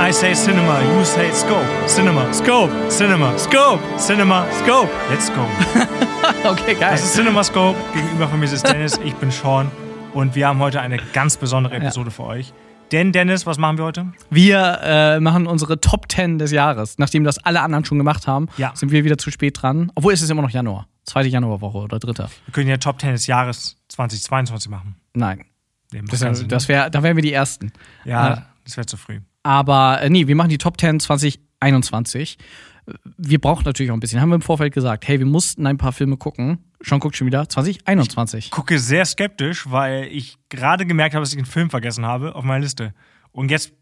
I say cinema, you say scope, cinema, scope, cinema, scope, cinema, scope. Let's go. Okay, geil. Das ist CinemaScope. Gegenüber von mir ist Dennis. Ich bin Sean. Und wir haben heute eine ganz besondere Episode für euch. Denn, Dennis, was machen wir heute? Wir äh, machen unsere Top 10 des Jahres. Nachdem das alle anderen schon gemacht haben, Ja. sind wir wieder zu spät dran. Obwohl es ist immer noch Januar. Zweite Januarwoche oder dritte. Wir können ja Top 10 des Jahres 2022 machen. Nein. Nee, macht Das, keinen Sinn. das wär, da wären wir die Ersten. ja, das wäre zu früh. Aber äh, nee, wir machen die Top 10 2021. Wir brauchen natürlich auch ein bisschen. Haben wir im Vorfeld gesagt, hey, wir mussten ein paar Filme gucken. Sean guckt schon wieder 2021. Gucke sehr skeptisch, weil ich gerade gemerkt habe, dass ich einen Film vergessen habe auf meiner Liste. Und jetzt,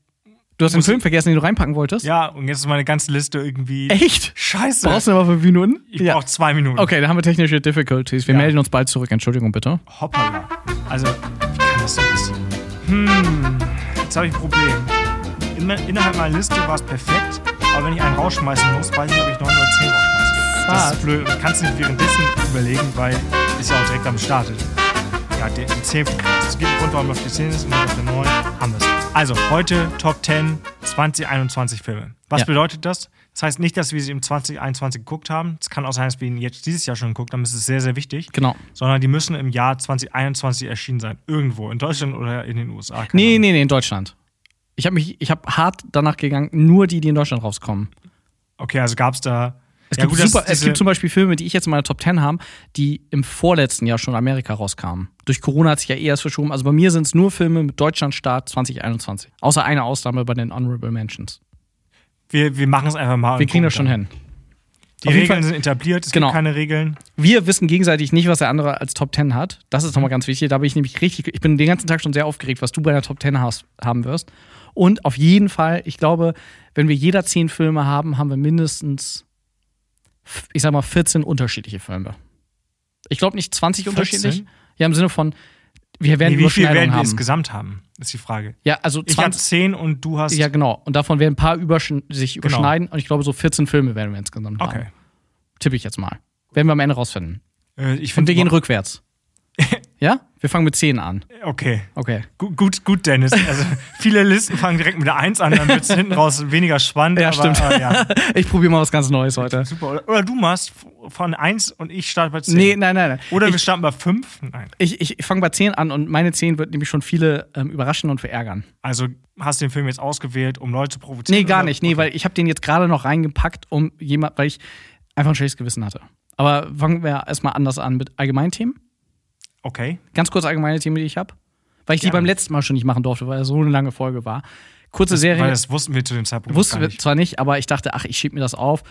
Du hast einen Film vergessen, den du reinpacken wolltest? ja, und jetzt ist meine ganze Liste irgendwie. Echt? Scheiße. Brauchst du noch mal fünf Minuten? ich brauche zwei Minuten. Okay, dann haben wir technische Difficulties. Wir Ja. melden uns bald zurück. Entschuldigung bitte. Hoppala. Also, wie kann das denn passieren? Hm, jetzt habe ich ein Problem. Inme- innerhalb meiner Liste war es perfekt, aber wenn ich einen rausschmeißen muss, weiß ich nicht, ob ich 9 oder 10 rausschmeiße. Das Sad. ist blöd. Ich kann es nicht währenddessen überlegen, weil ist ja auch direkt am Start. Ja, der die 10. Es gibt einen Grund, warum auf die 10 ist und nicht auf der 9 haben wir es. Also, heute Top 10 2021 Filme. Was Ja. bedeutet das? Das heißt nicht, dass wir sie im 2021 geguckt haben. Es kann auch sein, dass wir ihn jetzt dieses Jahr schon geguckt haben. Das ist sehr, sehr wichtig Genau. sondern die müssen im Jahr 2021 erschienen sein. Irgendwo, in Deutschland oder in den USA. keine Nee, Ahnung. nee, nee, in Deutschland. Ich habe mich, ich habe hart danach gegangen, nur die, die in Deutschland rauskommen. Okay, also gab es da. Es, gibt super, dass es diese- gibt zum Beispiel Filme, die ich jetzt in meiner Top 10 haben, die im vorletzten Jahr schon in Amerika rauskamen. Durch Corona hat sich ja eh erst verschoben. Also bei mir sind es nur Filme mit Deutschlandstart 2021. Außer eine Ausnahme bei den Honorable Mentions. wir wir machen es einfach mal. Wir und kriegen das schon gucken hin. dann. Auf Die jeden Regeln Fall- sind etabliert, es Genau. gibt keine Regeln. Wir wissen gegenseitig nicht, was der andere als Top 10 hat. Das ist Mhm. nochmal ganz wichtig. Da bin ich nämlich richtig, ich bin den ganzen Tag schon sehr aufgeregt, was du bei der Top 10 hast, haben wirst. Und auf jeden Fall, ich glaube, wenn wir jeder 10 Filme haben, haben wir mindestens, ich sag mal, 14 unterschiedliche Filme. Ich glaube nicht 20 unterschiedlich. 14? Ja, im Sinne von, wir werden Nee, wie viel Überschneidungen werden wir haben. insgesamt haben, ist die Frage. ja, also Ich habe 20. 10 und du hast. Ja, genau. Und davon werden ein paar überschn sich überschneiden. Und ich glaube, so 14 Filme werden wir insgesamt haben. Genau. okay. Tippe ich jetzt mal. Werden wir am Ende rausfinden. Äh, ich Und finde. wir gehen rückwärts. ja? Wir fangen mit 10 an. Okay. Okay. Gut, gut, gut, Dennis. Also, viele Listen fangen direkt mit der 1 an, dann wird es hinten raus weniger spannend. Ja, aber, stimmt. Äh, ja, Ich probiere mal was ganz Neues heute. super. Oder, oder du machst von 1 und ich starte bei 10. Nee, nein, nein, nein. oder wir ich starten bei 5? Nein. ich, ich fange bei 10 an und meine 10 wird nämlich schon viele ähm, überraschen und verärgern. Also hast du den Film jetzt ausgewählt, um Leute zu provozieren? Nee, gar oder? nicht. Nee, weil ich habe den jetzt gerade noch reingepackt, um jemand, weil ich einfach ein schlechtes Gewissen hatte. Aber fangen wir erstmal anders an mit Allgemeinthemen. Okay. Ganz kurz allgemeine Themen, die ich habe. Weil ich die Gerne. beim letzten Mal schon nicht machen durfte, weil es so eine lange Folge war. Kurze Serie. Weil das wussten wir zu dem Zeitpunkt Wussten gar wir nicht. zwar nicht, aber ich dachte, ach, ich schieb mir das auf.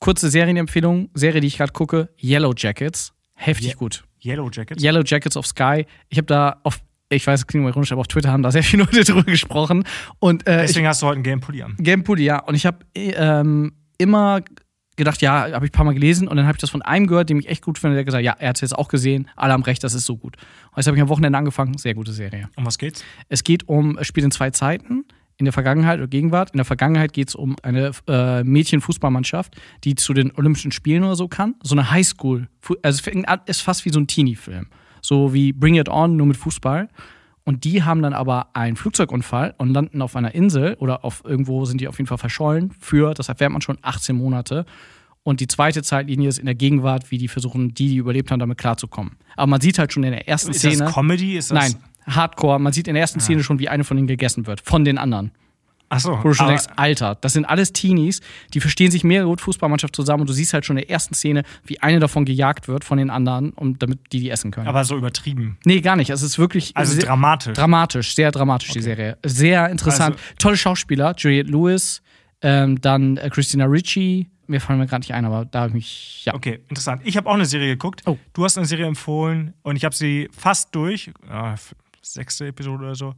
Kurze Serienempfehlung, Serie, die ich gerade gucke, Yellow Jackets. Heftig Ye- gut. Yellow Jackets? Yellow Jackets of Sky. Ich habe da auf, ich weiß, es klingt mal ironisch, aber auf Twitter haben da sehr viele Leute drüber gesprochen. Und äh, ich, Deswegen hast du heute einen Game Pulli an. Game Pulli, ja. Und ich habe ähm, immer gedacht, ja, habe ich ein paar Mal gelesen und dann habe ich das von einem gehört, dem ich echt gut finde, der gesagt hat, ja, er hat es jetzt auch gesehen, alle haben recht, das ist so gut. Und jetzt habe ich am Wochenende angefangen, sehr gute Serie. Um was geht's? Es geht um, es spielt in zwei Zeiten, in der Vergangenheit oder Gegenwart. In der Vergangenheit geht es um eine äh, Mädchenfußballmannschaft, die zu den Olympischen Spielen oder so kann. So eine Highschool. Fu- Also es fängt an- ist fast wie so ein Teenie-Film. So wie Bring It On, nur mit Fußball. Und die haben dann aber einen Flugzeugunfall und landen auf einer Insel oder auf irgendwo sind die auf jeden Fall verschollen für, das erfährt man schon, 18 Monate. Und die zweite Zeitlinie ist in der Gegenwart, wie die versuchen, die, die überlebt haben, damit klarzukommen. Aber man sieht halt schon in der ersten Ist Szene. das Comedy? Ist das Ah. Nein, Hardcore. Man sieht in der ersten Szene schon, wie eine von denen gegessen wird. Von den anderen. Achso. Wo du schon aber- denkst, Alter, das sind alles Teenies, die verstehen sich mehrere gut Fußballmannschaft zusammen und du siehst halt schon in der ersten Szene, wie eine davon gejagt wird von den anderen, um, damit die die essen können. aber so übertrieben. nee, gar nicht. Es ist wirklich Also sehr, dramatisch. dramatisch, sehr dramatisch, die Serie. Sehr interessant. Also Tolle Schauspieler, Juliette Lewis, ähm, dann äh, Christina Ricci. Mir fallen mir gerade nicht ein, aber da habe ich mich. Ja. okay, interessant. Ich habe auch eine Serie geguckt. Oh. Du hast eine Serie empfohlen und ich habe sie fast durch. Ah, f- sechste Episode oder so.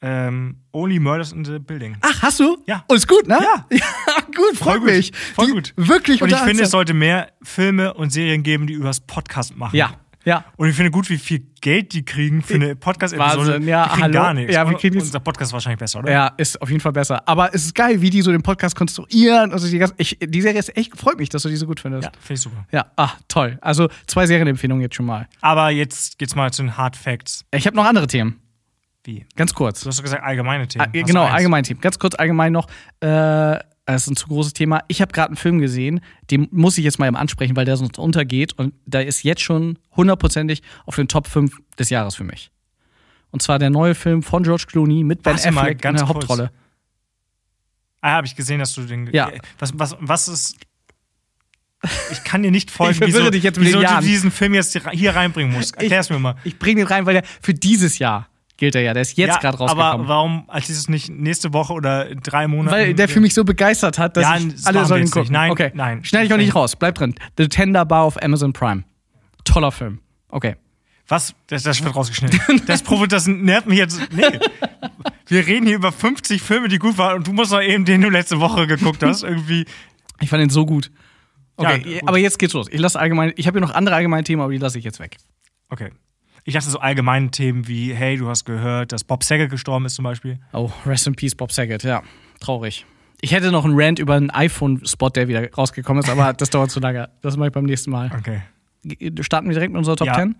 Ähm, Only Murders in the Building. Ach, hast du? Ja. Und ist gut, ne? Ja. gut, freut gut, mich. voll Die- gut. Wirklich und ich finde, unterhaltsam. es sollte mehr Filme und Serien geben, die übers Podcast machen. Ja, ja. Und ich finde gut, wie viel Geld die kriegen für eine Podcast-Episode. Wahnsinn, ja, die kriegen hallo. gar nichts. Ja, wir Und kriegen jetzt- unser Podcast ist wahrscheinlich besser, oder? Ja, ist auf jeden Fall besser. Aber es ist geil, wie die so den Podcast konstruieren. Also die, ganze, ich, die Serie ist echt, freut mich, dass du die so gut findest. Ja, Ja, finde ich super. ah, toll. Also zwei Serienempfehlungen jetzt schon mal. Aber jetzt geht's mal zu den Hard Facts. Ich habe noch andere Themen. Wie? Ganz kurz. Du hast doch gesagt, allgemeine Themen. Ah, Hast genau, du eins? allgemein Themen. Ganz kurz allgemein noch. Äh, das ist ein zu großes Thema. Ich habe gerade einen Film gesehen, den muss ich jetzt mal eben ansprechen, weil der sonst untergeht. Und da ist jetzt schon hundertprozentig auf den Top 5 des Jahres für mich. Und zwar der neue Film von George Clooney mit Ben Warte mal, Affleck in ganz der kurz. Hauptrolle. Ah, habe ich gesehen, dass du den. Ja. Was, was, was ist. Ich kann dir nicht folgen, Ich verwirre wieso, dich jetzt mit den wieso du Jahren. diesen Film jetzt hier- hier reinbringen musst. Erklär's mir mal. Ich bringe den rein, weil der für dieses Jahr gilt er ja. Der ist jetzt Ja, gerade Aber rausgekommen. warum, als ist es nicht nächste Woche oder in drei Monate? weil der für mich so begeistert hat, dass Ja, das ich alle machen wir sollen ihn jetzt nicht. gucken. Nein, okay. nein. Schneide ich auch nicht raus. Bleib drin. The Tender Bar auf Amazon Prime. Toller Film. Okay. Was? Das, das wird rausgeschnitten. Das, provo- das nervt mich jetzt. Nee. Wir reden hier über 50 Filme, die gut waren und du musst doch eben den du letzte Woche geguckt hast. Irgendwie. Ich fand ihn so gut. Okay, Ja, gut. aber jetzt geht's los. Ich lasse allgemein, ich habe hier noch andere allgemeine Themen, aber die lasse ich jetzt weg. Okay. Ich dachte so allgemeine Themen wie, hey, du hast gehört, dass Bob Saget gestorben ist zum Beispiel. Oh, rest in peace, Bob Saget. Ja, traurig. Ich hätte noch einen Rant über einen iPhone-Spot, der wieder rausgekommen ist, aber das dauert zu lange. Das mache ich beim nächsten Mal. Okay. Ge- Starten wir direkt mit unserer Top Ja. 10?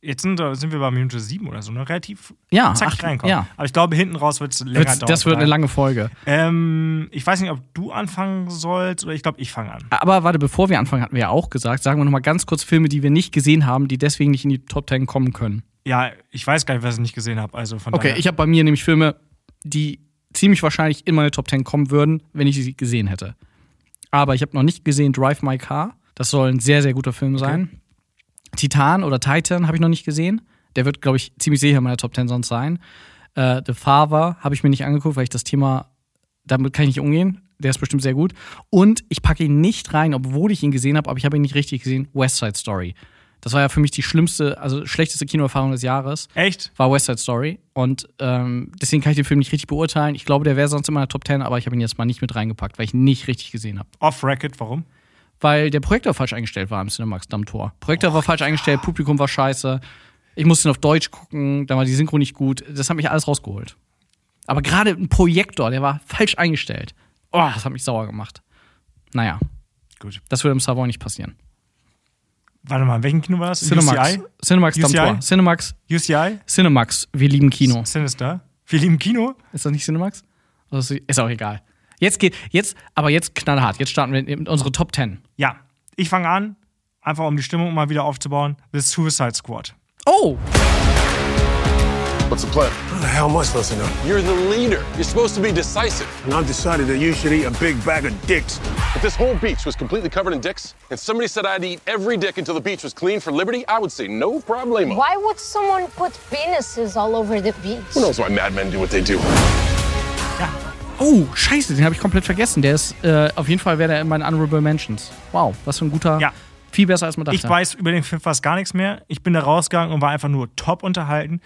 Jetzt sind, sind wir bei Minute 7 oder so, ne? Relativ Ja, zack acht- reinkommen. ja. Aber ich glaube, hinten raus wird es länger Wird's, dauern. das wird eine lange Folge. ähm, ich weiß nicht, ob du anfangen sollst oder ich glaube, ich fange an. Aber warte, bevor wir anfangen, hatten wir ja auch gesagt, sagen wir noch mal ganz kurz Filme, die wir nicht gesehen haben, die deswegen nicht in die Top 10 kommen können. Ja, ich weiß gar nicht, was ich nicht gesehen habe. Also von Okay, daher. ich habe bei mir nämlich Filme, die ziemlich wahrscheinlich in meine Top 10 kommen würden, wenn ich sie gesehen hätte. Aber ich habe noch nicht gesehen Drive My Car. Das soll ein sehr, sehr guter Film sein. Titan oder Titan habe ich noch nicht gesehen. Der wird, glaube ich, ziemlich sicher in meiner Top 10 sonst sein. Äh, The Father habe ich mir nicht angeguckt, weil ich das Thema, damit kann ich nicht umgehen. Der ist bestimmt sehr gut. Und ich packe ihn nicht rein, obwohl ich ihn gesehen habe, aber ich habe ihn nicht richtig gesehen. West Side Story. Das war ja für mich die schlimmste, also schlechteste Kinoerfahrung des Jahres Echt? war West Side Story. Und ähm, deswegen kann ich den Film nicht richtig beurteilen. Ich glaube, der wäre sonst in meiner Top 10, aber ich habe ihn jetzt mal nicht mit reingepackt, weil ich ihn nicht richtig gesehen habe. Off-Racket, warum? Weil der Projektor falsch eingestellt war im Cinemax am Tor. Projektor war falsch eingestellt, Publikum war scheiße. Ich musste ihn auf Deutsch gucken, da war die Synchro nicht gut. Das hat mich alles rausgeholt. Aber gerade ein Projektor, der war falsch eingestellt. Oh, das hat mich sauer gemacht. Naja, Gut. das würde im Savoy nicht passieren. Warte mal, in welchem Kino war das? Cinemax. UCI? Cinemax am UCI? Tor. Cinemax, UCI? Cinemax, wir lieben Kino. Sinister? Wir lieben Kino? Ist das nicht Cinemax? Oder Ist ist auch egal. Jetzt geht, jetzt, aber jetzt knallhart. Jetzt starten wir mit unsere Top 10. Ja. Ich fange an, einfach um die Stimmung mal wieder aufzubauen. The Suicide Squad. Oh! What's the plan? What the hell am I supposed to know? You're the leader. You're supposed to be decisive. And I've decided that you should eat a big bag of dicks. If this whole beach was completely covered in dicks, and somebody said I'd eat every dick until the beach was clean for liberty, I would say no problemo. Why would someone put penises all over the beach? Who knows why madmen do what they do? Oh, scheiße, den habe ich komplett vergessen. Der ist, äh, auf jeden Fall wäre der in meinen Honorable Mentions. Wow, was für ein guter. Ja. Viel besser als man dachte. Ich weiß über den Film fast gar nichts mehr. Ich bin da rausgegangen und war einfach nur top unterhalten.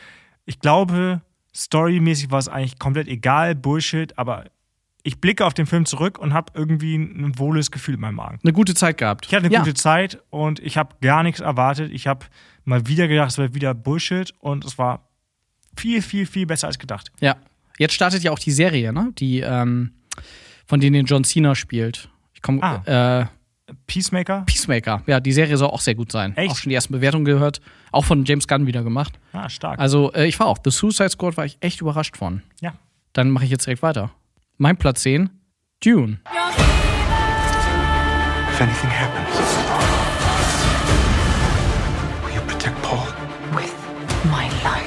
Ich glaube, storymäßig war es eigentlich komplett egal, Bullshit, aber ich blicke auf den Film zurück und habe irgendwie ein wohles Gefühl in meinem Magen. Eine gute Zeit gehabt. Ich hatte eine ja. gute Zeit und ich habe gar nichts erwartet. Ich habe mal wieder gedacht, es wäre wieder Bullshit und es war viel, viel, viel besser als gedacht. Ja. Jetzt startet ja auch die Serie, ne? Die, ähm, von denen den John Cena spielt. Ich komme, Ah. äh, Peacemaker? Peacemaker. Ja, die Serie soll auch sehr gut sein. Echt? Auch schon die ersten Bewertungen gehört. Auch von James Gunn wieder gemacht. Ah, stark. Also, äh, ich war auch. The Suicide Squad war ich echt überrascht von. ja. Dann mache ich jetzt direkt weiter. Mein Platz 10, Dune. If anything happens, will you protect Paul? with my life.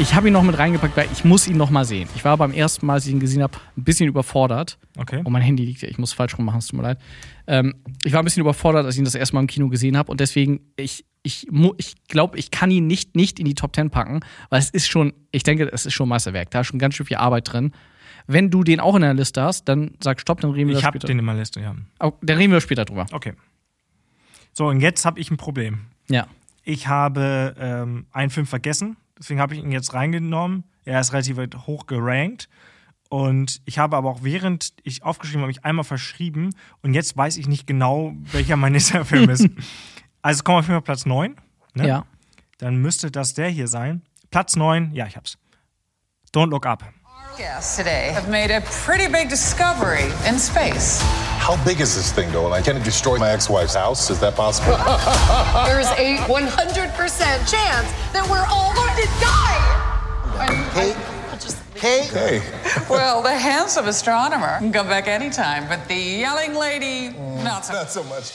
Ich habe ihn noch mit reingepackt, weil ich muss ihn noch mal sehen. Ich war beim ersten Mal, als ich ihn gesehen habe, ein bisschen überfordert. Okay. Oh, mein Handy liegt hier. Ich muss falsch rum machen, es tut mir leid. Ähm, ich war ein bisschen überfordert, als ich ihn das erste Mal im Kino gesehen habe. Und deswegen, ich, ich, mu- ich glaube, ich kann ihn nicht, nicht in die Top 10 packen, weil es ist schon, ich denke, es ist schon Meisterwerk. Da ist schon ganz schön viel Arbeit drin. Wenn du den auch in der Liste hast, dann sag Stopp, dann reden wir Ich da habe später. den in meiner Liste, ja. Oh, dann reden wir später drüber. Okay. So, und jetzt habe ich ein Problem. Ja. Ich habe ähm, einen Film vergessen, deswegen habe ich ihn jetzt reingenommen. Er ist relativ weit hoch gerankt. Und ich habe aber auch während ich aufgeschrieben habe, mich einmal verschrieben. Und jetzt weiß ich nicht genau, welcher mein nächster Film ist. Also kommen wir auf jeden Fall Platz 9. Ne? Ja. Dann müsste das der hier sein. Platz 9, ja, ich hab's. Don't Look Up. guests today have made a pretty big discovery in space. How big is this thing, though? Like, can it destroy my ex-wife's house? Is that possible? There's a 100% chance that we're all going to die. I'm, hey. I'm just hey. Hey. well, the handsome astronomer can come back anytime, but the yelling lady, not so, Mm, not so much.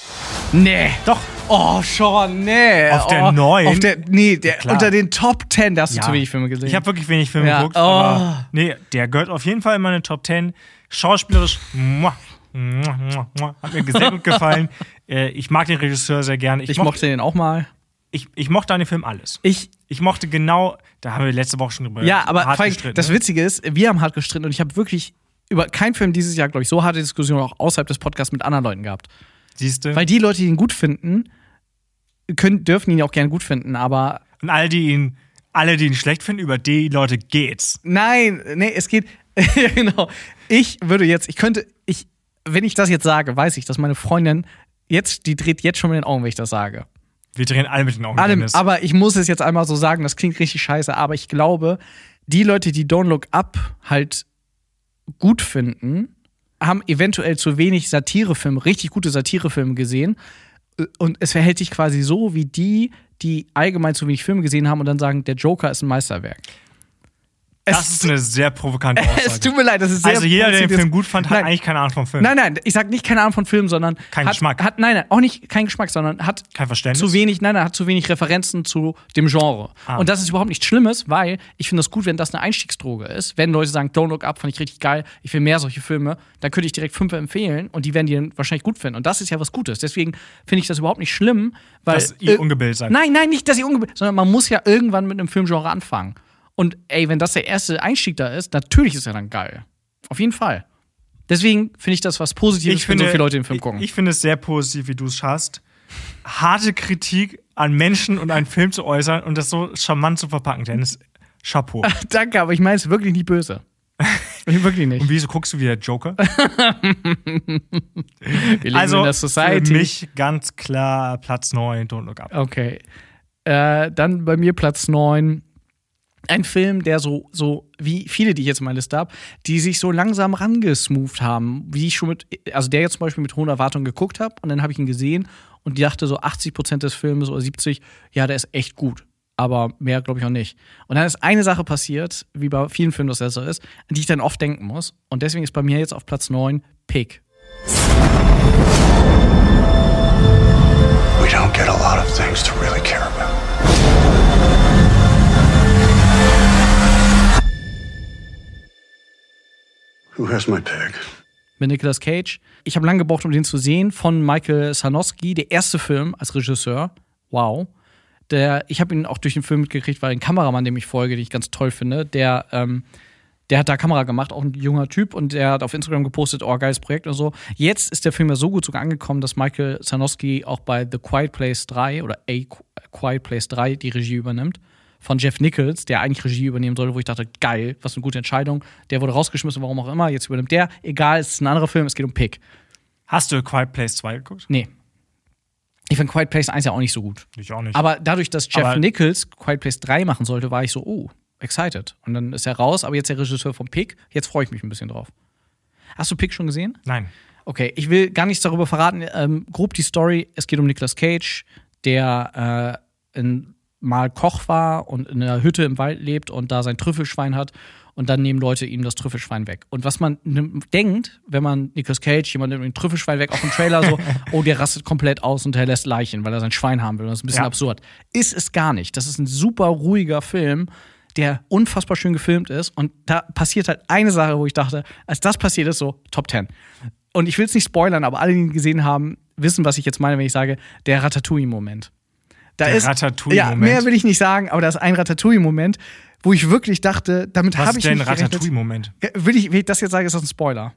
Nee. Doch. Oh, schon, nee. Auf der oh, neuen? Auf der, nee, der, Klar. unter den Top 10, da hast du Ja. zu wenig Filme gesehen. Ich habe wirklich wenig Filme Ja. geguckt, Oh. aber nee, der gehört auf jeden Fall in meine Top 10. Schauspielerisch, muah, muah, muah, muah, hat mir sehr gut gefallen. Äh, ich mag den Regisseur sehr gerne. Ich, ich moch- mochte den auch mal. ich, ich mochte an dem Film alles. Ich, Ich mochte genau, da haben wir letzte Woche schon drüber ja, aber hart vor allem, gestritten, das ne? Witzige ist, wir haben hart gestritten und ich habe wirklich über keinen Film dieses Jahr, glaube ich, so harte Diskussionen auch außerhalb des Podcasts mit anderen Leuten gehabt. siehst du. Weil die Leute, die ihn gut finden, können, dürfen ihn auch gerne gut finden, aber Und all die ihn, alle, die ihn schlecht finden, über die Leute geht's. Nein, nee, es geht. ja, genau. Ich würde jetzt, ich könnte, ich, wenn ich das jetzt sage, weiß ich, dass meine Freundin jetzt, die dreht jetzt schon mit den Augen, wenn ich das sage. Wir drehen alle mit den Augen. Allem, Dennis. aber ich muss es jetzt einmal so sagen, das klingt richtig scheiße, aber ich glaube, die Leute, die Don't Look Up halt gut finden, haben eventuell zu wenig Satirefilme, richtig gute Satirefilme gesehen. Und es verhält sich quasi so wie die, die allgemein zu wenig Filme gesehen haben und dann sagen, der Joker ist ein Meisterwerk. das ist eine sehr provokante Aussage. Es tut mir leid, das ist sehr also jeder, der den plötzlich- Film gut fand, hat nein, eigentlich keine Ahnung vom Film. Nein, nein, ich sag nicht keine Ahnung von Filmen, sondern Kein hat, Geschmack. Hat, nein, nein, auch nicht kein Geschmack, sondern hat Kein Verständnis? Ah. zu wenig, nein, nein, hat zu wenig Referenzen zu dem Genre. Und das ist überhaupt nichts Schlimmes, weil ich finde es gut, wenn das eine Einstiegsdroge ist. Wenn Leute sagen, Don't Look Up fand ich richtig geil, ich will mehr solche Filme, dann könnte ich direkt fünf empfehlen und die werden die dann wahrscheinlich gut finden. Und das ist ja was Gutes. Deswegen finde ich das überhaupt nicht schlimm, weil Dass ihr ungebildet seid. Nein, nein, nicht, dass ihr ungebildet, sondern man muss ja irgendwann mit einem Filmgenre anfangen. Und ey, wenn das der erste Einstieg da ist, natürlich ist er dann geil. Auf jeden Fall. Deswegen finde ich das was Positives, ich wenn finde, so viele Leute den Film gucken. Ich, ich finde es sehr positiv, wie du es schaffst, harte Kritik an Menschen und einen Film zu äußern und das so charmant zu verpacken, Dennis. Chapeau. Danke, aber ich meine es wirklich nicht böse. Ich wirklich nicht. Und wieso guckst du wieder Joker? Wir leben also in der Society. für mich ganz klar Platz 9, Don't Look Up. Okay. Äh, dann bei mir Platz 9. Ein Film, der so, so wie viele, die ich jetzt in meiner Liste habe, die sich so langsam rangesmoothed haben. Wie ich schon mit, also der jetzt zum Beispiel mit hohen Erwartungen geguckt habe und dann habe ich ihn gesehen und die dachte so 80 Prozent des Filmes oder 70, ja, der ist echt gut. Aber mehr glaube ich auch nicht. Und dann ist eine Sache passiert, wie bei vielen Filmen das ja so ist, an die ich dann oft denken muss. Und deswegen ist bei mir jetzt auf Platz 9 Pig. We don't get a lot of things to really care about. Who has my pig? mit Nicolas Cage. Ich habe lange gebraucht, um den zu sehen, von Michael Sanowski, der erste Film als Regisseur. Wow. Der, ich habe ihn auch durch den Film mitgekriegt, weil ein Kameramann, dem ich folge, den ich ganz toll finde, der, ähm, der hat da Kamera gemacht, auch ein junger Typ, und der hat auf Instagram gepostet, oh, geiles Projekt und so. Jetzt ist der Film ja so gut sogar angekommen, dass Michael Sanowski auch bei The Quiet Place 3 oder A Quiet Place 3 die Regie übernimmt. Von Jeff Nichols, der eigentlich Regie übernehmen sollte, wo ich dachte, geil, was eine gute Entscheidung. Der wurde rausgeschmissen, warum auch immer. Jetzt übernimmt der. Egal, es ist ein anderer Film, es geht um Pick. Hast du A Quiet Place 2 geguckt? Nee. Ich fand Quiet Place 1 ja auch nicht so gut. Ich auch nicht. Aber dadurch, dass Jeff Aber- Nichols Quiet Place 3 machen sollte, war ich so, oh, excited. Und dann ist er raus, aber jetzt der Regisseur von Pick. Jetzt freue ich mich ein bisschen drauf. Hast du Pick schon gesehen? Nein. Okay, ich will gar nichts darüber verraten. Ähm, grob die Story: Es geht um Nicolas Cage, der äh, in, mal Koch war und in einer Hütte im Wald lebt und da sein Trüffelschwein hat. Und dann nehmen Leute ihm das Trüffelschwein weg. Und was man nimm- denkt, wenn man Nicolas Cage, jemand nimmt ihm ein Trüffelschwein weg, auch im Trailer so, oh, der rastet komplett aus und hinterlässt Leichen, weil er sein Schwein haben will. Und das ist ein bisschen Ja. absurd. Ist es gar nicht. Das ist ein super ruhiger Film, der unfassbar schön gefilmt ist. Und da passiert halt eine Sache, wo ich dachte, als das passiert ist, so Top 10 und ich will es nicht spoilern, aber alle, die ihn gesehen haben, wissen, was ich jetzt meine, wenn ich sage, der Ratatouille-Moment. Da Der ist, Ja, Ratatouille-Moment. mehr will ich nicht sagen, aber da ist ein Ratatouille-Moment, wo ich wirklich dachte, damit Was habe ich ist denn nicht gerechnet. Ratatouille-Moment? Ja, Will ich, wenn ich das jetzt sage, ist das ein Spoiler.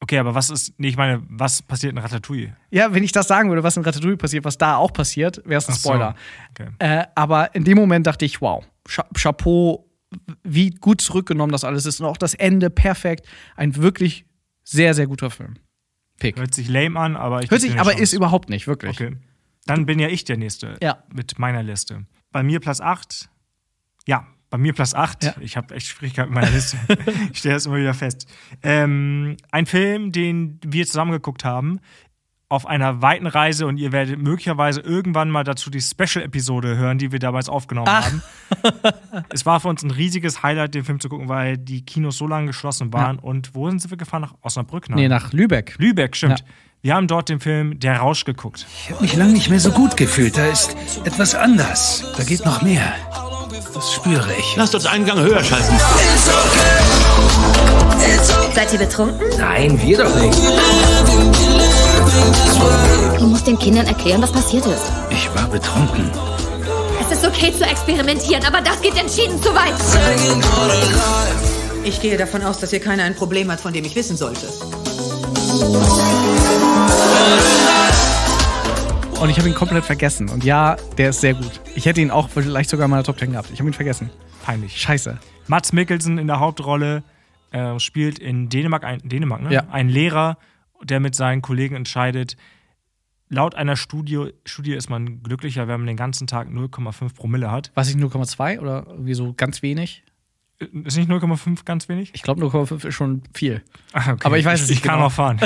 Okay, aber was ist, nee, ich meine, was passiert in Ratatouille? Ja, wenn ich das sagen würde, was in Ratatouille passiert, was da auch passiert, wäre es ein Ach so. Spoiler. Okay. Äh, aber in dem Moment dachte ich, wow, Cha Chapeau, wie gut zurückgenommen das alles ist. Und auch das Ende perfekt. Ein wirklich sehr, sehr guter Film. Pick. Hört sich lame an, aber ich. geb dir Hört sich, eine aber Chance. ist überhaupt nicht, wirklich. Okay. Dann bin ja ich der Nächste Ja. mit meiner Liste. Bei mir Platz 8. Ja, Bei mir Platz 8. Ja. Ich habe echt Schwierigkeiten mit meiner Liste. ich stelle das immer wieder fest. Ähm, ein Film, den wir zusammen geguckt haben, auf einer weiten Reise und ihr werdet möglicherweise irgendwann mal dazu die Special-Episode hören, die wir damals aufgenommen Ah. haben. es war für uns ein riesiges Highlight, den Film zu gucken, weil die Kinos so lange geschlossen waren. Und wo sind wir gefahren? Nach Osnabrück? Nein. Nee, nach Lübeck. Lübeck, stimmt. Wir haben dort den Film Der Rausch geguckt. habe mich lange nicht mehr so gut gefühlt. Da ist etwas anders. Da geht noch mehr. Das spüre ich. Lasst uns einen Gang höher schalten. Seid ihr betrunken? Nein, wir doch nicht. Du musst den Kindern erklären, was passiert ist. Ich war betrunken. Es ist okay zu experimentieren, aber das geht entschieden zu weit. Ich gehe davon aus, dass hier keiner ein Problem hat, von dem ich wissen sollte. Und ich habe ihn komplett vergessen. Und ja, der ist sehr gut. Ich hätte ihn auch vielleicht sogar in meiner Top 10 gehabt. Ich habe ihn vergessen. Peinlich. Scheiße. Mats Mikkelsen in der Hauptrolle äh, spielt in Dänemark, ein, Dänemark ne? Ja. ein Lehrer, der mit seinen Kollegen entscheidet, laut einer Studie, Studie ist man glücklicher, wenn man den ganzen Tag 0,5 Promille hat. Was ich 0,2 oder irgendwie so ganz wenig? Ist nicht 0,5 ganz wenig? Ich glaube 0,5 ist schon viel. Ah, okay. Aber ich weiß es Ich nicht kann genau. auch fahren.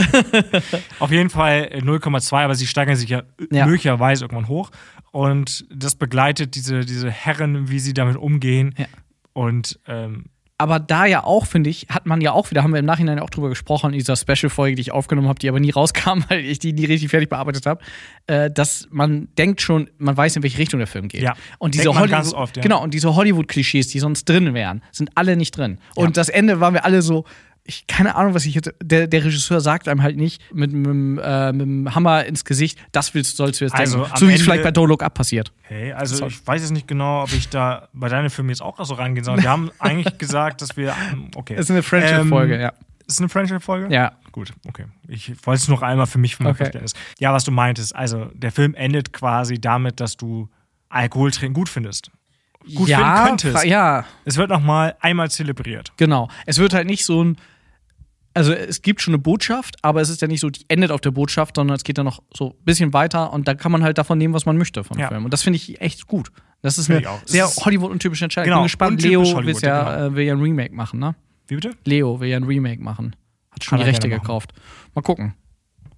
Auf jeden Fall äh, 0,2, aber sie steigern sich ja, äh, Ja. möglicherweise irgendwann hoch. Und das begleitet diese, diese Herren, wie sie damit umgehen. Und ähm, Aber da ja auch, finde ich, hat man ja auch wieder, haben wir im Nachhinein auch drüber gesprochen, in dieser Special-Folge, die ich aufgenommen habe, die aber nie rauskam, weil ich die nie richtig fertig bearbeitet habe, äh, dass man denkt schon, man weiß, in welche Richtung der Film geht. Ja. Und diese Denkt man Hollywood, ganz oft, ja. genau, und diese Hollywood-Klischees, die sonst drin wären, sind alle nicht drin. Und das Ende waren wir alle so, ich keine Ahnung, was ich jetzt, der, der Regisseur sagt einem halt nicht mit, mit, dem, äh, mit dem Hammer ins Gesicht, das willst, sollst du jetzt Also, denken. am So wie es Ende- vielleicht bei Don't Look Up passiert. Hey, also Sorry. ich weiß jetzt nicht genau, ob ich da bei deinem Film jetzt auch so rangehen soll. Wir haben eigentlich gesagt, dass wir. ähm, Okay. Ähm, Ist eine Friendship-Folge, ja. Ist eine Friendship-Folge? Ja. Gut, okay. Ich wollte es noch einmal für mich für mein Okay. Verständnis. Ja, was du meintest. Also, der Film endet quasi damit, dass du Alkohol trinken gut findest. Gut ja, finden könntest. fra- ja. Es wird nochmal einmal zelebriert. Genau. Es wird halt nicht so ein. Also es gibt schon eine Botschaft, aber es ist ja nicht so, die endet auf der Botschaft, sondern es geht dann noch so ein bisschen weiter und da kann man halt davon nehmen, was man möchte vom Ja. Film. Und das finde ich echt gut. Das ist Finde eine ich auch. Es sehr ist- Hollywood-untypische Entscheidung. Genau, ich bin gespannt, Leo untypisch will Hollywood, ja, genau. äh, will ja ein Remake machen, ne? Wie bitte? Leo will ja ein Remake machen. Hat schon Kann die er Rechte gerne machen. gekauft. Mal gucken.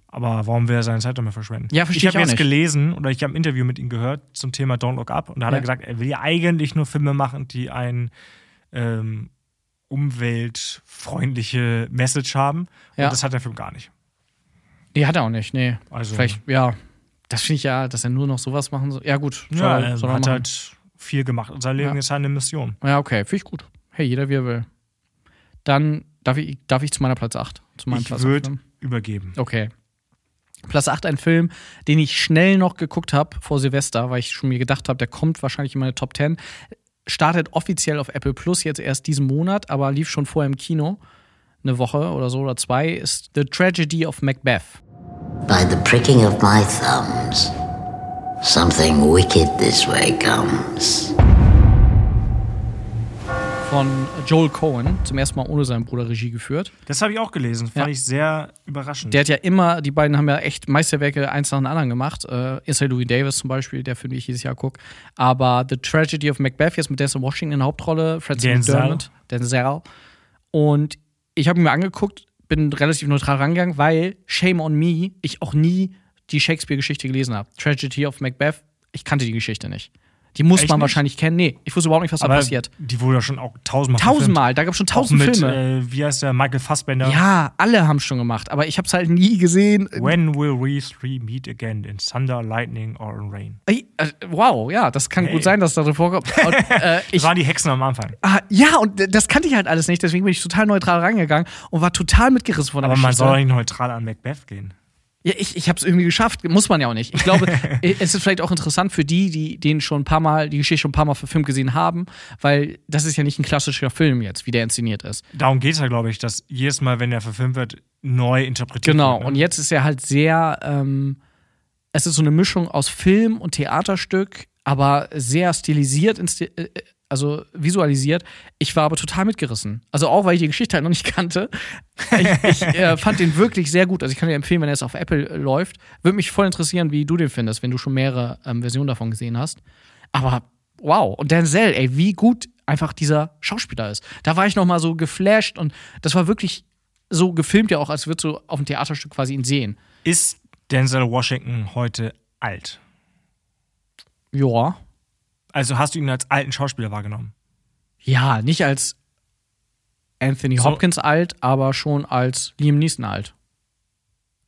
Aber warum will er seine Zeit damit verschwenden? Ja, verstehe ich ich auch habe jetzt nicht. gelesen oder ich habe ein Interview mit ihm gehört zum Thema Don't Look Up und da hat Ja. er gesagt, er will ja eigentlich nur Filme machen, die ein ähm, umweltfreundliche Message haben. Ja. Und das hat der Film gar nicht. Nee, hat er auch nicht, nee. Also- Vielleicht, ja. Das finde ich ja, dass er nur noch sowas machen soll. Ja, gut. Soll Ja, er- er soll er hat machen. halt viel gemacht. Unser Leben Ja. ist halt eine Mission. Ja, okay, finde ich gut. Hey, jeder wie er will. Dann darf ich, darf ich zu meiner Platz 8. Zu meinem Ich Platz acht, würde ne? übergeben. Okay. Platz 8, ein Film, den ich schnell noch geguckt habe vor Silvester, weil ich schon mir gedacht habe, der kommt wahrscheinlich in meine Top 10. Startet offiziell auf Apple Plus jetzt erst diesen Monat, aber lief schon vorher im Kino. Eine Woche oder so oder zwei ist The Tragedy of Macbeth. By the pricking of my thumbs, something wicked this way comes. von Joel Cohen, zum ersten Mal ohne seinen Bruder Regie geführt. Das habe ich auch gelesen. Fand ich sehr überraschend. Der hat ja immer, die beiden haben ja echt Meisterwerke eins nach dem anderen gemacht. Äh, ist ja Louis Davis zum Beispiel, der finde ich jedes Jahr gucke. Aber The Tragedy of Macbeth, jetzt mit Denzel Washington in der Hauptrolle, Francis Denzel. McDermott, Denzel. Und ich habe ihn mir angeguckt, bin relativ neutral rangegangen, weil Shame on Me, ich auch nie die Shakespeare-Geschichte gelesen habe. Tragedy of Macbeth, ich kannte die Geschichte nicht. Die muss Echt man nicht? wahrscheinlich kennen. Nee, ich wusste überhaupt nicht, was aber da passiert. die wurde ja schon auch tausendmal Tausendmal, da gab es schon Verfilmt. Auch tausend mit, Filme. Äh, wie heißt der? Michael Fassbender. Ja, alle haben schon gemacht, aber ich habe es halt nie gesehen. When will we three meet again? In thunder, lightning or in rain? Ey, äh, Wow, ja, das kann Hey. gut sein, dass da drin vorkommt. Und, äh, Das ich, waren die Hexen am Anfang. ah, ja, und d- das kannte ich halt alles nicht, deswegen bin ich total neutral rangegangen und war total mitgerissen von der Aber man Geschichte. soll doch nicht neutral an Macbeth gehen. Ja, ich, ich habe es irgendwie geschafft, muss man ja auch nicht. Ich glaube, es ist vielleicht auch interessant für die, die den schon ein paar Mal, die Geschichte schon ein paar Mal verfilmt gesehen haben, weil das ist ja nicht ein klassischer Film jetzt, wie der inszeniert ist. Darum geht es ja, glaube ich, dass jedes Mal, wenn er verfilmt wird, neu interpretiert Genau, wird. ne? und jetzt ist er halt sehr, ähm, es ist so eine Mischung aus Film und Theaterstück, aber sehr stilisiert, insti- äh, äh, also visualisiert. Ich war aber total mitgerissen. Also auch, weil ich die Geschichte halt noch nicht kannte. Ich, ich äh, fand den wirklich sehr gut. Also ich kann dir empfehlen, wenn er jetzt auf Apple äh, läuft. Würde mich voll interessieren, wie du den findest, wenn du schon mehrere ähm, Versionen davon gesehen hast. Aber wow, und Denzel, ey, wie gut einfach dieser Schauspieler ist. Da war ich noch mal so geflasht und das war wirklich so gefilmt ja auch, als würdest du auf dem Theaterstück quasi ihn sehen. Ist Denzel Washington heute alt? Ja. Also hast du ihn als alten Schauspieler wahrgenommen? Ja, nicht als Anthony Hopkins so. alt, aber schon als Liam Neeson alt.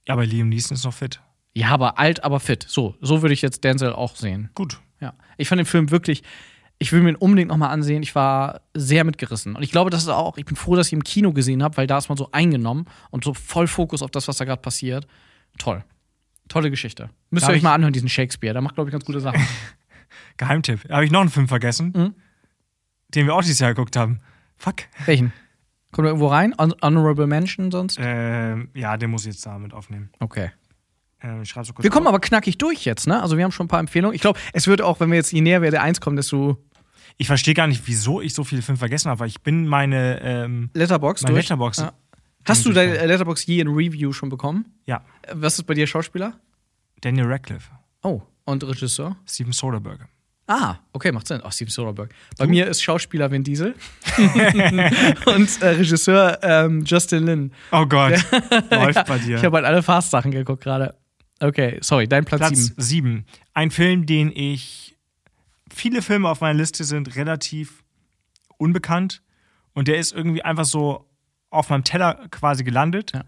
Ja, aber Liam Neeson ist noch fit. Ja, aber alt, aber fit. So, so würde ich jetzt Denzel auch sehen. Gut. Ja. Ich fand den Film wirklich, ich will mir ihn unbedingt nochmal ansehen. Ich war sehr mitgerissen. Und ich glaube, das ist auch, ich bin froh, dass ich ihn im Kino gesehen habe, weil da ist man so eingenommen und so voll Fokus auf das, was da gerade passiert. Toll. Tolle Geschichte. Müsst Darf ihr euch mal anhören, diesen Shakespeare. Der macht, glaube ich, ganz gute Sachen. Geheimtipp. Habe ich noch einen Film vergessen, mhm. den wir auch dieses Jahr geguckt haben. Fuck. Welchen? Kommt er irgendwo rein? Honorable Mention sonst? Ähm, ja, den muss ich jetzt damit aufnehmen. Okay. Ähm, ich so kurz wir kommen auf. aber knackig durch jetzt, ne? Also wir haben schon ein paar Empfehlungen. Ich glaube, es wird auch, wenn wir jetzt je näher wir der 1 kommen, desto. Ich verstehe gar nicht, wieso ich so viele Filme vergessen habe, weil ich bin meine ähm, Letterbox. Meine durch. Letterbox. Ja. Hast du deine Letterbox je in Review schon bekommen? Ja. Was ist bei dir Schauspieler? Daniel Radcliffe. Oh, und Regisseur? Steven Soderbergh. Ah, okay, macht Sinn. Ach, oh, Steven Soderbergh. Bei du? mir ist Schauspieler Vin Diesel und äh, Regisseur ähm, Justin Lin. Oh Gott, läuft bei dir. Ich habe halt alle Fast-Sachen geguckt gerade. Okay, sorry, dein Platz 7. Platz 7. Ein Film, den ich. Viele Filme auf meiner Liste sind relativ unbekannt und der ist irgendwie einfach so auf meinem Teller quasi gelandet. Ja.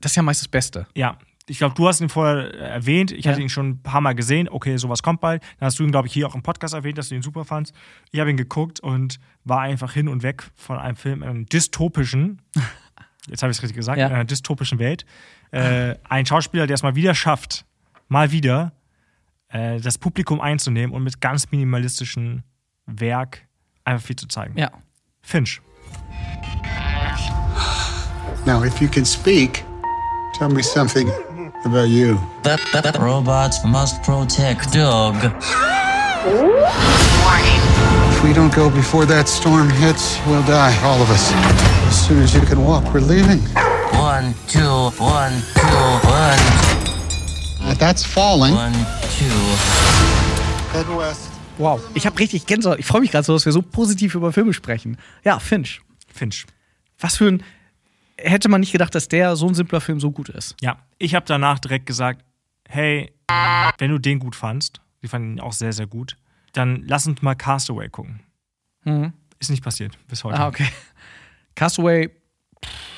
Das ist ja meist das Beste. Ja, ich glaube, du hast ihn vorher äh, erwähnt. Ich ja. hatte ihn schon ein paar Mal gesehen. Okay, sowas kommt bald. Dann hast du ihn, glaube ich, hier auch im Podcast erwähnt, dass du ihn super fandst. Ich habe ihn geguckt und war einfach hin und weg von einem Film, einem dystopischen, jetzt habe ich es richtig gesagt, ja. einer dystopischen Welt. Äh, ein Schauspieler, der es mal wieder schafft, mal wieder, äh, das Publikum einzunehmen und mit ganz minimalistischem Werk einfach viel zu zeigen. Ja. Finch. Now, if you can speak, tell me something about you. That, that, that robots must protect Doug. Warning. If we don't go before that storm hits, we'll die, all of us. As soon as you can walk, we're leaving. One, two, one, two, one. Uh, that's falling. One, two. Head west. Wow, ich habe richtig Gänsehaut. Ich freue mich gerade so, dass wir so positiv über Filme sprechen. Ja, Finch. Finch. Was für ein hätte man nicht gedacht, dass der so ein simpler Film so gut ist. Ja, ich habe danach direkt gesagt, hey, wenn du den gut fandst, wir fanden ihn auch sehr, sehr gut, dann lass uns mal Castaway gucken. Mhm. Ist nicht passiert bis heute. Ah, okay. Castaway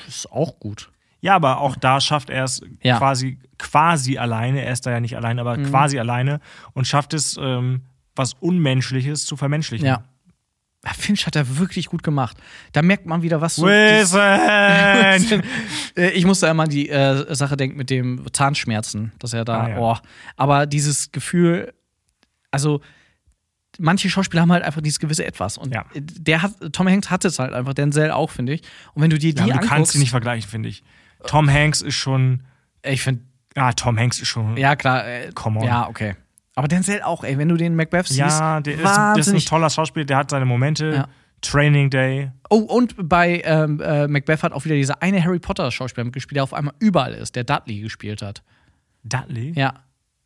ist auch gut. Ja, aber auch da schafft er es ja. quasi, quasi alleine. Er ist da ja nicht alleine, aber mhm. quasi alleine und schafft es, ähm, was Unmenschliches zu vermenschlichen. Ja. Finch hat er wirklich gut gemacht. Da merkt man wieder, was so. Wilson! ich musste immer an die äh, Sache denken mit dem Zahnschmerzen, dass er da. Ah, ja. oh. Aber dieses Gefühl, also manche Schauspieler haben halt einfach dieses gewisse Etwas. Und ja. der hat, Tom Hanks hat es halt einfach, Denzel auch, finde ich. Und wenn du dir die. Ja, du anguckst, kannst sie nicht vergleichen, finde ich. Tom Hanks ist schon. Ich finde. Ja, Tom Hanks ist schon. Ja, klar. äh, come on. Ja, okay. Aber Denzel auch, ey, wenn du den Macbeth siehst. Ja, der ist, das ist ein toller Schauspieler, der hat seine Momente. Ja. Training Day. Oh, und bei ähm, äh, Macbeth hat auch wieder dieser eine Harry Potter-Schauspieler mitgespielt, der auf einmal überall ist, der Dudley gespielt hat. Dudley? Ja.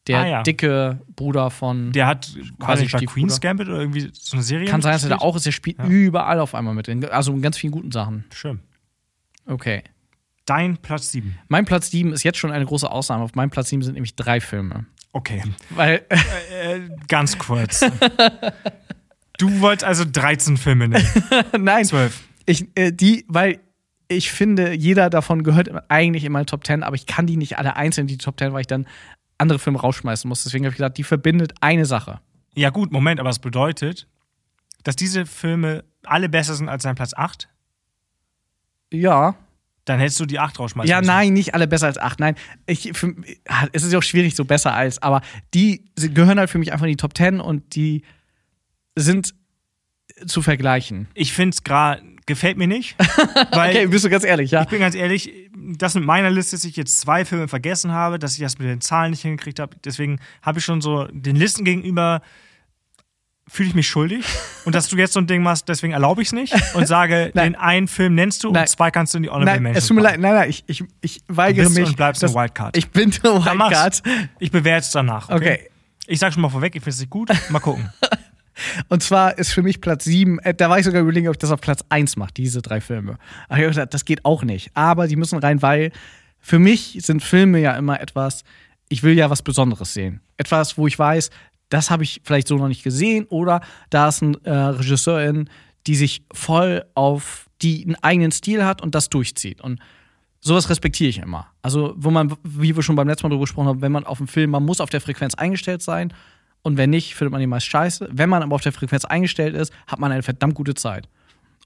Der ah, ja. dicke Bruder von. Der hat quasi bei Queen's Gambit oder irgendwie so eine Serie. Kann sein, dass er da auch ist, der spielt ja. überall auf einmal mit. Also in ganz vielen guten Sachen. Schön. Okay. Dein Platz 7. Mein Platz 7 ist jetzt schon eine große Ausnahme. Auf meinem Platz 7 sind nämlich drei Filme. Okay. Weil. Äh, äh, ganz kurz. du wolltest also 13 Filme nehmen. Nein. 12. Ich, äh, die, weil ich finde, jeder davon gehört eigentlich in meine Top 10, aber ich kann die nicht alle einzeln, die Top 10, weil ich dann andere Filme rausschmeißen muss. Deswegen habe ich gesagt, die verbindet eine Sache. Ja, gut, Moment, aber es das bedeutet, dass diese Filme alle besser sind als dein Platz 8? Ja. Dann hättest du die 8 rausschmeißen Ja, müssen. nein, nicht alle besser als 8. Nein, ich, für, es ist ja auch schwierig, so besser als, aber die gehören halt für mich einfach in die Top 10 und die sind zu vergleichen. Ich finde es gerade, gefällt mir nicht. okay, bist du ganz ehrlich, ja. Ich bin ganz ehrlich, das mit meiner Liste, dass ich jetzt zwei Filme vergessen habe, dass ich das mit den Zahlen nicht hingekriegt habe, deswegen habe ich schon so den Listen gegenüber fühle ich mich schuldig und dass du jetzt so ein Ding machst, deswegen erlaube ich es nicht und sage, den einen Film nennst du und Nein. zwei kannst du in die Honorable Nein, Mentions es tut mir leid, nein, nein, ich, ich, ich weigere du bist mich. und bleibst das- eine Wildcard. Ich bin der Dann mach's. Wildcard. Ich bewerte es danach. Okay. Okay. Ich sag schon mal vorweg, ich finde es nicht gut. Mal gucken. Und zwar ist für mich Platz 7, äh, da war ich sogar überlegen, ob ich das auf Platz 1 mache, diese drei Filme. Aber ich hab gesagt, das geht auch nicht. Aber die müssen rein, weil für mich sind Filme ja immer etwas, ich will ja was Besonderes sehen. Etwas, wo ich weiß, das habe ich vielleicht so noch nicht gesehen oder da ist ein äh, Regisseurin, die sich voll auf die einen eigenen Stil hat und das durchzieht. Und sowas respektiere ich immer. Also, wo man, wie wir schon beim letzten Mal drüber gesprochen haben, wenn man auf dem Film, man muss auf der Frequenz eingestellt sein und wenn nicht, findet man ihn meist scheiße. Wenn man aber auf der Frequenz eingestellt ist, hat man eine verdammt gute Zeit.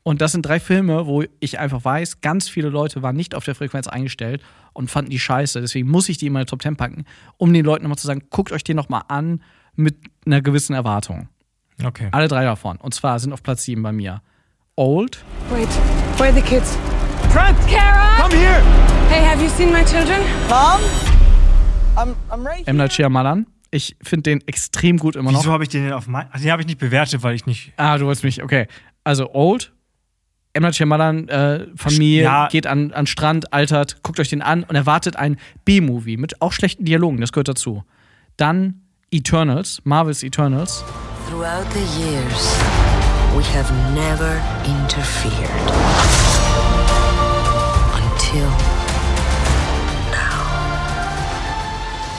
Und das sind drei Filme, wo ich einfach weiß, ganz viele Leute waren nicht auf der Frequenz eingestellt und fanden die scheiße. Deswegen muss ich die in meine Top Ten packen, um den Leuten nochmal zu sagen, guckt euch den nochmal an mit einer gewissen Erwartung. Okay. Alle drei davon. Und zwar sind auf Platz 7 bei mir Old. Wait, where are the kids? Trent! Kara! Come here! Hey, have you seen my children? Mom? I'm, I'm right here. M. Night Shyamalan. Ich finde den extrem gut immer noch. Wieso habe ich den denn auf mein. Also den habe ich nicht bewertet, weil ich nicht. Ah, du wolltest mich, okay. Also Old, M. Night Shyamalan, äh, Familie, Ja. geht an, an Strand, altert, guckt euch den an und erwartet einen B-Movie mit auch schlechten Dialogen, das gehört dazu. Dann Eternals, Marvel's Eternals. Throughout the years, we have never interfered. Until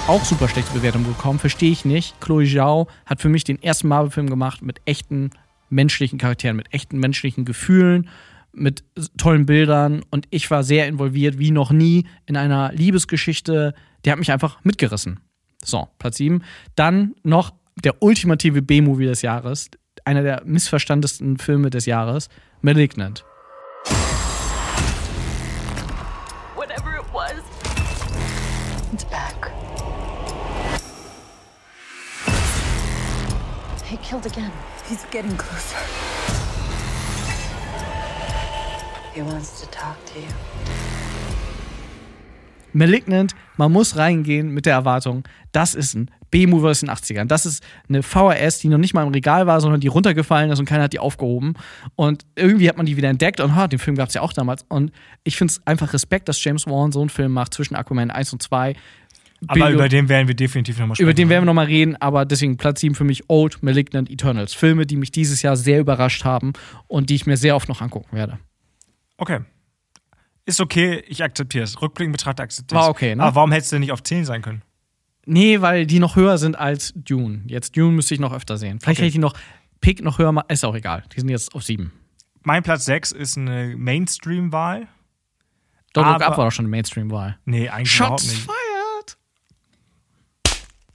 Auch super schlechte Bewertung bekommen, verstehe ich nicht. Chloe Zhao hat für mich den ersten Marvel-Film gemacht mit echten menschlichen Charakteren, mit echten menschlichen Gefühlen, mit tollen Bildern und ich war sehr involviert, wie noch nie, in einer Liebesgeschichte. Der hat mich einfach mitgerissen. So, Platz 7. Dann noch der ultimative B-Movie des Jahres, einer der missverstandesten Filme des Jahres, Malignant. whatever it was, it's back. He killed again. He's getting closer. He wants to talk to you. Malignant, man muss reingehen mit der Erwartung, das ist ein B-Movie aus den 80ern. Das ist eine VHS, die noch nicht mal im Regal war, sondern die runtergefallen ist und keiner hat die aufgehoben. Und irgendwie hat man die wieder entdeckt und ha, den Film gab es ja auch damals. Und ich finde es einfach Respekt, dass James Warren so einen Film macht zwischen Aquaman 1 und 2. Aber über den werden wir definitiv nochmal sprechen. Über den werden wir nochmal reden, aber deswegen Platz 7 für mich Old, Malignant, Eternals. Filme, die mich dieses Jahr sehr überrascht haben und die ich mir sehr oft noch angucken werde. Okay. Ist okay, ich akzeptiere es. Rückblickend betrachtet akzeptiere ich es. War okay, ne? Aber warum hättest du nicht auf 10 sein können? Nee, weil die noch höher sind als Dune. Jetzt Dune müsste ich noch öfter sehen. Vielleicht Okay. hätte ich die noch Pick noch höher, ma- ist auch egal. Die sind jetzt auf sieben. Mein Platz 6 ist eine Mainstream-Wahl. Don't Look Aber- Up war doch schon eine Mainstream-Wahl. Nee, eigentlich überhaupt Shots nicht. fired!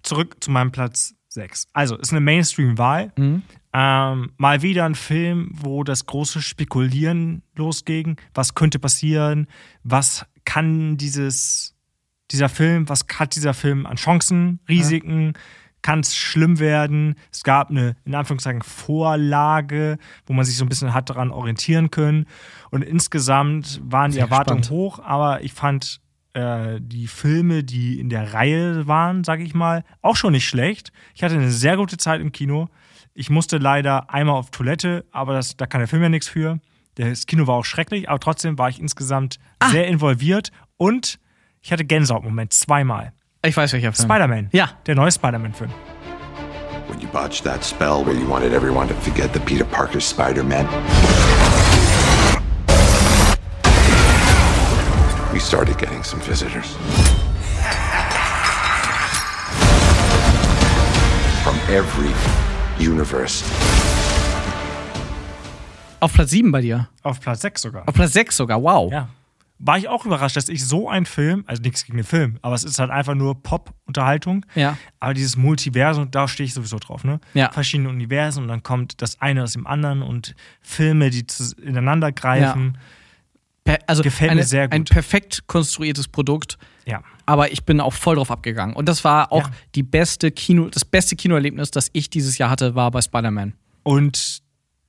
Zurück zu meinem Platz 6. Also, ist eine Mainstream-Wahl. Mhm. Ähm, mal wieder ein Film, wo das große Spekulieren losging. Was könnte passieren? Was kann dieses, dieser Film, was hat dieser Film an Chancen, Risiken? Kann es schlimm werden? Es gab eine, in Anführungszeichen, Vorlage, wo man sich so ein bisschen hat daran orientieren können. Und insgesamt waren die Sehr Erwartungen spannend. hoch, aber ich fand äh, die Filme, die in der Reihe waren, sag ich mal, auch schon nicht schlecht. Ich hatte eine sehr gute Zeit im Kino. Ich musste leider einmal auf Toilette, aber das, da kann der Film ja nichts für. Das Kino war auch schrecklich, aber trotzdem war ich insgesamt sehr involviert und ich hatte Gänsehaut-Moment zweimal. Ich weiß, welcher Film. Spider-Man. Ja. Der neue Spider-Man-Film. When you botched that spell where you wanted everyone to forget that Peter Parker's Spider Man, we started getting some visitors. From every universe. Auf Platz sieben bei dir. Auf Platz 6 sogar. Auf Platz sechs sogar, wow. Ja. War ich auch überrascht, dass ich so einen Film, also nichts gegen den Film, aber es ist halt einfach nur Pop-Unterhaltung. Ja. Aber dieses Multiversum, da stehe ich sowieso drauf, ne? Ja. Verschiedene Universen und dann kommt das eine aus dem anderen und Filme, die zus- ineinander greifen. Per also Gefällt eine, mir sehr gut. Ein perfekt konstruiertes Produkt, Ja. aber ich bin auch voll drauf abgegangen. Und das war auch Ja. die beste Kino, das beste Kinoerlebnis, das ich dieses Jahr hatte, war bei Spider-Man. Und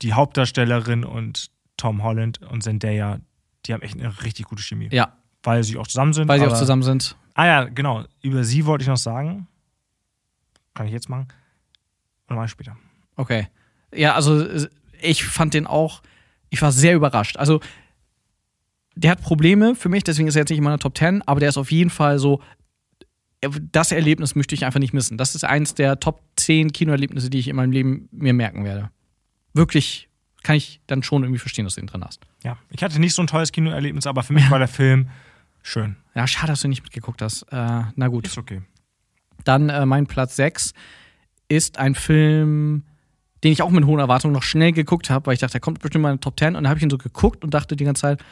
die Hauptdarstellerin und Tom Holland und Zendaya, die haben echt eine richtig gute Chemie. Ja, Weil sie auch zusammen sind. weil sie auch aber- zusammen sind. Ah ja, genau. Über sie wollte ich noch sagen. Kann ich jetzt machen? Oder mach ich später? Okay. Ja, also äh, ich fand den auch, ich war sehr überrascht. Also der hat Probleme für mich, deswegen ist er jetzt nicht in meiner Top 10, aber der ist auf jeden Fall so das Erlebnis möchte ich einfach nicht missen. Das ist eins der Top 10 Kinoerlebnisse, die ich in meinem Leben mir merken werde. Wirklich kann ich dann schon irgendwie verstehen, dass du ihn drin hast. Ja, ich hatte nicht so ein tolles Kinoerlebnis, aber für mich war der Film schön. Ja, schade, dass du nicht mitgeguckt hast. Äh, na gut. Ist okay. Dann äh, mein Platz 6 ist ein Film, den ich auch mit hohen Erwartungen noch schnell geguckt habe, weil ich dachte, da kommt bestimmt mal eine Top 10 und dann habe ich ihn so geguckt und dachte die ganze Zeit,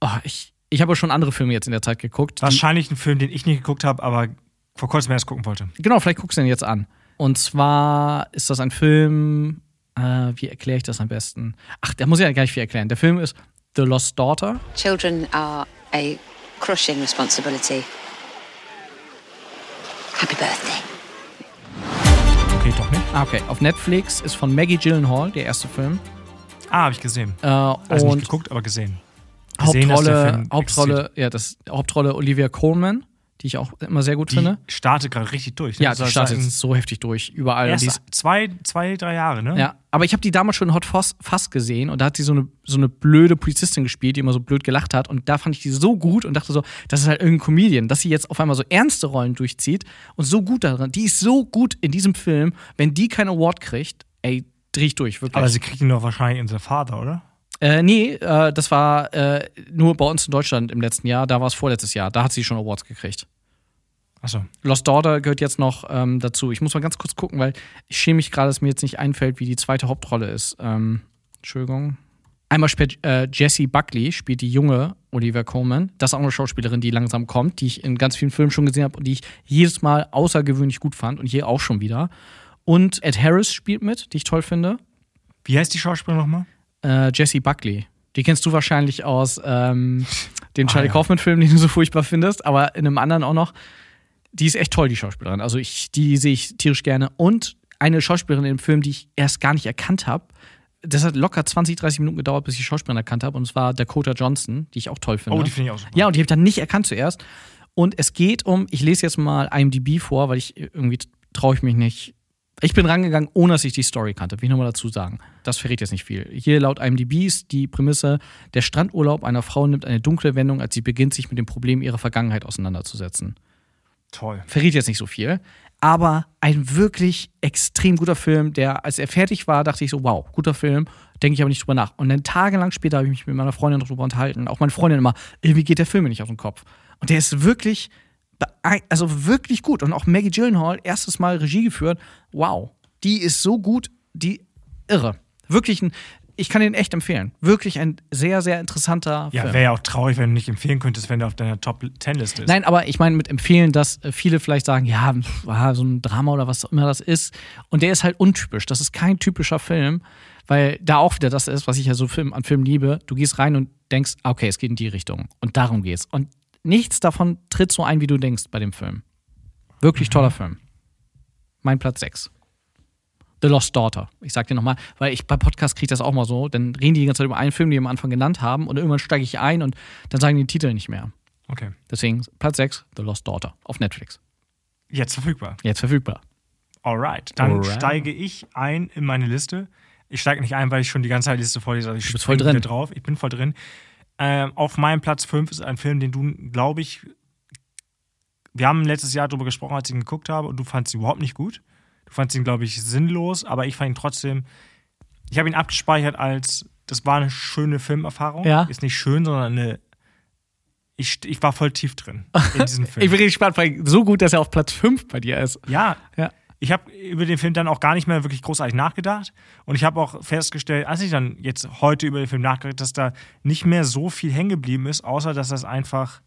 oh, ich, ich habe schon andere Filme jetzt in der Zeit geguckt. Wahrscheinlich ein Film, den ich nicht geguckt habe, aber vor kurzem erst gucken wollte. Genau, vielleicht guckst du ihn jetzt an. Und zwar ist das ein Film, äh, wie erkläre ich das am besten? Ach, da muss ich ja gar nicht viel erklären. Der Film ist The Lost Daughter. Children are a crushing responsibility. Happy birthday. Okay, doch nicht. Ah, okay. Auf Netflix ist von Maggie Gyllenhaal der erste Film. Ah, habe ich gesehen. Äh, also nicht geguckt, aber gesehen. Gesehen, dass der Hauptrolle, Film Hauptrolle, ja, das, Hauptrolle Olivia Colman, die ich auch immer sehr gut Die finde. startet gerade richtig durch. ne? Ja, Das die war startet seit- jetzt so heftig durch, überall. Und die ist, Erst zwei, zwei, drei Jahre, ne? ja, aber ich habe die damals schon in Hot Foss, Fass gesehen und da hat sie so eine, so eine blöde Polizistin gespielt, die immer so blöd gelacht hat. Und da fand ich die so gut und dachte so, das ist halt irgendein Comedian, dass sie jetzt auf einmal so ernste Rollen durchzieht und so gut daran. Die ist so gut in diesem Film, wenn die keinen Award kriegt, ey, dreh ich durch, wirklich. Aber sie kriegt ihn doch wahrscheinlich in The Vater, oder? Äh, nee, äh, das war äh, nur bei uns in Deutschland im letzten Jahr. Da war es vorletztes Jahr. Da hat sie schon Awards gekriegt. Achso. Lost Daughter gehört jetzt noch ähm, dazu. Ich muss mal ganz kurz gucken, weil ich schäme mich gerade, dass mir jetzt nicht einfällt, wie die zweite Hauptrolle ist. Ähm, Entschuldigung. Einmal spielt äh, Jessie Buckley, spielt die junge Olivia Coleman. Das ist auch eine Schauspielerin, die langsam kommt, die ich in ganz vielen Filmen schon gesehen habe und die ich jedes Mal außergewöhnlich gut fand und hier auch schon wieder. Und Ed Harris spielt mit, die ich toll finde. Wie heißt die Schauspielerin nochmal? äh, Jessie Buckley. Die kennst du wahrscheinlich aus ähm, dem Ah, Charlie Kaufman-Film, den du so furchtbar findest, aber in einem anderen auch noch. Die ist echt toll, die Schauspielerin. Also ich, die sehe ich tierisch gerne. Und eine Schauspielerin im Film, die ich erst gar nicht erkannt habe. Das hat locker 20, 30 Minuten gedauert, bis ich die Schauspielerin erkannt habe. Und es war Dakota Johnson, die ich auch toll finde. Oh, die finde ich auch super. Ja, und die habe ich dann nicht erkannt zuerst. Und es geht um, ich lese jetzt mal IMDb vor, weil ich irgendwie traue ich mich nicht. Ich bin rangegangen, ohne dass ich die Story kannte, will ich nochmal dazu sagen. Das verrät jetzt nicht viel. Hier laut IMDb ist die Prämisse, der Strandurlaub einer Frau nimmt eine dunkle Wendung, als sie beginnt, sich mit dem Problem ihrer Vergangenheit auseinanderzusetzen. Toll. Verrät jetzt nicht so viel, aber ein wirklich extrem guter Film, der, als er fertig war, dachte ich so, wow, guter Film, denke ich aber nicht drüber nach. Und dann tagelang später habe ich mich mit meiner Freundin drüber unterhalten, auch meine Freundin immer, irgendwie geht der Film mir nicht aus dem Kopf. Und der ist wirklich, beein- also wirklich gut. Und auch Maggie Gyllenhaal, erstes Mal Regie geführt, wow, die ist so gut, die irre. Wirklich ein, ich kann den echt empfehlen. Wirklich ein sehr, sehr interessanter Ja, Film. wäre ja auch traurig, wenn du nicht empfehlen könntest, wenn der auf deiner Top-10-Liste ist. Nein, aber ich meine mit empfehlen, dass äh, viele vielleicht sagen, ja, pf, ah, so ein Drama oder was auch immer das ist. Und der ist halt untypisch. Das ist kein typischer Film, weil da auch wieder das ist, was ich ja so Film, an Filmen liebe. Du gehst rein und denkst, ah, okay, es geht in die Richtung. Und darum geht's. Und nichts davon tritt so ein, wie du denkst bei dem Film. Wirklich toller Film. Mein Platz 6. The Lost Daughter. Ich sag dir nochmal, weil ich bei Podcasts kriege ich das auch mal so. Dann reden die die ganze Zeit über einen Film, den wir am Anfang genannt haben, und irgendwann steige ich ein und dann sagen die den Titel nicht mehr. Okay. Deswegen Platz 6, The Lost Daughter auf Netflix. Jetzt verfügbar. Jetzt verfügbar. Alright. Dann Alright. steige ich ein in meine Liste. Ich steige nicht ein, weil ich schon die ganze Zeit die Liste vorlese. aber also Ich bin voll drin. drauf. Ich bin voll drin. Ähm, auf meinem Platz 5 ist ein Film, den du, glaube ich, wir haben letztes Jahr darüber gesprochen, als ich ihn geguckt habe, und du fandst ihn überhaupt nicht gut. Du fandst ihn, glaube ich, sinnlos, aber ich fand ihn trotzdem. Ich habe ihn abgespeichert als, das war eine schöne Filmerfahrung. Ja. Ist nicht schön, sondern eine. Ich, ich war voll tief drin in diesem Film. Ich bin richtig gespannt, weil so gut, dass er auf Platz 5 bei dir ist. Ja. Ja. Ich habe über den Film dann auch gar nicht mehr wirklich großartig nachgedacht. Und ich habe auch festgestellt, als ich dann jetzt heute über den Film nachgedacht habe, dass da nicht mehr so viel hängen geblieben ist, außer dass das einfach,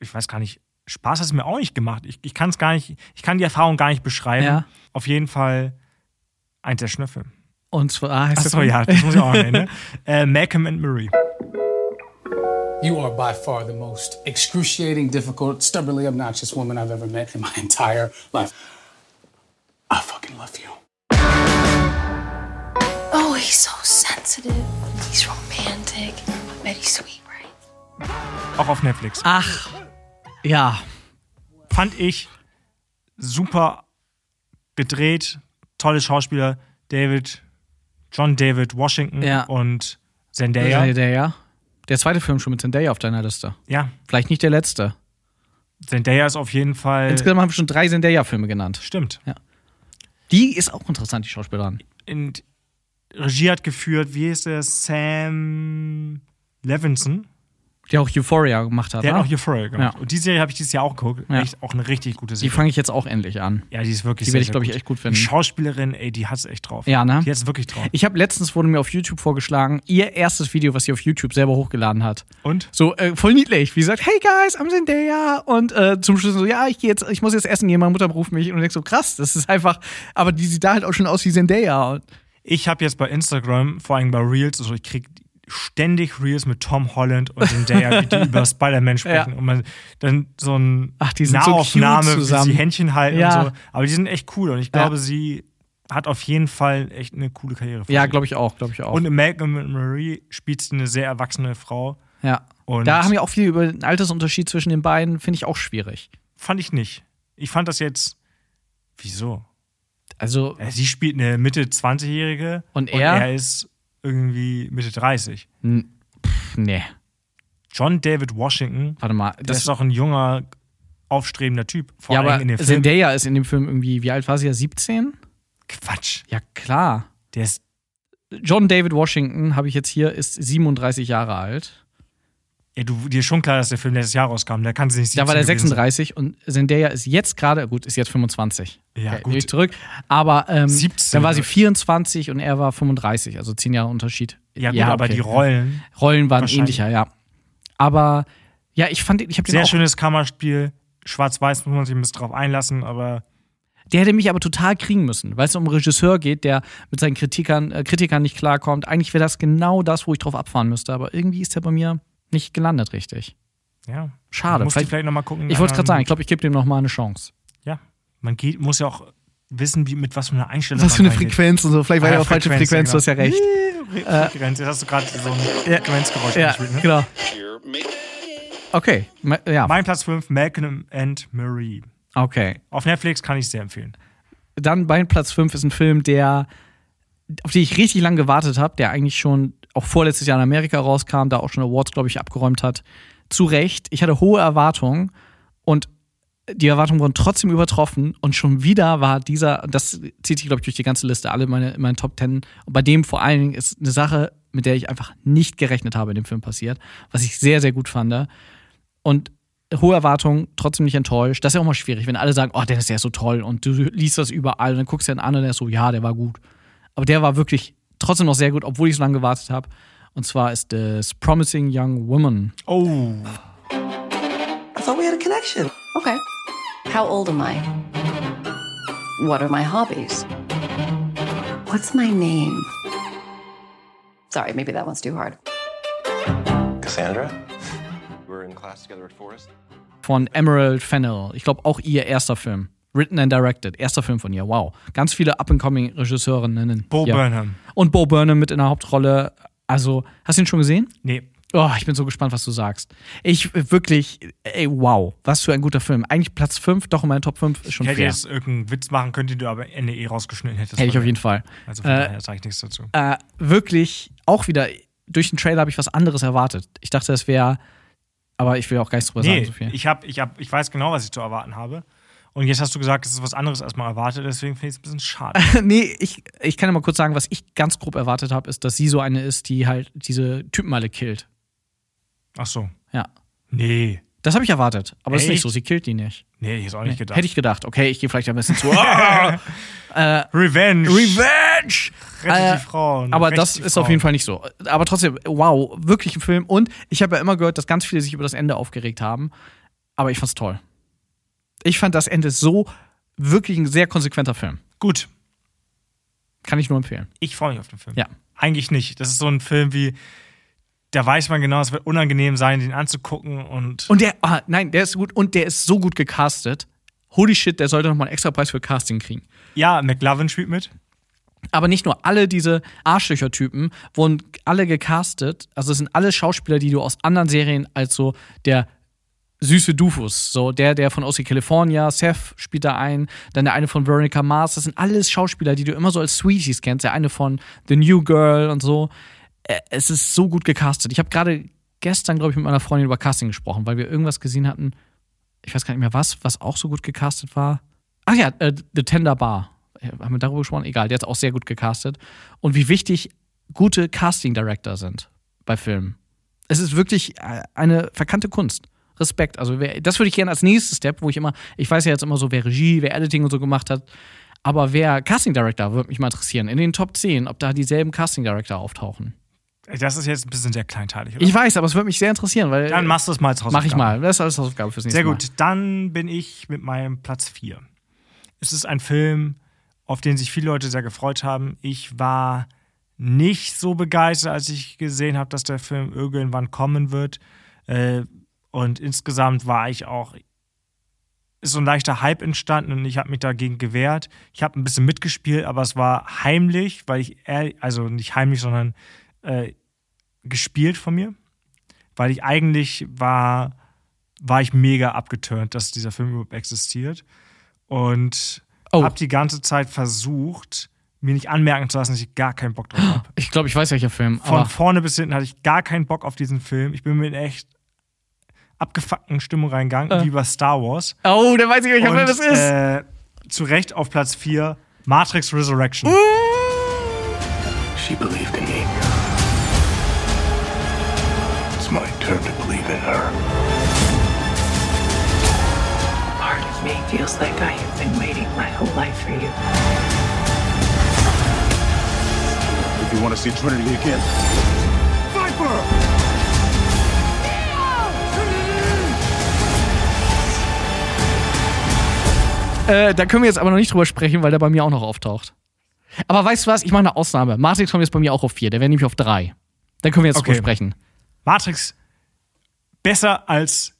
ich weiß gar nicht, Spaß hat es mir auch nicht gemacht. Ich, ich kann es gar nicht, ich kann die Erfahrung gar nicht beschreiben. Ja. Auf jeden Fall eins der Schnöffel. Und zwar heißt Achso, der Film- ja, das muss ich auch nennen. Ne? äh, Malcolm and Marie. You are by far the most excruciating, difficult, stubbornly obnoxious woman I've ever met in my entire life. I fucking love you. Oh, he's so sensitive. He's romantic. I bet he's sweet, right? Auch auf Netflix. Ach, ja. Fand ich super gedreht, tolle Schauspieler, David, John David Washington Ja. und Zendaya. Zendaya. Der zweite Film schon mit Zendaya auf deiner Liste. Ja, Vielleicht nicht der letzte. Zendaya ist auf jeden Fall. Insgesamt haben wir schon drei Zendaya-Filme genannt. Stimmt. Ja. Die ist auch interessant, die Schauspielerin. In, Regie hat geführt, wie ist der? Sam Levinson. Der auch Euphoria gemacht hat. Der ne? hat auch Euphoria gemacht. Und die Serie habe ich dieses Jahr auch geguckt. Ja. Echt, auch eine richtig gute Die Serie. fange ich jetzt auch endlich an. ja, die ist wirklich Die sehr, werde ich, sehr glaube ich, echt gut finden. Die Schauspielerin, ey, die hat es echt drauf. Ja, ne? Die hat es wirklich drauf. Ich habe letztens wurde mir auf YouTube vorgeschlagen, ihr erstes Video, was sie auf YouTube selber hochgeladen hat. Und? So äh, voll niedlich, wie sie sagt, hey guys, I'm Zendaya und äh, zum Schluss so, ja, ich gehe jetzt, ich muss jetzt essen gehen, meine Mutter ruft mich und ich denk so krass, das ist einfach, aber die sieht da halt auch schon aus wie Zendaya. Und Ich habe jetzt bei Instagram, vor allem bei Reels, also ich kriege ständig Reels mit Tom Holland und Zendaya, wie die über Spider-Man sprechen. Ja. Und man, dann so ein Ach, die sind so cute Nahaufnahme, wie zusammen. sie Händchen halten Ja. und so. Aber die sind echt cool und ich Ja. glaube, sie hat auf jeden Fall echt eine coole Karriere. vor ja, sich. glaube ich auch, glaube ich auch. Und in Malcolm und Marie spielt sie eine sehr erwachsene Frau. ja. Und da haben wir auch viel über den Altersunterschied zwischen den beiden, finde ich auch schwierig. Fand ich nicht. Ich fand das jetzt. Wieso? Also, Äh, Sie spielt eine Mitte 20-Jährige Und er? und er ist irgendwie Mitte 30. n- pff, nee. John David Washington. Warte mal, Der das- ist doch ein junger, aufstrebender Typ. Vor Ja, allem aber in dem Film. Zendaya ist in dem Film irgendwie, wie alt war sie ja, 17? Quatsch. Ja, klar. Der ist. John David Washington, habe ich jetzt hier, ist 37 Jahre alt. Ja, du, dir ist schon klar, dass der Film letztes Jahr rauskam. Da kann sie nicht Da war der 17 gewesen 36 und Zendaya ist jetzt gerade, gut, ist jetzt 25. Ja, Okay, gut. ne? nehme ich zurück. Aber ähm, 17. dann war sie 24 und er war 35, also 10 Jahre Unterschied. sein. Ja, gut, aber okay. die Rollen. Rollen waren Wahrscheinlich. ähnlicher, ja. Aber ja, ich fand, den- ich habe den Sehr auch, schönes Kammerspiel. Schwarz-Weiß muss man sich ein bisschen drauf einlassen, aber Der hätte mich aber total kriegen müssen, weil es um einen Regisseur geht, der mit seinen Kritikern, äh, Kritikern nicht klarkommt. Eigentlich wäre das genau das, wo ich drauf abfahren müsste, aber irgendwie ist der bei mir nicht gelandet richtig. ja. Schade. Muss vielleicht, vielleicht nochmal gucken. ich wollte es gerade sagen, anderen- ich glaube, ich gebe dem nochmal eine Chance. Ja, man geht, muss ja auch wissen, wie, mit was für einer Einstellung Was für eine man reingeht. Frequenz und so, vielleicht Ah war ja auch falsche Frequenz, genau. du hast ja recht. Äh, Frequenz, jetzt hast du gerade so ein Frequenzgeräusch Ja, gespielt, ne? genau. Okay, ma- ja, Mein Platz 5, Malcolm and Marie. okay. Auf Netflix kann ich sehr empfehlen. Dann mein Platz 5 ist ein Film, der, auf den ich richtig lange gewartet habe, der eigentlich schon auch vorletztes Jahr in Amerika rauskam, da auch schon Awards, glaube ich, abgeräumt hat. Zu Recht. Ich hatte hohe Erwartungen und die Erwartungen wurden trotzdem übertroffen und schon wieder war dieser, und das zieht sich, glaube ich, durch die ganze Liste, alle meine, meine Top Ten. Und bei dem vor allen Dingen ist eine Sache, mit der ich einfach nicht gerechnet habe in dem Film passiert, was ich sehr, sehr gut fand. Und hohe Erwartungen, trotzdem nicht enttäuscht. Das ist ja auch mal schwierig, wenn alle sagen, oh, Dennis, der ist so toll und du liest das überall und dann guckst du den an und der ist so, ja, der war gut. Aber der war wirklich trotzdem noch sehr gut, obwohl ich so lange gewartet habe. Und zwar ist es Promising Young Woman. Oh. I thought we had a connection. Okay. How old am I? What are my hobbies? What's my name? Sorry, maybe that one's too hard. Cassandra? We were in class together at Forest. von Emerald Fennell. Ich glaube, auch ihr erster Film. Written and directed. Erster Film von ihr. Wow. Ganz viele Up-and-Coming-Regisseurinnen. Bo hier. Burnham. Und Bo Burnham mit in der Hauptrolle. Also, hast du ihn schon gesehen? Nee. Oh, ich bin so gespannt, was du sagst. Ich äh, wirklich, ey, wow. Was für ein guter Film. Eigentlich Platz 5, doch in meiner Top 5 ist schon ich hätte fair. jetzt irgendeinen Witz machen können, den du aber am Ende eh rausgeschnitten hättest. Hätte ich auf jeden Fall. Also von Äh, daher sage ich nichts dazu. äh, wirklich auch wieder, durch den Trailer habe ich was anderes erwartet. Ich dachte, es wäre, aber ich will auch gar nichts drüber Nee, sagen, so viel. ich, hab, ich, hab, ich weiß genau, was ich zu erwarten habe. Und jetzt hast du gesagt, es ist was anderes als man erwartet, deswegen finde ich es ein bisschen schade. nee, ich, ich kann ja mal kurz sagen, was ich ganz grob erwartet habe, ist, dass sie so eine ist, die halt diese Typen alle killt. Ach so. Ja. Nee. Das habe ich erwartet. Aber das ist nicht Echt? so, sie killt die nicht. Nee, hätte ich jetzt auch nicht gedacht. Hätte ich gedacht, okay, ich gehe vielleicht ein bisschen zu. Ah! äh, Revenge. Revenge! Rettet die Äh, Frauen. Aber Rettet das die ist Frauen. auf jeden Fall nicht so. Aber trotzdem, wow, wirklich ein Film. Und ich habe ja immer gehört, dass ganz viele sich über das Ende aufgeregt haben. Aber ich fand's toll. Ich fand das Ende so wirklich ein sehr konsequenter Film. Gut. Kann ich nur empfehlen. Ich freue mich auf den Film. Ja. Eigentlich nicht. Das ist so ein Film wie, da weiß man genau, es wird unangenehm sein, den anzugucken und. Und der, ah, nein, der ist gut und der ist so gut gecastet. Holy shit, der sollte nochmal einen extra Preis für Casting kriegen. Ja, McLovin spielt mit. Aber nicht nur alle diese Arschlöcher-Typen wurden alle gecastet. Also es sind alle Schauspieler, die du aus anderen Serien als so der süße Dufus, so der, der von OC California, Seth spielt da ein, dann der eine von Veronica Mars, das sind alles Schauspieler, die du immer so als Sweeties kennst, der eine von The New Girl und so. Äh, Es ist so gut gecastet. Ich habe gerade gestern, glaube ich, mit meiner Freundin über Casting gesprochen, weil wir irgendwas gesehen hatten, ich weiß gar nicht mehr was, was auch so gut gecastet war. Ach ja, äh, The Tender Bar. Äh, Haben wir darüber gesprochen? Egal, der hat auch sehr gut gecastet. Und wie wichtig gute Casting Director sind bei Filmen. Es ist wirklich äh, eine verkannte Kunst. Respekt. Also, wer, das würde ich gerne als nächstes Step, wo ich immer, ich weiß ja jetzt immer so, wer Regie, wer Editing und so gemacht hat. Aber wer Casting Director, würde mich mal interessieren. In den Top 10, ob da dieselben Casting Director auftauchen. Das ist jetzt ein bisschen sehr kleinteilig, oder? Ich weiß, aber es würde mich sehr interessieren, weil. Dann machst du es mal als Mach ich Hausaufgabe. mal. Das ist als Hausaufgabe fürs nächste Sehr Mal. gut, dann bin ich mit meinem Platz 4. Es ist ein Film, auf den sich viele Leute sehr gefreut haben. Ich war nicht so begeistert, als ich gesehen habe, dass der Film irgendwann kommen wird. Äh, Und insgesamt war ich auch ist so ein leichter Hype entstanden und ich habe mich dagegen gewehrt. Ich habe ein bisschen mitgespielt, aber es war heimlich, weil ich, ehr- also nicht heimlich, sondern äh, gespielt von mir. Weil ich eigentlich war, war ich mega abgeturnt, dass dieser Film überhaupt existiert. Und Oh. habe die ganze Zeit versucht, mir nicht anmerken zu lassen, dass ich gar keinen Bock drauf habe. Ich glaube, ich weiß welcher Film. Von aber vorne bis hinten hatte ich gar keinen Bock auf diesen Film. Ich bin mir in echt abgefuckten Stimmung reingegangen, Äh. wie bei Star Wars. Oh, da weiß ich, welcher Und, Film das ist. Äh, zu Recht auf Platz 4, Matrix Resurrection. Uh. She believed in me. It's my turn to believe in her. Part of me feels like I have been waiting my whole life for you. If you want to see Trinity again, fight for her! Äh, da können wir jetzt aber noch nicht drüber sprechen, weil der bei mir auch noch auftaucht. Aber weißt du was? Ich mache eine Ausnahme. Matrix kommt jetzt bei mir auch auf vier. Der wäre nämlich auf drei. Da können wir jetzt Okay. drüber sprechen. Matrix besser als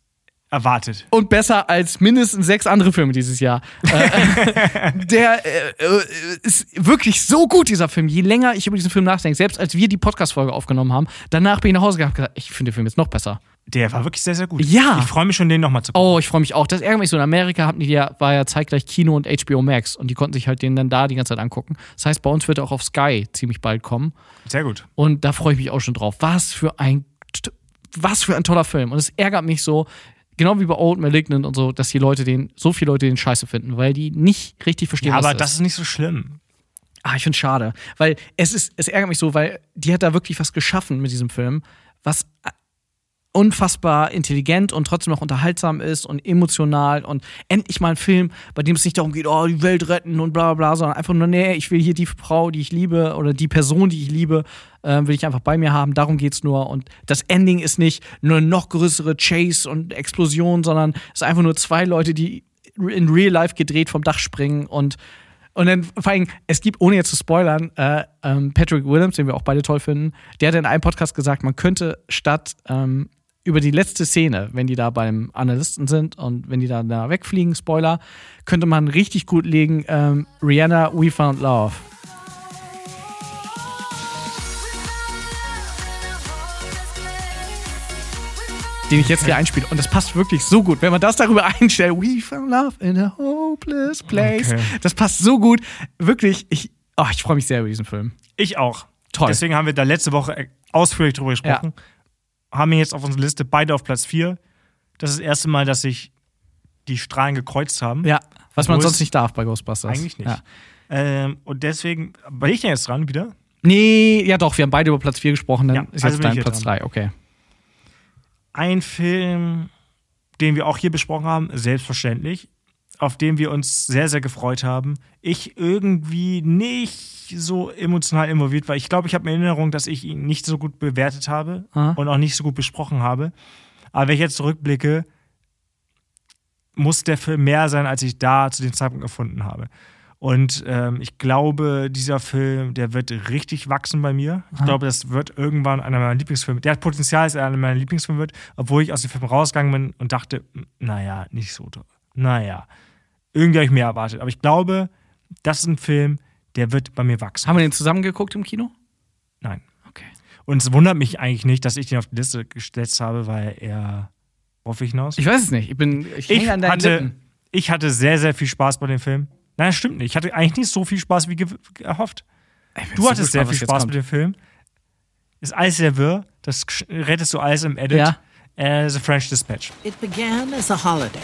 erwartet. Und besser als mindestens sechs andere Filme dieses Jahr. Äh, der äh, äh, ist wirklich so gut, dieser Film. Je länger ich über diesen Film nachdenke, selbst als wir die Podcast-Folge aufgenommen haben, danach bin ich nach Hause gegangen und hab gesagt, ich finde den Film jetzt noch besser. Der war wirklich sehr, sehr gut. Ja. Ich freue mich schon, den nochmal zu gucken. Oh, ich freue mich auch. Das ärgert mich so. In Amerika hatten die ja, war ja zeitgleich Kino und HBO Max und die konnten sich halt den dann da die ganze Zeit angucken. Das heißt, bei uns wird er auch auf Sky ziemlich bald kommen. Sehr gut. Und da freue ich mich auch schon drauf. Was für ein t- was für ein toller Film. Und es ärgert mich so, genau wie bei Old Malignant und so, dass die Leute den, so viele Leute den scheiße finden, weil die nicht richtig verstehen, Ja, was aber ist. das ist nicht so schlimm. Ah, ich find's schade. Weil es ist, es ärgert mich so, weil die hat da wirklich was geschaffen mit diesem Film, was äh, unfassbar intelligent und trotzdem noch unterhaltsam ist und emotional und endlich mal ein Film, bei dem es nicht darum geht, oh, die Welt retten und bla bla, bla, sondern einfach nur, nee, ich will hier die Frau, die ich liebe oder die Person, die ich liebe, äh, will ich einfach bei mir haben, darum geht's nur und das Ending ist nicht eine noch größere Chase und Explosion, sondern es ist einfach nur zwei Leute, die in real life gedreht vom Dach springen und und dann vor allem, es gibt, ohne jetzt zu spoilern, äh, ähm, Patrick Williams, den wir auch beide toll finden, der hat in einem Podcast gesagt, man könnte statt ähm, über die letzte Szene, wenn die da beim Analysten sind und wenn die dann da wegfliegen, Spoiler, könnte man richtig gut legen, ähm, Rihanna, We Found Love. Den ich jetzt hier einspiele. Und das passt wirklich so gut. Wenn man das darüber einstellt, We Found Love in a Hopeless Place. Okay. Das passt so gut. Wirklich, ich, oh, ich freue mich sehr über diesen Film. Ich auch. Toll. Deswegen haben wir da letzte Woche äh, ausführlich drüber gesprochen. Haben wir jetzt auf unserer Liste beide auf Platz 4. Das ist das erste Mal, dass sich die Strahlen gekreuzt haben. Ja, was man Obwohl sonst es- nicht darf bei Ghostbusters. Eigentlich nicht. Ja. Ähm, und deswegen bin ich denn jetzt dran wieder. Nee, ja doch, wir haben beide über Platz 4 gesprochen, dann Ja, ist also bin jetzt ich dein hier Platz dran. 3, okay. Ein Film, den wir auch hier besprochen haben, selbstverständlich, auf den wir uns sehr, sehr gefreut haben. Ich irgendwie nicht so emotional involviert war. Ich glaube, ich habe in Erinnerung, dass ich ihn nicht so gut bewertet habe Aha. und auch nicht so gut besprochen habe. Aber wenn ich jetzt zurückblicke, muss der Film mehr sein, als ich da zu dem Zeitpunkt gefunden habe. Und ähm, ich glaube, dieser Film, der wird richtig wachsen bei mir. Ich Aha. glaube, das wird irgendwann einer meiner Lieblingsfilme. Der hat Potenzial, dass er einer meiner Lieblingsfilme wird, obwohl ich aus dem Film rausgegangen bin und dachte, "M, naja, nicht so toll. Naja, irgendwie habe ich mehr erwartet. Aber ich glaube, das ist ein Film, der wird bei mir wachsen. Haben wir den zusammen geguckt im Kino? Nein. Okay. Und es wundert mich eigentlich nicht, dass ich den auf die Liste gesetzt habe, weil er. Worauf will ich hinaus? Ich weiß es nicht, ich bin, ich, Ich hänge an deinen hatte, Lippen. ich hatte sehr, sehr viel Spaß bei dem Film. Nein, das stimmt nicht. Ich hatte eigentlich nicht so viel Spaß wie ge- erhofft. bin Du so hattest gespannt, sehr was viel jetzt Spaß kommt. mit dem Film. Ist alles sehr wirr. Das sch- rettest du alles im Edit. Ja. as a French dispatch. It began as a holiday.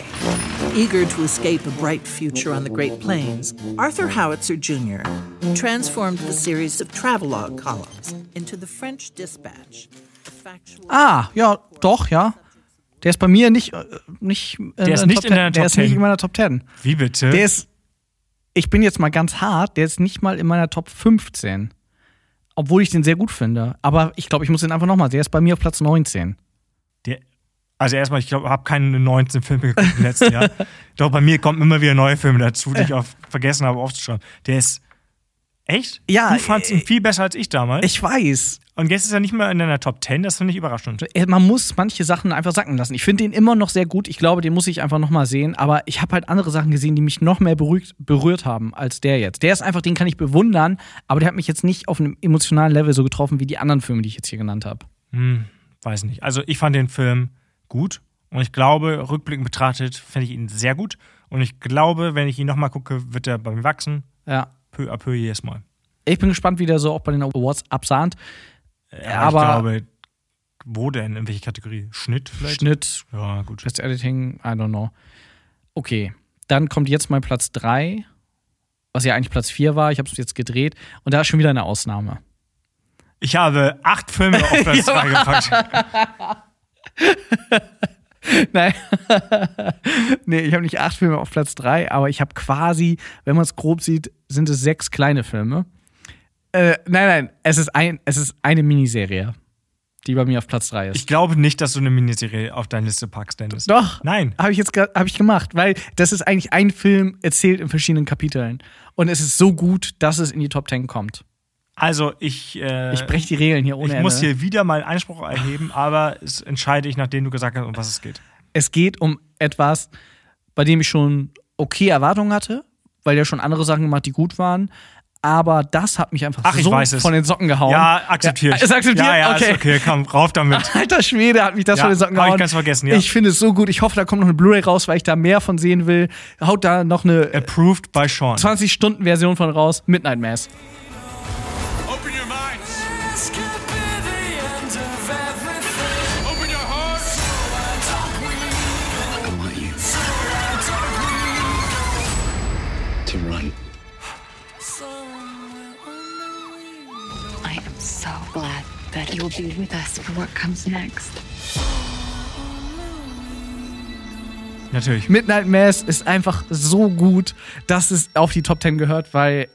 Eager to escape a bright future on the Great Plains, Arthur Howitzer Jr. transformed the series of travelogue columns into the French Dispatch. Ah, ja, doch, ja. Der ist bei mir nicht, äh, nicht, Der ist in nicht Top in deiner 10. Top Der ist nicht 10. in meiner Top 10. Wie bitte? Der ist, ich bin jetzt mal ganz hart, der ist nicht mal in meiner Top 15. Obwohl ich den sehr gut finde. Aber ich glaube, ich muss den einfach nochmal. Der ist bei mir auf Platz 19. Der, also erstmal, ich glaube, ich habe keine 19 Filme geguckt im letzten Jahr. Doch bei mir kommen immer wieder neue Filme dazu, die ich oft vergessen habe aufzuschreiben. Der ist echt? Ja, äh, Du fandst ihn viel besser als ich damals. Ich weiß. Und jetzt ist er nicht mehr in deiner Top 10, das finde ich überraschend. Äh, Man muss manche Sachen einfach sacken lassen. Ich finde den immer noch sehr gut. Ich glaube, den muss ich einfach nochmal sehen. Aber ich habe halt andere Sachen gesehen, die mich noch mehr berührt, berührt haben als der jetzt. Der ist einfach, den kann ich bewundern, aber der hat mich jetzt nicht auf einem emotionalen Level so getroffen wie die anderen Filme, die ich jetzt hier genannt habe. Hm, weiß nicht. Also ich fand den Film gut und ich glaube, rückblickend betrachtet, finde ich ihn sehr gut. Und ich glaube, wenn ich ihn nochmal gucke, wird er bei mir wachsen. Ja. Peu à peu jedes Mal. Ich bin gespannt, wie der so auch bei den Awards absahnt. ich aber glaube, wo denn? In welche Kategorie? Schnitt vielleicht? Schnitt, Ja, gut. Best Editing, I don't know. Okay, dann kommt jetzt mein Platz 3, was ja eigentlich Platz 4 war. Ich habe es jetzt gedreht und da ist schon wieder eine Ausnahme. Ich habe acht Filme auf Platz 2 gepackt. Nein. nee, ich habe nicht acht Filme auf Platz drei, aber ich habe quasi, wenn man es grob sieht, sind es sechs kleine Filme. Äh, nein, nein, es ist, ein, es ist eine Miniserie, die bei mir auf Platz drei ist. Ich glaube nicht, dass du eine Miniserie auf deine Liste packst, Dennis. Doch. Nein. Habe ich jetzt ge- hab ich gemacht, weil das ist eigentlich ein Film erzählt in verschiedenen Kapiteln. Und es ist so gut, dass es in die Top Ten kommt. Also ich. Äh, Ich brech die Regeln hier ohne Ich muss Ende. hier wieder mal Einspruch erheben, aber es entscheide ich, nachdem du gesagt hast, um was es geht. Es geht um etwas, bei dem ich schon okay Erwartungen hatte, weil der schon andere Sachen gemacht, die gut waren. Aber das hat mich einfach Ach, ich so weiß es. von den Socken gehauen. Ja, akzeptiere ich. Ja, ist akzeptiert? Ja, ja, okay. ist okay. Komm, rauf damit. Alter Schwede, hat mich das Ja, von den Socken hab ich gehauen. ganz vergessen, ja. Ich finde es so gut. Ich hoffe, da kommt noch eine Blu-ray raus, weil ich da mehr von sehen will. Haut da noch eine äh, Approved by Sean. 20-Stunden-Version von raus. Midnight Mass. Open your minds. This could be the end of everything. Open your hearts. To run. I am so glad that you will be with us for what comes next. Natürlich. Midnight Mass ist einfach so gut, dass es auf die Top 10 gehört, weil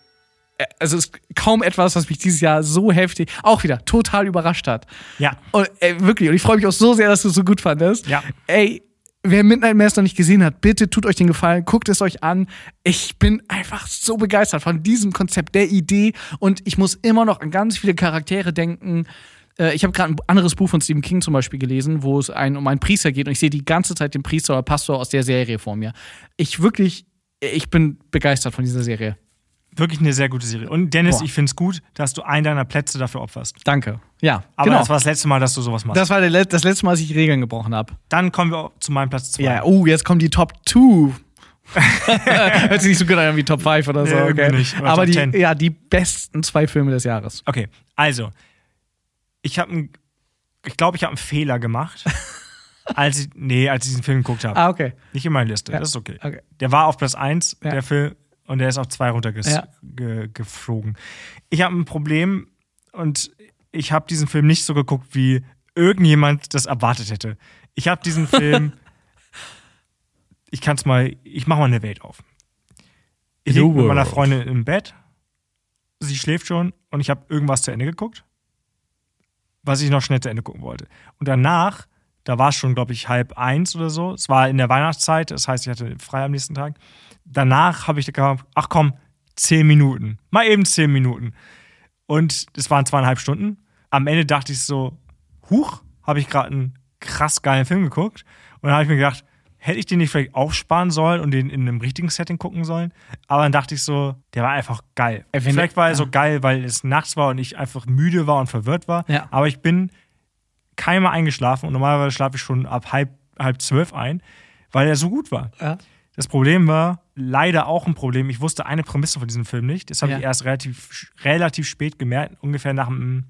äh, also es ist kaum etwas, was mich dieses Jahr so heftig, auch wieder total überrascht hat. Ja. Und ey, wirklich, und ich freue mich auch so sehr, dass du es so gut fandest. Ja. Ey, wer Midnight Mass noch nicht gesehen hat, bitte tut euch den Gefallen, guckt es euch an. Ich bin einfach so begeistert von diesem Konzept, der Idee und ich muss immer noch an ganz viele Charaktere denken. Äh, Ich habe gerade ein anderes Buch von Stephen King zum Beispiel gelesen, wo es ein, um einen Priester geht und ich sehe die ganze Zeit den Priester oder Pastor aus der Serie vor mir. Ich wirklich, ich bin begeistert von dieser Serie. Wirklich eine sehr gute Serie. Und Dennis, Boah. ich finde es gut, dass du einen deiner Plätze dafür opferst. Danke. Ja, Aber genau. das war das letzte Mal, dass du sowas machst. Das war der Let- das letzte Mal, dass ich Regeln gebrochen habe. Dann kommen wir zu meinem Platz 2. Ja, oh, jetzt kommen die Top 2. Hört sich nicht so gut an wie Top 5 oder so. Nee, irgendwie Okay. nicht. Oder Aber Top die, 10. ja, die besten zwei Filme des Jahres. Okay, also, ich habe ich glaube, ich habe einen Fehler gemacht, als ich, nee, als ich diesen Film geguckt habe. Ah, okay. Nicht in meiner Liste, Ja, das ist okay. okay. Der war auf Platz 1, Ja. der Film, und der ist auf 2 runtergeflogen. Ja. Ge geflogen. ich habe ein Problem und ich habe diesen Film nicht so geguckt, wie irgendjemand das erwartet hätte. Ich habe diesen Film, ich kann's mal, ich mache mal eine Welt auf. Ich The lieg mit meiner world. Freundin im Bett, sie schläft schon und ich habe irgendwas zu Ende geguckt, was ich noch schnell zu Ende gucken wollte. Und danach, da war es schon, glaube ich, halb eins oder so. Es war in der Weihnachtszeit, das heißt, ich hatte frei am nächsten Tag. Danach habe ich gedacht, ach komm, zehn Minuten. Mal eben zehn Minuten. Und es waren zweieinhalb Stunden. Am Ende dachte ich so, huch, habe ich gerade einen krass geilen Film geguckt. Und dann habe ich mir gedacht, hätte ich den nicht vielleicht aufsparen sollen und den in einem richtigen Setting gucken sollen. Aber dann dachte ich so, der war einfach geil. Ey, wenn- vielleicht war er so geil, weil es nachts war und ich einfach müde war und verwirrt war. Ja. Aber ich bin keinmal eingeschlafen und normalerweise schlafe ich schon ab halb, halb zwölf ein, weil er so gut war. Ja. Das Problem war leider auch ein Problem. Ich wusste eine Prämisse von diesem Film nicht. Das habe Ja. ich erst relativ, relativ spät gemerkt, ungefähr nach dem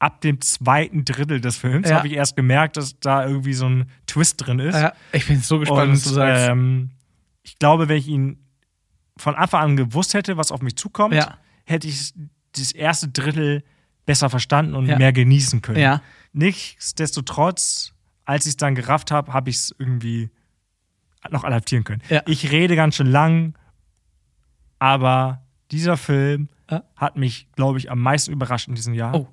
ab dem zweiten Drittel des Films Ja. habe ich erst gemerkt, dass da irgendwie so ein Twist drin ist. Ja, ich bin so gespannt, was du sagst. Ähm, ich glaube, wenn ich ihn von Anfang an gewusst hätte, was auf mich zukommt, Ja. hätte ich das erste Drittel besser verstanden und Ja. mehr genießen können. Ja. Nichtsdestotrotz, als ich es dann gerafft habe, habe ich es irgendwie noch adaptieren können. Ich rede ganz schön lang, aber dieser Film hat mich, glaube ich, am meisten überrascht in diesem Oh. Jahr.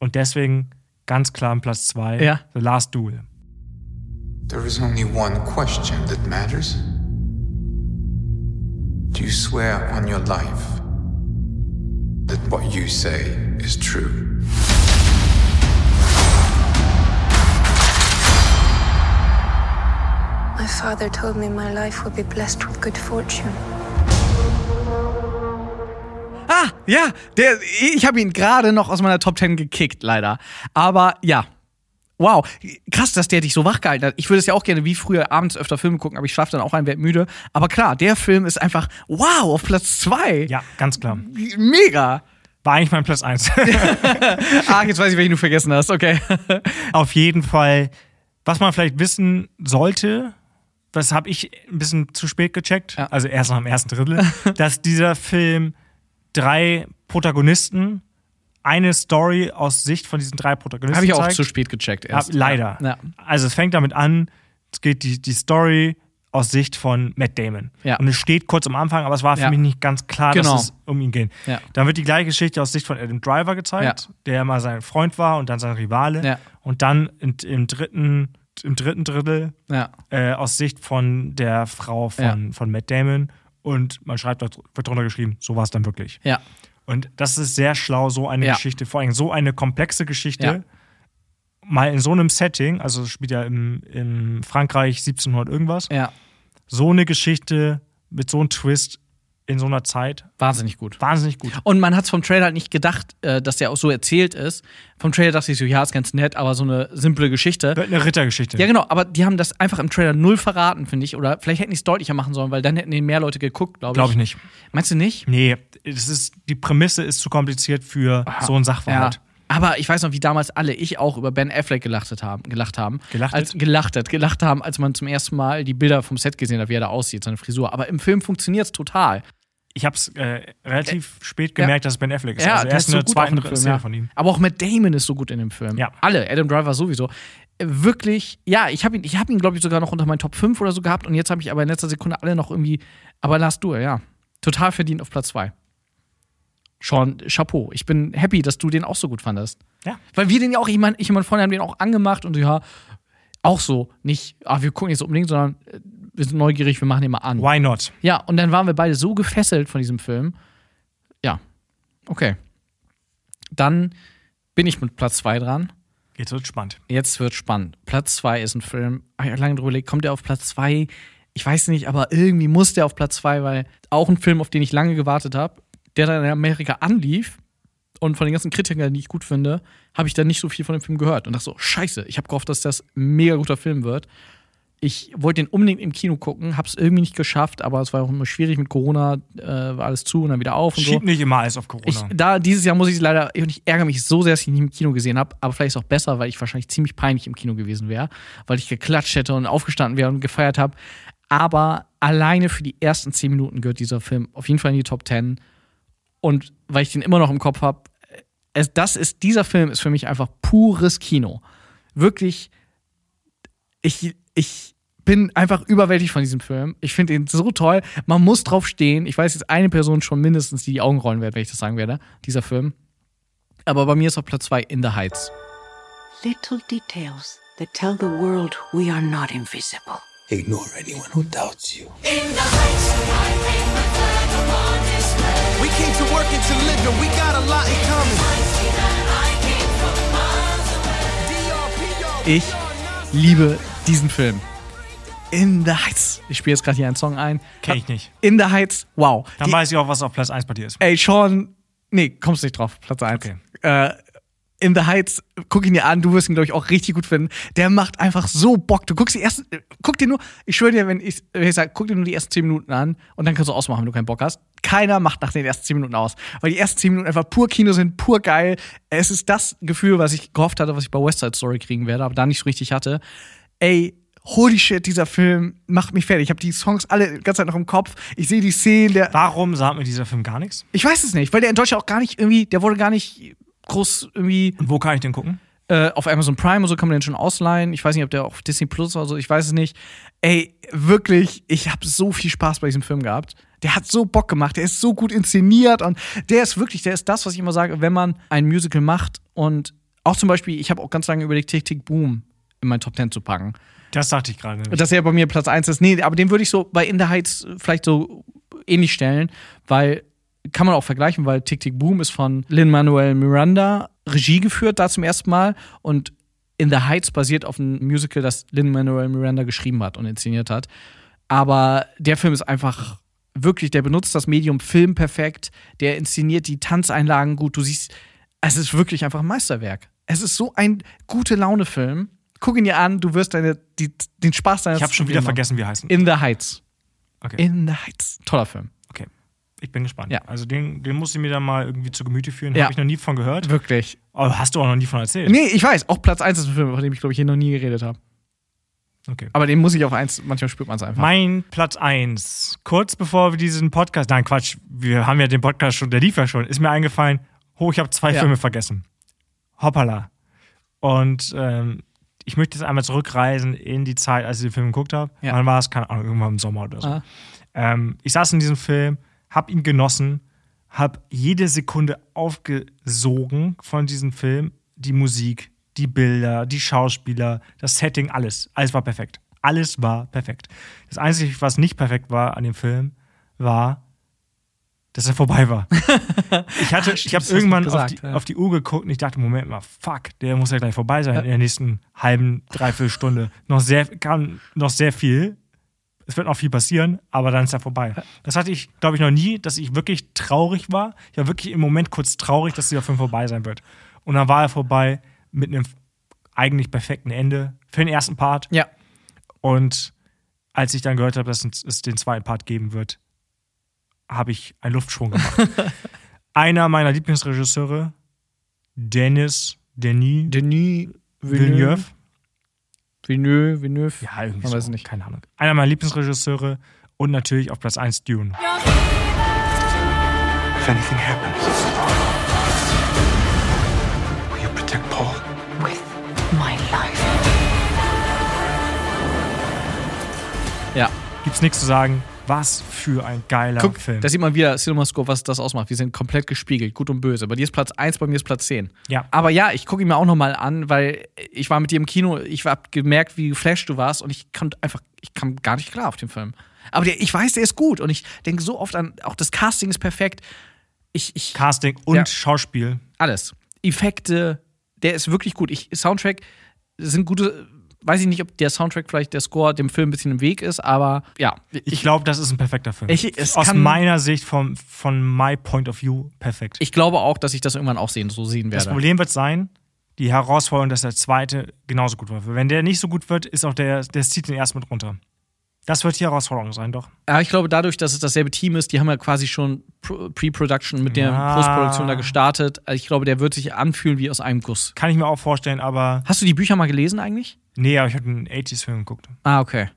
Und deswegen ganz klar am Platz 2, Ja. The Last Duel. There is only one question that matters. Do you swear on your life that what you say is true? My father told me my life would be blessed with good fortune. Ah, ja, der, ich habe ihn gerade noch aus meiner Top 10 gekickt, leider. Aber ja. Wow, krass, dass der dich so wach gehalten hat. Ich würde es ja auch gerne wie früher abends öfter Filme gucken, aber ich schlafe dann auch ein, werd müde. Aber klar, der Film ist einfach wow auf Platz 2. Ja, ganz klar. Mega. War eigentlich mein Platz 1. ah, jetzt weiß ich, welchen du vergessen hast. Okay. Auf jeden Fall, was man vielleicht wissen sollte, das habe ich ein bisschen zu spät gecheckt, also erst nach dem ersten Drittel, dass dieser Film drei Protagonisten, eine Story aus Sicht von diesen drei Protagonisten Habe ich auch zeigt. zu spät gecheckt erst. Hab- leider. Ja. Also es fängt damit an, es geht die, die Story aus Sicht von Matt Damon. Ja. Und es steht kurz am Anfang, aber es war für Ja. mich nicht ganz klar, Genau. dass es um ihn geht. Ja. Dann wird die gleiche Geschichte aus Sicht von Adam Driver gezeigt, der mal sein Freund war und dann sein Rivale. Ja. Und dann in, im, dritten, im dritten Drittel Ja. äh, aus Sicht von der Frau von, Ja. von Matt Damon. Und man schreibt, dort- wird drunter geschrieben, so war es dann wirklich. Ja. Und das ist sehr schlau, so eine Ja. Geschichte, vor allem so eine komplexe Geschichte, Ja. mal in so einem Setting, also es spielt ja im, im Frankreich 1700 irgendwas, Ja. so eine Geschichte mit so einem Twist in so einer Zeit. Wahnsinnig gut. Wahnsinnig gut. Und man hat es vom Trailer halt nicht gedacht, äh, dass der auch so erzählt ist. Vom Trailer dachte ich so, ja, ist ganz nett, aber so eine simple Geschichte. Wird eine Rittergeschichte. Ja, genau, aber die haben das einfach im Trailer null verraten, finde ich. Oder vielleicht hätten die es deutlicher machen sollen, weil dann hätten den mehr Leute geguckt, glaube ich. Glaube ich nicht. Meinst du nicht? Nee, es ist, die Prämisse ist zu kompliziert für so einen Sachverhalt. Ja. Aber ich weiß noch, wie damals alle, ich auch, über Ben Affleck gelachtet haben, gelacht haben. Gelachtet? Als, gelachtet, gelacht haben, als man zum ersten Mal die Bilder vom Set gesehen hat, wie er da aussieht, seine Frisur. Aber im Film funktioniert es total. Ich habe es äh, relativ spät gemerkt, dass es Ben Affleck ist. also der erst ist in so der gut zweiten auch im Film, Szene ja. von ihm. Aber auch Matt Damon ist so gut in dem Film. Alle, Adam Driver sowieso. Äh, Wirklich, ja, ich habe ihn, ich hab ihn glaube ich, sogar noch unter meinen Top 5 oder so gehabt und jetzt habe ich aber in letzter Sekunde alle noch irgendwie, aber Last Duel, ja. Total verdient auf Platz 2. Sean, Chapeau. Ich bin happy, dass du den auch so gut fandest. Ja. Weil wir den ja auch, ich meine, ich und meine Freunde haben den auch angemacht und so, ja, auch so. Nicht, ah, wir gucken jetzt unbedingt, sondern äh, wir sind neugierig, wir machen den mal an. Why not? Ja, und dann waren wir beide so gefesselt von diesem Film. Ja. Okay. Dann bin ich mit Platz 2 dran. Jetzt wird spannend. Jetzt wird spannend. Platz 2 ist ein Film. Hab Ich habe lange drüber überlegt, kommt der auf Platz 2? Ich weiß nicht, aber irgendwie muss der auf Platz 2, weil auch ein Film, auf den ich lange gewartet habe, der dann in Amerika anlief und von den ganzen Kritikern, die ich gut finde, habe ich dann nicht so viel von dem Film gehört und dachte so, scheiße, ich habe gehofft, dass das ein mega guter Film wird. Ich wollte den unbedingt im Kino gucken, habe es irgendwie nicht geschafft, aber es war auch immer schwierig mit Corona, äh, war alles zu und dann wieder auf und so. Schieb nicht immer alles auf Corona. Ich, da, dieses Jahr muss ich leider, und ich ärgere mich so sehr, dass ich ihn nicht im Kino gesehen habe, aber vielleicht ist auch besser, weil ich wahrscheinlich ziemlich peinlich im Kino gewesen wäre, weil ich geklatscht hätte und aufgestanden wäre und gefeiert habe. Aber alleine für die ersten zehn Minuten gehört dieser Film auf jeden Fall in die Top Ten. Und weil ich den immer noch im Kopf habe, es, das ist, dieser Film ist für mich einfach pures Kino. Wirklich, ich, ich bin einfach überwältigt von diesem Film. Ich finde ihn so toll. Man muss drauf stehen. Ich weiß jetzt eine Person schon mindestens, die die Augen rollen wird, wenn ich das sagen werde, dieser Film. Aber bei mir ist auf Platz 2 In the Heights. Little details that tell the world we are not invisible. Ignore anyone who doubts you. We came to work and to live, and we got a lot in common. Ich liebe diesen Film. In the Heights. Ich spiele jetzt gerade hier einen Song ein. Kenn ich nicht. In the Heights, wow. Dann weiß ich auch, was auf Platz 1 bei dir ist. Ey, Sean, nee, kommst nicht drauf, Platz 1. Äh, in the Heights, guck ihn dir an, du wirst ihn, glaube ich, auch richtig gut finden. Der macht einfach so Bock. Du guckst die ersten, guck dir nur, ich schwöre dir, wenn ich, wenn ich sage, guck dir nur die ersten 10 Minuten an und dann kannst du ausmachen, wenn du keinen Bock hast. Keiner macht nach den ersten 10 Minuten aus. Weil die ersten 10 Minuten einfach pur Kino sind, pur geil. Es ist das Gefühl, was ich gehofft hatte, was ich bei West Side Story kriegen werde, aber da nicht so richtig hatte. Ey, holy shit, dieser Film macht mich fertig. Ich habe die Songs alle die ganze Zeit noch im Kopf. Ich sehe die Szenen. Der Warum sagt mir dieser Film gar nichts? Ich weiß es nicht, weil der in Deutschland auch gar nicht irgendwie, der wurde gar nicht groß irgendwie. Und wo kann ich den gucken? Äh, auf Amazon Prime und so kann man den schon ausleihen. Ich weiß nicht, ob der auf Disney Plus oder so, ich weiß es nicht. Ey, wirklich, ich habe so viel Spaß bei diesem Film gehabt. Der hat so Bock gemacht, der ist so gut inszeniert und der ist wirklich, der ist das, was ich immer sage, wenn man ein Musical macht und auch zum Beispiel, ich habe auch ganz lange überlegt, Tick Tick Boom in meinen Top Ten zu packen. Das dachte ich gerade. Dass er bei mir Platz 1 ist. Nee, aber den würde ich so bei In the Heights vielleicht so ähnlich stellen, weil kann man auch vergleichen, weil Tick Tick Boom ist von Lin Manuel Miranda Regie geführt, da zum ersten Mal. Und In the Heights basiert auf einem Musical, das Lin Manuel Miranda geschrieben hat und inszeniert hat. Aber der Film ist einfach wirklich, der benutzt das Medium Film perfekt, der inszeniert die Tanzeinlagen gut. Du siehst, es ist wirklich einfach ein Meisterwerk. Es ist so ein gute Laune-Film guck ihn dir an, du wirst deine, die, den Spaß deines Ich habe schon wieder machen. vergessen, wie er heißt. In the Heights. Okay. In the Heights. Toller Film. Okay. Ich bin gespannt. Ja. Also den, den muss ich mir dann mal irgendwie zu Gemüte führen. Ja. Habe ich noch nie von gehört. Wirklich. Aber hast du auch noch nie von erzählt. Nee, ich weiß. Auch Platz 1 ist ein Film, von dem ich, glaube ich, hier noch nie geredet habe. Okay. Aber den muss ich auf 1, manchmal spürt man es einfach. Mein Platz 1. Kurz bevor wir diesen Podcast, nein Quatsch, wir haben ja den Podcast schon, der lief ja schon, ist mir eingefallen, oh, ich habe zwei Ja. Filme vergessen. Hoppala. Und ähm, ich möchte jetzt einmal zurückreisen in die Zeit, als ich den Film geguckt habe. Ja. Wann war es? Keine Ahnung, irgendwann im Sommer oder so. Ah. Ähm, ich saß in diesem Film, hab ihn genossen, hab jede Sekunde aufgesogen von diesem Film. Die Musik, die Bilder, die Schauspieler, das Setting, alles. Alles war perfekt. Alles war perfekt. Das Einzige, was nicht perfekt war an dem Film, war, dass er vorbei war. ich hatte, ich habe Ah, das hast du irgendwann gesagt, auf, die, ja. auf die Uhr geguckt und ich dachte, Moment mal, fuck, der muss ja gleich vorbei sein in der nächsten halben, dreiviertel Stunde. noch sehr, kann noch sehr viel. Es wird noch viel passieren, aber dann ist er vorbei. Das hatte ich, glaube ich, noch nie, dass ich wirklich traurig war. Ich war wirklich im Moment kurz traurig, dass dieser Film vorbei sein wird. Und dann war er vorbei mit einem eigentlich perfekten Ende für den ersten Part. Ja. Und als ich dann gehört habe, dass es den zweiten Part geben wird, habe ich einen Luftsprung gemacht. Einer meiner Lieblingsregisseure, Dennis Denis, Denis Villeneuve. Villeneuve, Villeneuve. Ja, halt. irgendwie Man so. weiß es nicht. Keine Ahnung. Einer meiner Lieblingsregisseure und natürlich auf Platz 1 Dune. If anything happens, will you protect Paul? With my life. Ja. Gibt's nichts zu sagen. Was für ein geiler Guck, Film. da sieht man wieder CinemaScope, was das ausmacht. Wir sind komplett gespiegelt, gut und böse. Bei dir ist Platz 1, bei mir ist Platz 10. Ja. Aber ja, ich gucke ihn mir auch nochmal an, weil ich war mit dir im Kino, ich hab gemerkt, wie geflasht du warst und ich kam einfach, ich kam gar nicht klar auf den Film. Aber der, ich weiß, der ist gut und ich denke so oft an, auch das Casting ist perfekt. Ich, ich, Casting und Ja. Schauspiel. alles. Effekte, der ist wirklich gut. Ich, Soundtrack sind gute, weiß ich nicht, ob der Soundtrack vielleicht der Score dem Film ein bisschen im Weg ist, aber ja. Ich glaube, das ist ein perfekter Film. Ich- es Aus kann- meiner Sicht, vom, von my point of view, perfekt. Ich glaube auch, dass ich das irgendwann auch sehen, so sehen Das werde. Problem wird sein, die Herausforderung, dass der zweite genauso gut wird. Wenn der nicht so gut wird, ist auch der, der zieht den ersten mit runter. Das wird die Herausforderung sein, doch. Ja, ich glaube, dadurch, dass es dasselbe Team ist, die haben ja quasi schon Pro- Pre-Production mit der Ja. Postproduktion da gestartet. Also ich glaube, der wird sich anfühlen wie aus einem Guss. Kann ich mir auch vorstellen, aber. Hast du die Bücher mal gelesen eigentlich? Nee, aber ich habe einen 80s-Film geguckt. Ah, okay.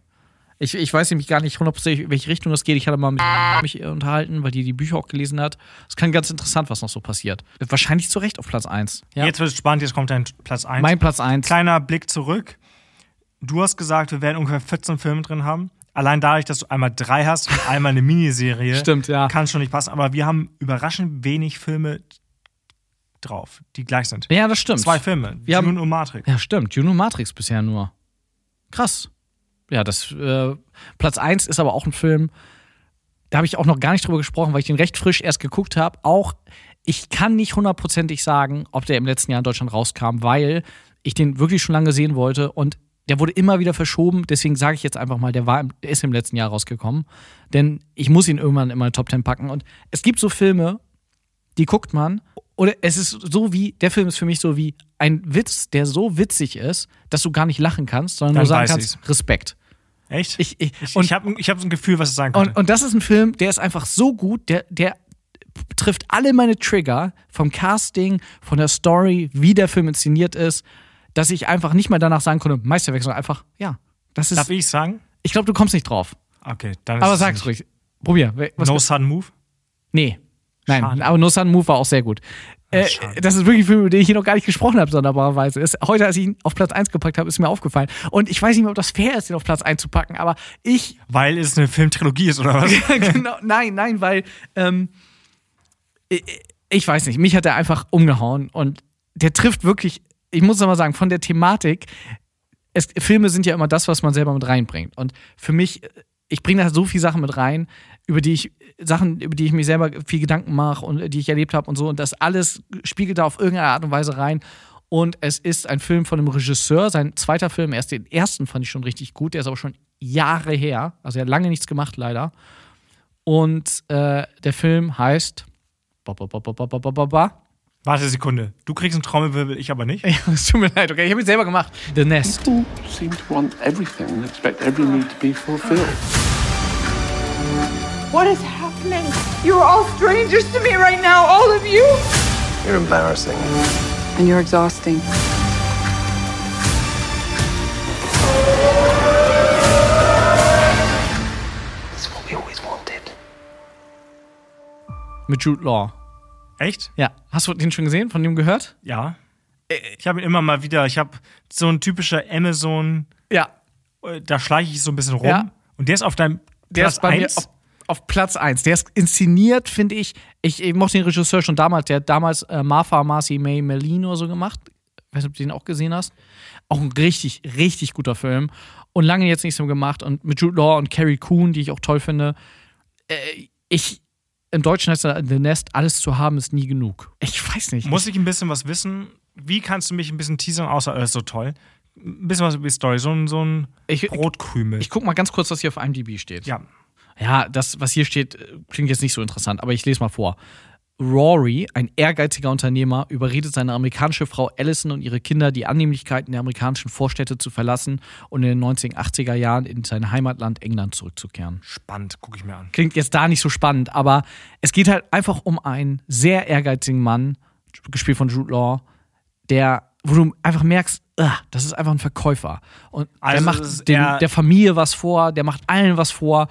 Ich, ich weiß nämlich gar nicht hundertprozentig, in welche Richtung das geht. Ich hatte mal mit mich unterhalten, weil die die Bücher auch gelesen hat. Es kann ganz interessant, was noch so passiert. Wahrscheinlich zu Recht auf Platz 1. Jetzt wird es spannend, jetzt kommt dein Platz 1. Mein Platz 1. Kleiner Blick zurück. Du hast gesagt, wir werden ungefähr 14 Filme drin haben. Allein dadurch, dass du einmal drei hast und einmal eine Miniserie, Stimmt, ja. kann schon nicht passen. Aber wir haben überraschend wenig Filme drauf, die gleich sind. Ja, das stimmt. Zwei Filme, Wir haben- Dune und Matrix. Ja, stimmt. Juno Matrix bisher nur. Krass. Ja, das äh, Platz 1 ist aber auch ein Film, da habe ich auch noch gar nicht drüber gesprochen, weil ich den recht frisch erst geguckt habe. Auch ich kann nicht hundertprozentig sagen, ob der im letzten Jahr in Deutschland rauskam, weil ich den wirklich schon lange sehen wollte und der wurde immer wieder verschoben. Deswegen sage ich jetzt einfach mal, der, war im, der ist im letzten Jahr rausgekommen. Denn ich muss ihn irgendwann in meine Top Ten packen. Und es gibt so Filme, die guckt man. Oder es ist so wie, der Film ist für mich so wie ein Witz, der so witzig ist, dass du gar nicht lachen kannst, sondern Dann nur sagen weiß kannst, Respekt. Echt? Ich, ich, Ich, und, ich habe ich hab so ein Gefühl, was es sein könnte. und, und das ist ein Film, der ist einfach so gut, der, der trifft alle meine Trigger vom Casting, von der Story, wie der Film inszeniert ist, dass ich einfach nicht mal danach sagen konnte, Meisterwerk, sondern einfach, ja, das ist. Darf ich sagen? Ich glaube, du kommst nicht drauf. Okay, dann ist Aber es sag's nicht. ruhig. Probier. Was- No Sudden Move? Nee. Nein, Schade. Ah, aber No Sun Move war auch sehr gut. Äh, das ist wirklich ein Film, über den ich hier noch gar nicht gesprochen habe, sonderbarerweise. Ist, heute, als ich ihn auf Platz 1 gepackt habe, ist mir aufgefallen. Und ich weiß nicht mehr, ob das fair ist, ihn auf Platz 1 zu packen, aber ich. Weil es eine Filmtrilogie ist, oder was? genau, nein, nein, weil. Ähm, ich, ich weiß nicht, mich hat er einfach umgehauen und der trifft wirklich, ich muss nochmal sagen, von der Thematik, es, Filme sind ja immer das, was man selber mit reinbringt. Und für mich, ich bringe da so viele Sachen mit rein, über die ich Sachen, über die ich mir selber viel Gedanken mache und äh, die ich erlebt habe und so. Und das alles spiegelt da auf irgendeine Art und Weise rein. Und es ist ein Film von einem Regisseur, sein zweiter Film, erst den ersten fand ich schon richtig gut, der ist aber schon Jahre her, also er hat lange nichts gemacht leider. Und äh, der Film heißt ba, ba, ba, ba, ba, ba, ba, ba, ba. Warte Sekunde. Du kriegst einen Trommelwirbel, ich aber nicht. es tut mir leid, okay, ich habe ihn selber gemacht. The Nest. People seem to want everything and expect every need to be fulfilled. What is happening? You're all strangers to me right now, all of you. You're embarrassing. And you're exhausting. It's what we always wanted. Mit Jude Law. Echt? Ja. Hast du den schon gesehen, von dem gehört? Ja. Ich habe ihn immer mal wieder, ich habe so ein typischer Amazon, Ja. äh, da schleiche ich so ein bisschen rum. Ja. Und der ist auf deinem Der Platz ist bei eins? mir auf, auf Platz 1. Der ist inszeniert, finde ich. ich. Ich mochte den Regisseur schon damals. Der hat damals äh, Martha Marcy May Melino so gemacht. Ich weiß nicht, ob du den auch gesehen hast. Auch ein richtig, richtig guter Film. Und lange jetzt nichts mehr gemacht. Und mit Jude Law und Carrie Coon, die ich auch toll finde. Äh, ich, im Deutschen heißt er The Nest, alles zu haben ist nie genug. Ich weiß nicht. Muss ich ein bisschen was wissen? Wie kannst du mich ein bisschen teasern, außer er ist so toll? Ein bisschen was über die Story, so ein, so ein Ich- Brotkrümel. Ich guck mal ganz kurz, was hier auf IMDb steht. ja. Ja, das, was hier steht, äh, klingt jetzt nicht so interessant, aber ich lese mal vor. Rory, ein ehrgeiziger Unternehmer, überredet seine amerikanische Frau Allison und ihre Kinder, die Annehmlichkeiten der amerikanischen Vorstädte zu verlassen und in den 1980er Jahren in sein Heimatland England zurückzukehren. Spannend, gucke ich mir an. Klingt jetzt da nicht so spannend, aber es geht halt einfach um einen sehr ehrgeizigen Mann, gespielt von Jude Law, der, wo du einfach merkst, ah, das ist einfach ein Verkäufer. Und der Also es macht ist den, eher- der Familie was vor, der macht allen was vor.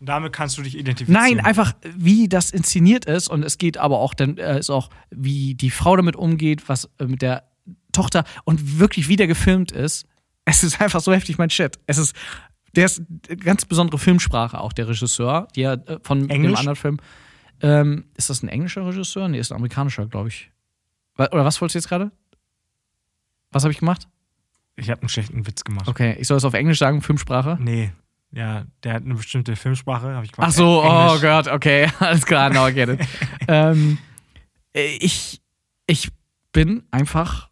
Und damit kannst du dich identifizieren. Nein, einfach wie das inszeniert ist und es geht aber auch dann äh, ist auch wie die Frau damit umgeht, was äh, mit der Tochter und wirklich wie der gefilmt ist. Es ist einfach so heftig mein Shit. Es ist der ist eine ganz besondere Filmsprache auch der Regisseur, die ja äh, von dem Englisch? anderen Film ähm, ist das ein englischer Regisseur? Nee, ist ein amerikanischer, glaube ich. Wa- Oder was wolltest du jetzt gerade? Was habe ich gemacht? Ich habe einen schlechten Witz gemacht. Okay, ich soll es auf Englisch sagen, Filmsprache. Nee. Ja, der hat eine bestimmte Filmsprache, habe ich gemacht. Ach so, oh Englisch. Gott, okay, alles klar, now I get it. ähm, äh, ich, ich bin einfach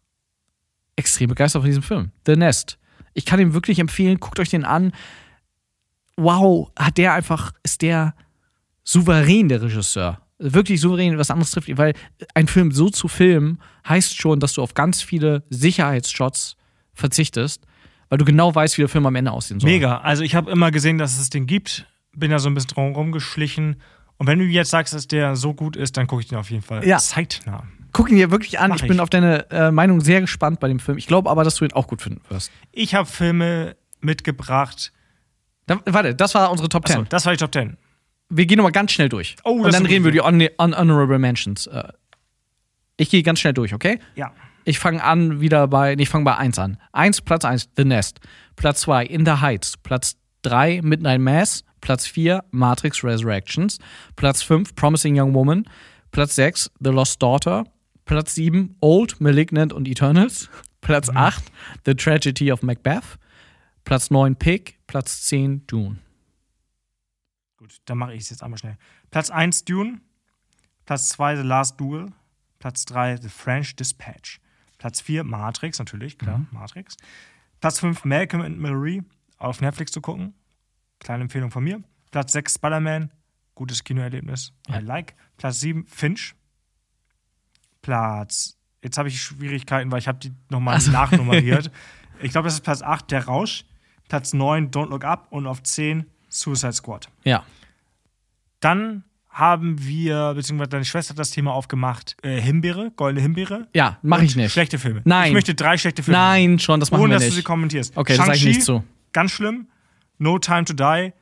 extrem begeistert von diesem Film, The Nest. Ich kann ihn wirklich empfehlen, guckt euch den an. Wow, hat der einfach, ist der souverän, der Regisseur. Wirklich souverän, was anderes trifft ihn, weil ein Film so zu filmen, heißt schon, dass du auf ganz viele Sicherheitsshots verzichtest, weil du genau weißt, wie der Film am Ende aussehen soll. Mega. Also ich habe immer gesehen, dass es den gibt, bin da so ein bisschen drum rumgeschlichen. Und wenn du jetzt sagst, dass der so gut ist, dann gucke ich den auf jeden Fall Ja. zeitnah. Guck ihn dir wirklich an. Mach Ich bin ich. auf deine äh, Meinung sehr gespannt bei dem Film. Ich glaube aber, dass du ihn auch gut finden wirst. Ich habe Filme mitgebracht. Dann, warte, das war unsere Top Achso, 10. das war die Top 10. Wir gehen nochmal ganz schnell durch. Oh, Und das dann ist reden eine wir über die Hon- Hon- Honorable Mentions. Äh, Ich gehe ganz schnell durch, okay? Ja. Ich fange an wieder bei, nee, ich fange bei 1 an. 1, Platz 1, The Nest. Platz 2, In the Heights. Platz 3, Midnight Mass. Platz 4, Matrix Resurrections. Platz 5, Promising Young Woman. Platz 6, The Lost Daughter. Platz 7, Old, Malignant und Eternals. Platz 8, The Tragedy of Macbeth. Platz 9, Pig. Platz 10, Dune. Gut, dann mache ich es jetzt einmal schnell. Platz 1 Dune, Platz 2 The Last Duel, Platz 3 The French Dispatch, Platz 4 Matrix natürlich, klar, Matrix. Platz 5 Malcolm and Marie auf Netflix zu gucken. Kleine Empfehlung von mir. Platz 6 Spider-Man, gutes Kinoerlebnis, I like. Platz 7 Finch, Platz. Jetzt habe ich Schwierigkeiten, weil ich habe die nochmal also. nachnummeriert. ich glaube, das ist Platz 8, der Rausch. Platz 9, Don't Look Up. Und auf 10, Suicide Squad. Ja. Dann haben wir, beziehungsweise deine Schwester hat das Thema aufgemacht, äh, Himbeere, goldene Himbeere. Ja, mache ich nicht. Schlechte Filme. Nein. Ich möchte drei schlechte Filme. Nein, schon, das machen ohne, wir dass nicht. du sie kommentierst. Okay, das sage ich nicht so. Ganz schlimm. No Time to Die.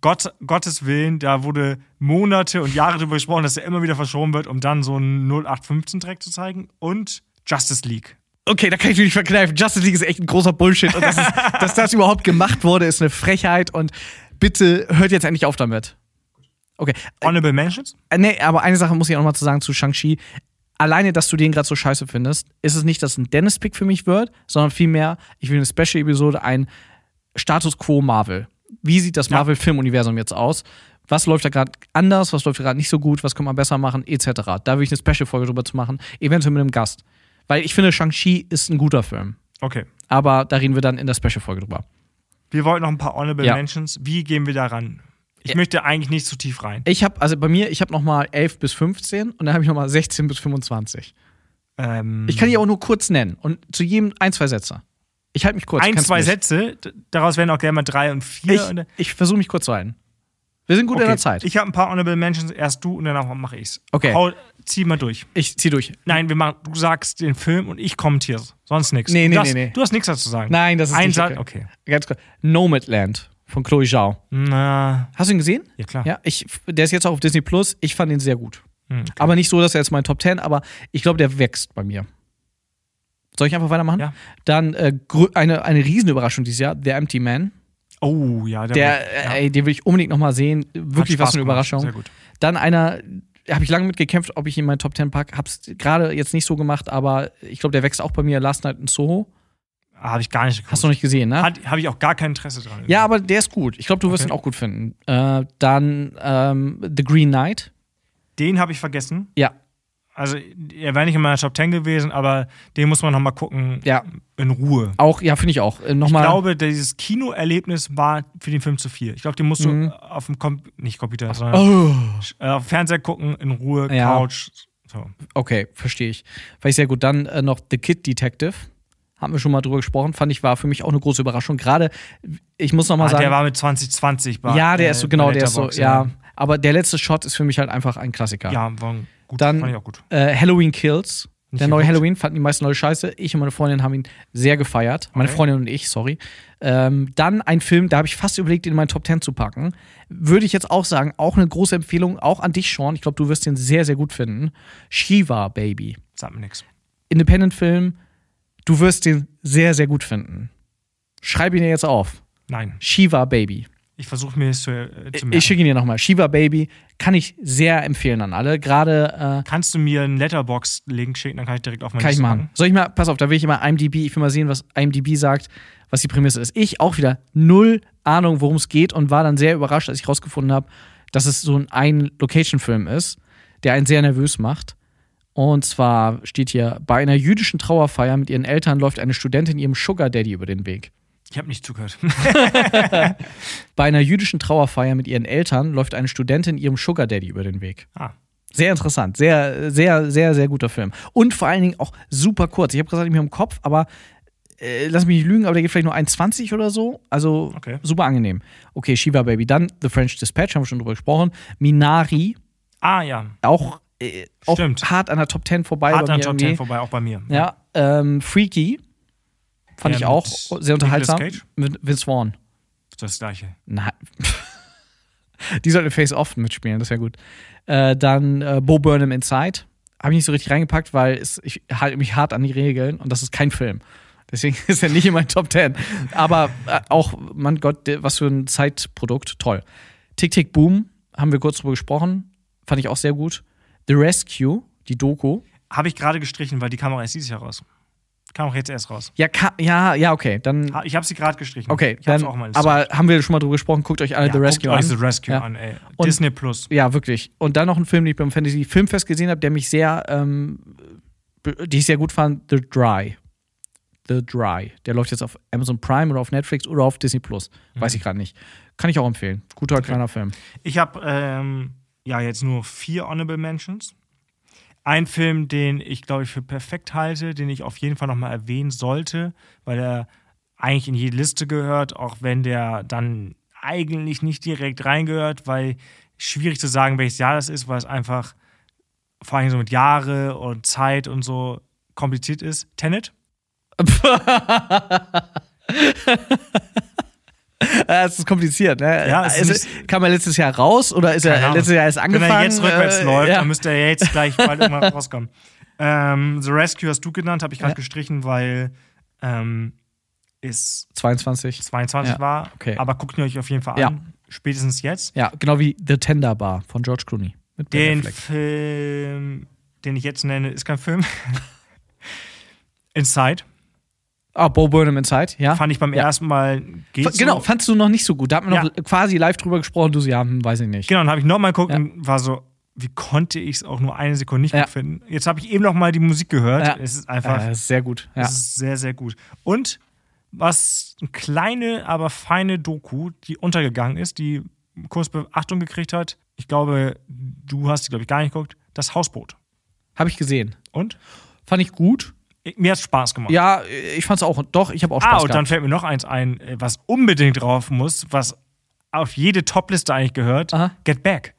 Gott, Gottes Willen, da wurde Monate und Jahre drüber gesprochen, dass er immer wieder verschoben wird, um dann so einen 0815-Track zu zeigen. Und Justice League. Okay, da kann ich mich nicht verkneifen. Justice League ist echt ein großer Bullshit. Und das ist, dass das überhaupt gemacht wurde, ist eine Frechheit. Und bitte hört jetzt endlich auf damit. Okay. Honorable Mentions? Äh, nee, aber eine Sache muss ich auch noch mal zu sagen zu Shang-Chi. Alleine, dass du den gerade so scheiße findest, ist es nicht, dass ein Dennis-Pick für mich wird, sondern vielmehr, ich will eine Special-Episode, ein Status Quo Marvel. Wie sieht das Marvel-Filmuniversum jetzt aus? Was läuft da gerade anders? Was läuft gerade nicht so gut? Was kann man besser machen? Etc. Da will ich eine Special-Folge drüber zu machen, eventuell mit einem Gast. Weil ich finde, Shang-Chi ist ein guter Film. Okay. Aber da reden wir dann in der Special-Folge drüber. Wir wollten noch ein paar Honorable Ja. Mentions. Wie gehen wir da ran? Ich möchte eigentlich nicht zu tief rein. Ich habe, also bei mir, ich habe nochmal 11 bis 15 und dann habe ich nochmal 16 bis 25. Äh, Ähm, Ich kann die auch nur kurz nennen und zu jedem ein, zwei Sätze. Ich halte mich kurz. ein, kannst zwei du nicht. Sätze, d- daraus werden auch gleich mal drei und vier. und dann- Ich, ich versuche mich kurz zu halten. Wir sind gut in Okay. der Zeit. Ich habe ein paar Honorable Mentions, erst du und danach mache ich's. Okay. Hau, zieh mal durch. Ich zieh durch. Nein, wir machen, du sagst den Film und ich kommentiere. Sonst nichts. Nee, nee, du hast, nee, nee. Du hast nichts dazu zu sagen. Nein, das ist Ein nicht Satz, okay. Ganz kurz. Nomadland von Chloe Zhao. Na, Hast du ihn gesehen? ja klar. Ja, ich, der ist jetzt auch auf Disney Plus. Ich fand ihn sehr gut. Hm, okay. Aber nicht so, dass er jetzt mein Top 10, aber ich glaube, der wächst bei mir. Soll ich einfach weitermachen? Ja. Dann äh, grö- eine, eine Riesenüberraschung dieses Jahr, The Empty Man. Oh, ja, der, Der, ja. äh, ey, den will ich unbedingt nochmal sehen. Wirklich Spaß was für eine gemacht. Überraschung. Sehr gut. Dann einer, habe ich lange mitgekämpft, ob ich ihn in meinen Top 10 packe. Hab's gerade jetzt nicht so gemacht, aber ich glaube, der wächst auch bei mir. Last Night in Soho. habe Ah, ich gar nicht geguckt. Hast du noch nicht gesehen, ne? Hat- Habe ich auch gar kein Interesse dran. ja, aber der ist gut. Ich glaube, du wirst Okay. ihn auch gut finden. Äh, dann ähm, The Green Knight. Den habe ich vergessen. Ja, Also, er wäre nicht in meiner Top 10 gewesen, aber den muss man nochmal gucken. Ja. In Ruhe. auch, ja, finde ich auch. Äh, Ich nochmal. glaube, dieses Kinoerlebnis war für den Film zu viel. Ich glaube, den musst du Mhm. auf dem Com nicht Computer, sondern Oh. äh, auf dem Fernseher gucken, in Ruhe, Ja. Couch. So. Okay, verstehe ich. Fand ich sehr gut. Dann äh, noch The Kid Detective. Haben wir schon mal drüber gesprochen. Fand ich, war für mich auch eine große Überraschung. Gerade, ich muss Ah, nochmal mal sagen. der war mit 2020 bei ja, der äh, ist so, genau, bei der ist so, Letterboxd, ja. Aber der letzte Shot ist für mich halt einfach ein Klassiker. Ja, war ein gut. Dann fand ich auch gut. Äh, Halloween Kills. Nicht der neue geguckt. Halloween fanden die meisten Leute scheiße. Ich und meine Freundin haben ihn sehr gefeiert. Meine Okay. Freundin und ich, sorry. Ähm, dann ein Film, da habe ich fast überlegt, ihn in meinen Top 10 zu packen. Würde ich jetzt auch sagen, auch eine große Empfehlung, auch an dich, Sean. Ich glaube, du wirst den sehr, sehr gut finden. Shiva, Baby. Sagt mir nichts. Independent-Film. Du wirst den sehr, sehr gut finden. Schreib ihn dir jetzt auf. Nein. Shiva, Baby. Ich versuche mir das zu, äh, zu merken. Ich schicke ihn dir nochmal. Shiva Baby kann ich sehr empfehlen an alle. Gerade Kannst du mir einen Letterbox-Link schicken, dann kann ich direkt auf äh, meine kann ich Liste machen. Soll ich mal, pass auf, da will ich immer IMDb, ich will mal sehen, was IMDb sagt, was die Prämisse ist. Ich auch wieder null Ahnung, worum es geht und war dann sehr überrascht, als ich rausgefunden habe, dass es so ein Ein-Location-Film ist, der einen sehr nervös macht. Und zwar steht hier, bei einer jüdischen Trauerfeier mit ihren Eltern läuft eine Studentin ihrem Sugar Daddy über den Weg. Ich habe nicht zugehört. Bei einer jüdischen Trauerfeier mit ihren Eltern läuft eine Studentin ihrem Sugar Daddy über den Weg. ah, Sehr interessant, sehr, sehr, sehr, sehr guter Film. Und vor allen Dingen auch super kurz. Ich habe gerade nicht mehr im Kopf, aber äh, lass mich nicht lügen, aber der geht vielleicht nur 1,20 oder so. Also Okay. super angenehm. Okay, Shiva Baby, dann The French Dispatch, haben wir schon drüber gesprochen. Minari, ah ja. auch, äh, auch Stimmt. hart an der Top 10 vorbei. Hart bei an mir Top irgendwie. 10 vorbei, auch bei mir. Ja, ähm, Freaky fand Ja, ich auch mit sehr unterhaltsam. Nicolas Cage? Mit Vince Vaughn. Das gleiche. Nein. Die sollte Face Off mitspielen, das wäre gut. Äh, dann äh, Bo Burnham Inside. Habe ich nicht so richtig reingepackt, weil es, ich halte mich hart an die Regeln und das ist kein Film. Deswegen ist er nicht in meinen Top Ten. Aber äh, auch, mein Gott, der- was für ein Zeitprodukt. Toll. Tick Tick Boom haben wir kurz drüber gesprochen. Fand ich auch sehr gut. The Rescue, die Doku. Habe ich gerade gestrichen, weil die kam auch erst dieses Jahr raus. Kam auch jetzt erst raus. Ja, ka- ja, ja, okay. Dann, Ha- Ah, Ich habe sie gerade gestrichen. okay. ich Dann, hab's auch mal aber haben wir schon mal drüber gesprochen? Guckt euch alle ja, The Rescue guckt an. euch The Rescue Ja. an, ey. Und- Disney Plus. Ja, wirklich. Und dann noch ein Film, den ich beim Fantasy Filmfest gesehen habe, der mich sehr, ähm, be- die ich sehr gut fand, The Dry. The Dry. Der läuft jetzt auf Amazon Prime oder auf Netflix oder auf Disney Plus. Weiß Mhm. ich gerade nicht. Kann ich auch empfehlen. Guter kleiner Film. Ich habe ähm, ja jetzt nur vier Honorable Mentions. Ein Film, den ich glaube ich für perfekt halte, den ich auf jeden Fall nochmal erwähnen sollte, weil er eigentlich in jede Liste gehört, auch wenn der dann eigentlich nicht direkt reingehört, weil schwierig zu sagen, welches Jahr das ist, weil es einfach vor allem so mit Jahre und Zeit und so kompliziert ist. Tenet? Es ist kompliziert, ne? Ja, es ist ist kam er letztes Jahr raus oder ist Keine er Ahnung. Äh, letztes Jahr erst angefangen? Genau. Wenn er jetzt rückwärts Äh, läuft, ja. dann müsste er jetzt gleich bald irgendwann rauskommen. Ähm, The Rescue hast du genannt, habe ich gerade gestrichen, weil ähm, es 22. 22 Ja, war. okay. Aber guckt ihn euch auf jeden Fall Ja. an. Spätestens jetzt. Ja, genau wie The Tender Bar von George Clooney. Mit Den Ben Affleck. Film, den ich jetzt nenne, ist kein Film. Inside. Ah, Bo Burnham Inside, ja. Fand ich beim Ja. ersten Mal F- geht's Genau, so. fandst du noch nicht so gut. Da haben wir noch quasi live drüber gesprochen, du sie haben, weiß ich nicht. Genau, dann habe ich nochmal geguckt und war so, wie konnte ich es auch nur eine Sekunde nicht gut finden? Jetzt habe ich eben nochmal die Musik gehört. Ja. Es ist einfach. Äh, ist sehr gut, ja. Es ist sehr, sehr gut. Und was eine kleine, aber feine Doku, die untergegangen ist, die kurz Beachtung gekriegt hat. Ich glaube, du hast die, glaube ich, gar nicht geguckt. Das Hausboot. Habe ich gesehen. Und? Fand ich gut. Mir hat Spaß gemacht. Ja, ich fand's auch. Doch, ich habe auch Spaß ah, und dann gehabt. fällt mir noch eins ein, äh, was unbedingt drauf muss, was auf jede Top-Liste eigentlich gehört. Get Back.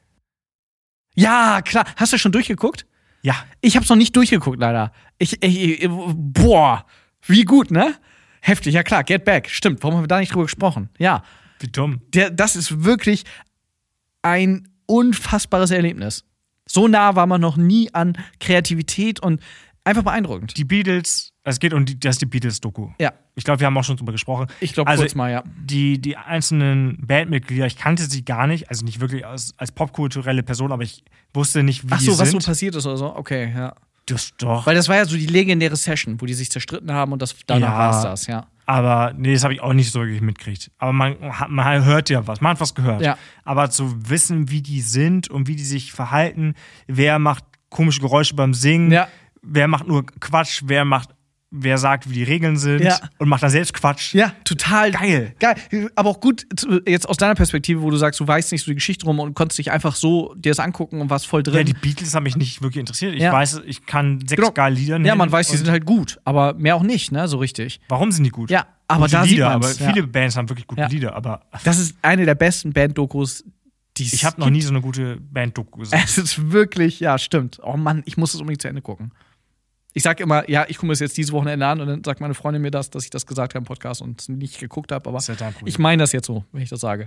Ja, klar. Hast du schon durchgeguckt? Ja. Ich hab's noch nicht durchgeguckt, leider. Ich, ich, ich boah, wie gut, ne? Heftig, ja klar, Get Back. Stimmt, warum haben wir da nicht drüber gesprochen? Ja. Wie dumm. Der, das ist wirklich ein unfassbares Erlebnis. So nah war man noch nie an Kreativität und einfach beeindruckend. Die Beatles, es geht um die, das ist die Beatles-Doku. Ja. Ich glaube, wir haben auch schon drüber gesprochen. Ich glaube also, kurz mal, ja. Die, die einzelnen Bandmitglieder, ich kannte sie gar nicht, also nicht wirklich als, als popkulturelle Person, aber ich wusste nicht, wie Ach die so, was so sind. passiert ist oder so? Okay, ja. Das doch. Weil das war ja so die legendäre Session, wo die sich zerstritten haben und das, danach Ja. war's das, ja. Aber nee, das habe ich auch nicht so wirklich mitgekriegt. Aber man, hat- man hört ja was, man hat was gehört. Ja. Aber zu wissen, wie die sind und wie die sich verhalten, wer macht komische Geräusche beim Singen, wer macht nur Quatsch, wer macht, wer sagt, wie die Regeln sind Ja. und macht dann selbst Quatsch. Ja, total geil. Geil. Aber auch gut, zu- jetzt aus deiner Perspektive, wo du sagst, du weißt nicht so die Geschichte rum und konntest dich einfach so dir das angucken und warst voll drin. Ja, die Beatles haben mich nicht wirklich interessiert. Ich Ja. weiß, ich kann sechs Genau. geile Lieder nehmen. Ja, man weiß, die und- sind halt gut, aber mehr auch nicht, ne, so richtig. Warum sind die gut? Ja, aber Gute da Lieder, sieht aber man's, ja. viele Bands haben wirklich gute Ja. Lieder, aber Das ist eine der besten Band-Dokus, die es ich habe noch gibt. Äh. nie so eine gute Band-Doku gesehen. Es ist wirklich, ja, stimmt. Oh Mann, ich muss es unbedingt zu Ende gucken. Ich sag immer, ja, ich gucke mir das jetzt dieses Wochenende an und dann sagt meine Freundin mir das, dass ich das gesagt habe im Podcast und es nicht geguckt habe, aber ja dein Problem. ich meine das jetzt so, wenn ich das sage.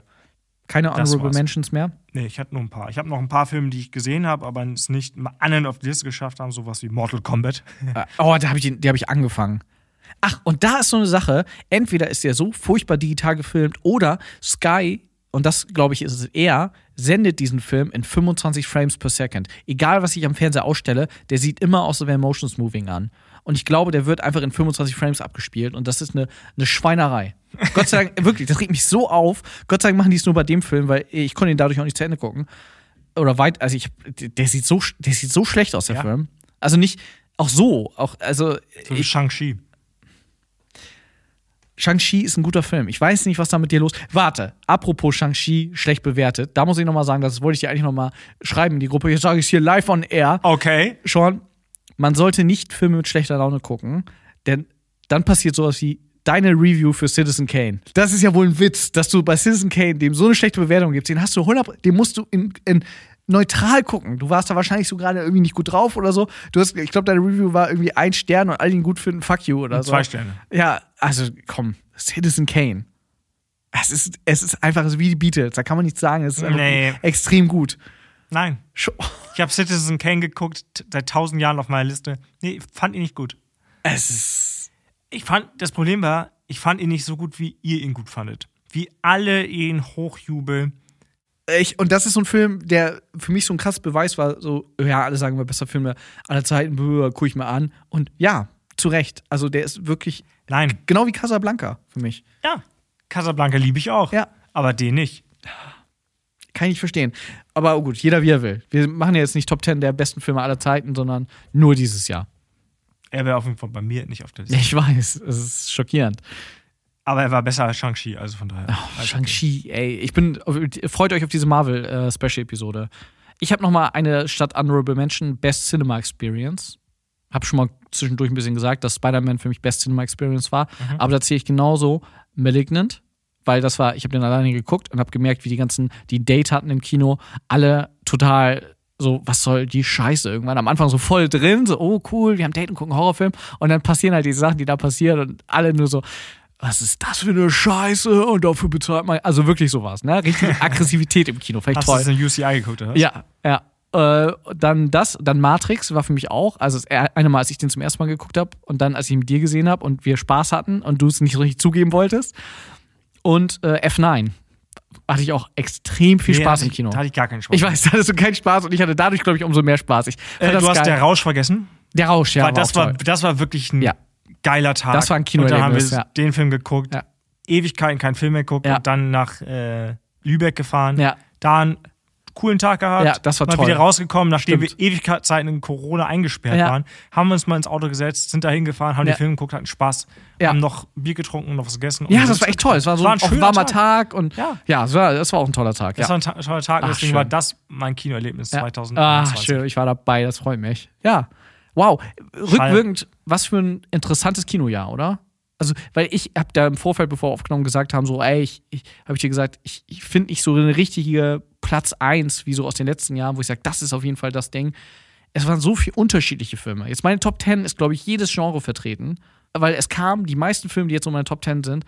Keine Das Honorable war's. Mentions mehr. Nee, ich hatte nur ein paar. Ich habe noch ein paar Filme, die ich gesehen habe, aber es nicht anderen auf die Liste geschafft haben, sowas wie Mortal Kombat. Äh, Oh, da habe ich, den- die hab ich angefangen. Ach, und da ist so eine Sache, entweder ist der so furchtbar digital gefilmt oder Sky, und das glaube ich ist es eher, sendet diesen Film in 25 Frames per Second. Egal, was ich am Fernseher ausstelle, der sieht immer aus, als wäre Motions Moving an. Und ich glaube, der wird einfach in 25 Frames abgespielt und das ist eine, eine Schweinerei. Gott sei Dank, wirklich, das regt mich so auf. Gott sei Dank machen die es nur bei dem Film, weil ich konnte ihn dadurch auch nicht zu Ende gucken oder weit, also ich, der sieht so, sch- der sieht so schlecht aus, der Ja. Film. Also nicht, auch so, auch, also So wie Shang-Chi. Shang-Chi ist ein guter Film. Ich weiß nicht, was da mit dir los Warte, apropos Shang-Chi, schlecht bewertet. Da muss ich nochmal sagen, das wollte ich dir eigentlich nochmal schreiben in die Gruppe. Jetzt sage ich es hier live on air. Okay. Sean, man sollte nicht Filme mit schlechter Laune gucken, denn dann passiert sowas wie deine Review für Citizen Kane. Das ist ja wohl ein Witz, dass du bei Citizen Kane dem so eine schlechte Bewertung gibst. Den hast du 100, den musst du in, in neutral gucken. Du warst da wahrscheinlich so gerade irgendwie nicht gut drauf oder so. Du hast, ich glaube, deine Review war irgendwie ein Stern und all den gut finden, fuck you oder so. Zwei Sterne. Ja, also komm, Citizen Kane. Es ist, es ist einfach es ist wie die Beatles, da kann man nichts sagen. Es ist einfach Nee. extrem gut. Nein. Sch- Ich habe Citizen Kane geguckt, t- seit tausend Jahren auf meiner Liste. Nee, fand ihn nicht gut. Es ist. Ich fand, das Problem war, ich fand ihn nicht so gut, wie ihr ihn gut fandet. Wie alle ihn hochjubeln. Ich, und das ist so ein Film, der für mich so ein krasses Beweis war: so, ja, alle sagen immer, bester Film aller Zeiten, bäh, guck ich mir an. Und ja, zu Recht. Also der ist wirklich. Nein. Genau wie Casablanca für mich. Ja, Casablanca liebe ich auch. Ja. Aber den nicht. Kann ich verstehen. Aber oh gut, jeder wie er will. Wir machen ja jetzt nicht Top 10 der besten Filme aller Zeiten, sondern nur dieses Jahr. Er wäre auf jeden Fall bei mir nicht auf der Liste. Ich weiß, es ist schockierend. Aber er war besser als Shang-Chi, also von daher. Shang-Chi, ey. Ich bin, freut euch auf diese Marvel-Special-Episode. äh, Ich habe noch mal eine statt Honorable Mention Best Cinema Experience. Habe schon mal zwischendurch ein bisschen gesagt, dass Spider-Man für mich Best Cinema Experience war. Mhm. Aber da zähle ich genauso Malignant, weil das war, ich habe den alleine geguckt und habe gemerkt, wie die ganzen, die ein Date hatten im Kino, alle total so, was soll die Scheiße irgendwann? Am Anfang so voll drin, so, oh cool, wir haben ein Date und gucken einen Horrorfilm. Und dann passieren halt diese Sachen, die da passieren und alle nur so, was ist das für eine Scheiße? Und dafür bezahlt man. Also wirklich sowas, ne? Richtige Aggressivität im Kino. Vielleicht Hast toll. du das in UCI geguckt, oder? was? Ja, ja. Äh, dann das, dann Matrix war für mich auch. Also das er- eine Mal, als ich den zum ersten Mal geguckt habe und dann, als ich ihn mit dir gesehen habe und wir Spaß hatten und du es nicht so richtig zugeben wolltest. Und äh, F9 hatte ich auch extrem viel Nee, Spaß hatte im ich- Kino. da hatte ich gar keinen Spaß. Ich weiß, da hattest du keinen Spaß und ich hatte dadurch, glaube ich, umso mehr Spaß. Ich fand Äh, das du hast geil. der Rausch vergessen. Der Rausch, ja. Weil das, auch war, toll. das war wirklich ein Ja. geiler Tag. Das war ein Und dann haben wir Kinoerlebnis, ja. den Film geguckt. Ja. Ewigkeiten keinen Film mehr geguckt Ja. und dann nach äh, Lübeck gefahren. Ja. Da einen coolen Tag gehabt. Ja, das war mal toll. wieder rausgekommen, nachdem Stimmt. wir Ewigkeiten in Corona eingesperrt Ja. waren. Haben wir uns mal ins Auto gesetzt, sind da hingefahren, haben Ja. den Film geguckt, hatten Spaß. Ja. Haben noch Bier getrunken, noch was gegessen. und ja, das sind- war echt toll. Es war so ein, auch ein schöner warmer Tag, und ja, Ja. es war, das war auch ein toller Tag. Das ja. war ein ta- toller Tag. Ach, deswegen schön. war das mein Kinoerlebnis Ja. 2021. Ah, schön, ich war dabei, das freut mich. Ja. Wow. Rückwirkend, was für ein interessantes Kinojahr, oder? Also, weil ich habe da im Vorfeld, bevor wir aufgenommen, gesagt haben, so, ey, ich, ich habe ich dir gesagt, ich, ich finde nicht so eine richtige Platz 1, wie so aus den letzten Jahren, wo ich sage, das ist auf jeden Fall das Ding. Es waren so viele unterschiedliche Filme. Jetzt meine Top 10 ist, glaube ich, jedes Genre vertreten, weil es kam, die meisten Filme, die jetzt in meiner Top 10 sind,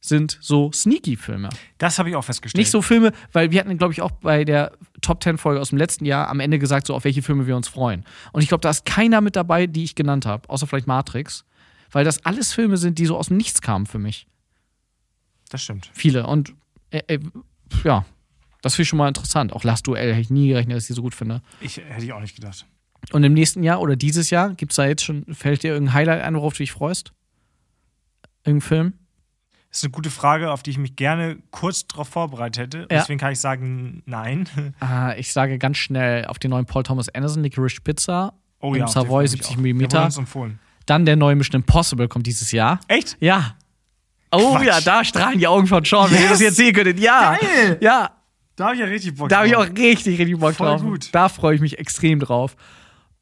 sind so Sneaky-Filme. Das habe ich auch festgestellt. Nicht so Filme, weil wir hatten, glaube ich, auch bei der Top 10 Folge aus dem letzten Jahr am Ende gesagt, so auf welche Filme wir uns freuen. Und ich glaube, da ist keiner mit dabei, die ich genannt habe, außer vielleicht Matrix, weil das alles Filme sind, die so aus dem Nichts kamen für mich. Das stimmt. Viele. Und äh, äh, ja, das finde ich schon mal interessant. Auch Last Duell hätte ich nie gerechnet, dass ich die so gut finde. Ich, hätte ich auch nicht gedacht. Und im nächsten Jahr oder dieses Jahr gibt es da jetzt schon, fällt dir irgendein Highlight ein, worauf du dich freust? Irgendein Film? Das ist eine gute Frage, auf die ich mich gerne kurz darauf vorbereitet hätte. Ja. Deswegen kann ich sagen, nein. Ah, ich sage ganz schnell auf den neuen Paul Thomas Anderson, Licorice Pizza, im auf Oh den freue Savoy ich 70 auch. Der wurde mm. uns empfohlen. Dann der neue Mission Impossible kommt dieses Jahr. Echt? Ja. Oh Quatsch. ja, da strahlen die Augen von Sean, wenn ihr Yes! das jetzt sehen könntet. Ja. Geil! Ja, Da habe ich ja richtig Bock da habe ich auch drauf. richtig, richtig Bock Voll drauf. gut. Da freue ich mich extrem drauf.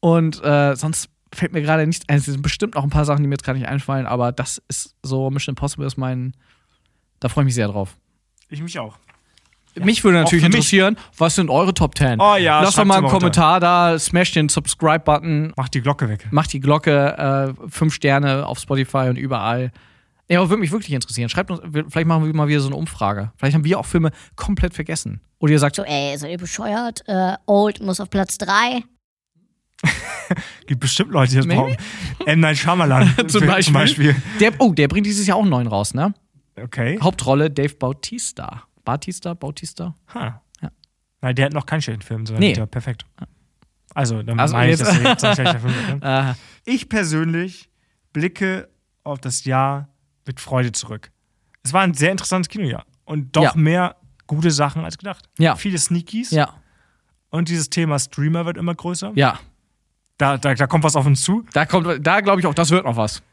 Und äh, sonst fällt mir gerade nichts ein. Es sind bestimmt noch ein paar Sachen, die mir jetzt gerade nicht einfallen, aber das ist so, Mission Impossible ist mein. Da freue ich mich sehr drauf. Ich mich auch. Mich würde Auch natürlich für mich. interessieren, was sind eure Top 10? Oh ja, Lasst schreibt's doch mal einen mal unter. Kommentar da, smash den Subscribe-Button, Mach die Glocke weg. Macht die Glocke, äh, fünf Sterne auf Spotify und überall. Ja, aber würde mich wirklich interessieren. Schreibt uns, vielleicht machen wir mal wieder so eine Umfrage. Vielleicht haben wir auch Filme komplett vergessen. Oder ihr sagt so, So, ey, seid ihr bescheuert? Äh, Old muss auf Platz 3. Gibt bestimmt Leute, die das Maybe? brauchen. M. Night Shyamalan. zum Beispiel. Zum Beispiel. Der, oh, der bringt dieses Jahr auch einen neuen raus, ne? Okay. Hauptrolle Dave Bautista. Bautista? Bautista? Ha. Ja. Nein, der hat noch keinen schlechten Film, sondern Nee. der perfekt. Also, dann Also meine ich, jetzt- dass er jetzt ein schlechter Film wird, ne? Aha. Ich persönlich blicke auf das Jahr mit Freude zurück. Es war ein sehr interessantes Kinojahr und doch Ja. mehr gute Sachen als gedacht. Ja. Viele Sneakies Ja, und dieses Thema Streamer wird immer größer. ja. Da, da, da kommt was auf uns zu. Da kommt, da glaube ich auch, das wird noch was.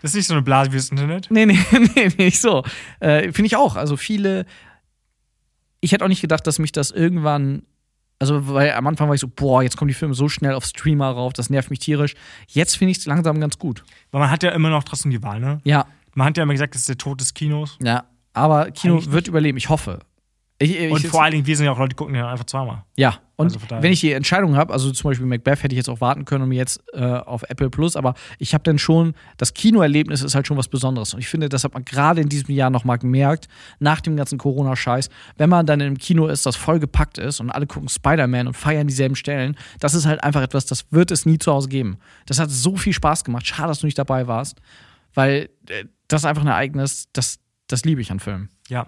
Das ist nicht so eine Blase wie das Internet. Nee, nee, nee, nicht so. Äh, Finde ich auch. Also viele. Ich hätte auch nicht gedacht, dass mich das irgendwann. Also, weil am Anfang war ich so, boah, jetzt kommen die Filme so schnell auf Streamer rauf, das nervt mich tierisch. Jetzt finde ich es langsam ganz gut. Weil man hat ja immer noch trotzdem die Wahl, ne? Ja, Man hat ja immer gesagt, das ist der Tod des Kinos. ja. Aber Kino Eigentlich wird überleben, ich hoffe. Ich, ich, Und ich- vor allen Dingen, wir sind ja auch Leute, die gucken ja einfach zweimal. Ja, und Also von daher- wenn ich die Entscheidung habe, also zum Beispiel Macbeth hätte ich jetzt auch warten können und mir jetzt äh, auf Apple Plus, aber ich habe dann schon, das Kinoerlebnis ist halt schon was Besonderes. Und ich finde, das hat man gerade in diesem Jahr nochmal gemerkt, nach dem ganzen Corona-Scheiß, wenn man dann im Kino ist, das vollgepackt ist und alle gucken Spider-Man und feiern dieselben Stellen, das ist halt einfach etwas, das wird es nie zu Hause geben. Das hat so viel Spaß gemacht. Schade, dass du nicht dabei warst, weil äh, das ist einfach ein Ereignis, das, das liebe ich an Filmen. Ja.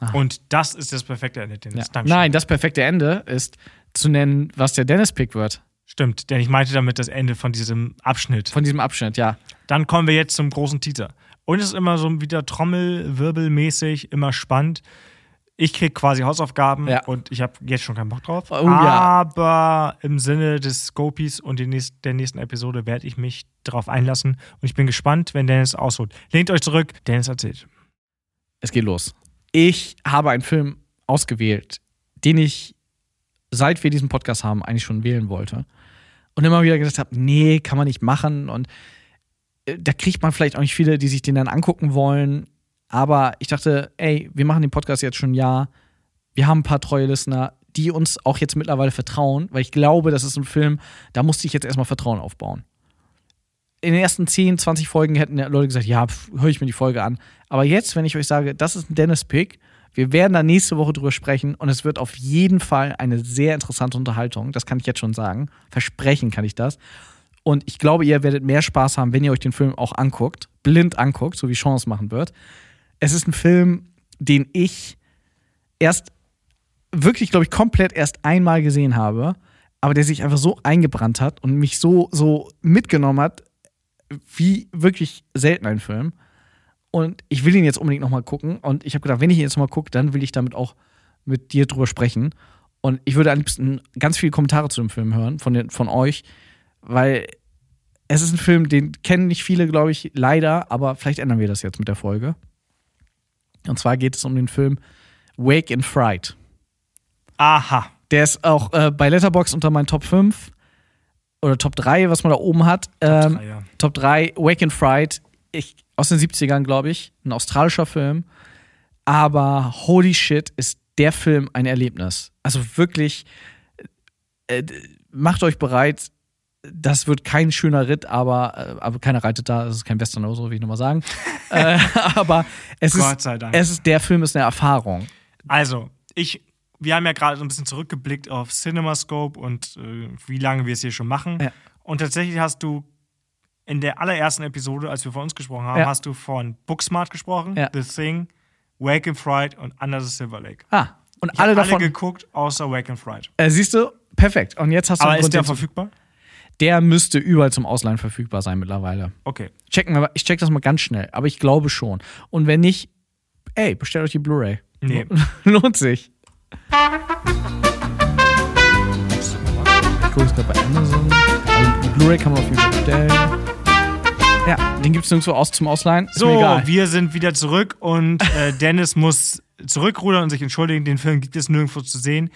Ah. Und das ist das perfekte Ende, Dennis. Ja. Dankeschön. Nein, das perfekte Ende ist zu nennen, was der Dennis-Pick wird. Stimmt, denn ich meinte damit das Ende von diesem Abschnitt. Von diesem Abschnitt, ja. Dann kommen wir jetzt zum großen Teaser. Und es ist immer so wieder Trommelwirbelmäßig, immer spannend. Ich krieg quasi Hausaufgaben Ja. und ich habe jetzt schon keinen Bock drauf. Oh ja. Aber im Sinne des Scopies und den nächst, der nächsten Episode werde ich mich darauf einlassen. Und ich bin gespannt, wenn Dennis ausholt. Lehnt euch zurück, Dennis erzählt. Es geht los. Ich habe einen Film ausgewählt, den ich seit wir diesen Podcast haben, eigentlich schon wählen wollte. Und immer wieder gedacht habe, nee, kann man nicht machen. Und äh, da kriegt man vielleicht auch nicht viele, die sich den dann angucken wollen. Aber ich dachte, ey, wir machen den Podcast jetzt schon ein Jahr. Wir haben ein paar treue Listener, die uns auch jetzt mittlerweile vertrauen, weil ich glaube, das ist ein Film, da musste ich jetzt erstmal Vertrauen aufbauen. In den ersten 10, 20 Folgen hätten Leute gesagt, ja, höre ich mir die Folge an. Aber jetzt, wenn ich euch sage, das ist ein Dennis-Pick, wir werden da nächste Woche drüber sprechen und es wird auf jeden Fall eine sehr interessante Unterhaltung. Das kann ich jetzt schon sagen. Versprechen kann ich das. Und ich glaube, ihr werdet mehr Spaß haben, wenn ihr euch den Film auch anguckt, blind anguckt, so wie Chance machen wird. Es ist ein Film, den ich erst wirklich, glaube ich, komplett erst einmal gesehen habe, aber der sich einfach so eingebrannt hat und mich so, so mitgenommen hat, wie wirklich selten ein Film. Und ich will ihn jetzt unbedingt nochmal gucken. Und ich habe gedacht, wenn ich ihn jetzt nochmal gucke, dann will ich damit auch mit dir drüber sprechen. Und ich würde am liebsten ganz viele Kommentare zu dem Film hören, von, den, von euch, weil es ist ein Film, den kennen nicht viele, glaube ich, leider, aber vielleicht ändern wir das jetzt mit der Folge. Und zwar geht es um den Film Wake and Fright. Aha. Der ist auch äh, bei Letterbox unter meinen Top 5 oder Top 3, was man da oben hat. Ähm, Top, 3, ja. Top 3, Wake and Fright. Ich, aus den 70ern, glaube ich. Ein australischer Film. Aber holy shit, ist der Film ein Erlebnis. Also wirklich, äh, macht euch bereit. Das wird kein schöner Ritt, aber, äh, aber keiner reitet da. Es ist kein Western oder so, will ich nochmal sagen. äh, aber es Gott ist, sei Dank. es ist, der Film ist eine Erfahrung. Also, ich wir haben ja gerade so ein bisschen zurückgeblickt auf CinemaScope und äh, wie lange wir es hier schon machen. Ja. Und tatsächlich hast du in der allerersten Episode, als wir von uns gesprochen haben, Ja. hast du von Booksmart gesprochen, Ja. The Thing, Wake and Fright und Under the Silver Lake. Ah, und Ich alle hab davon. alle geguckt, außer Wake and Fright. äh, siehst du, perfekt. Und jetzt hast du Aber einen ist der den zu- verfügbar? Der müsste überall zum Ausleihen verfügbar sein mittlerweile. Okay. Checken wir mal, ich check das mal ganz schnell, aber ich glaube schon. Und wenn nicht, ey, bestellt euch die Blu-ray. Nee. Lohnt sich. Ich gucke es gerade bei Amazon. Also die Blu-ray kann man auf jeden Fall bestellen. Ja, den gibt es nirgendwo aus zum Ausleihen. Ist So, mir egal. wir sind wieder zurück und äh, Dennis muss zurückrudern und sich entschuldigen. Den Film gibt es nirgendwo zu sehen.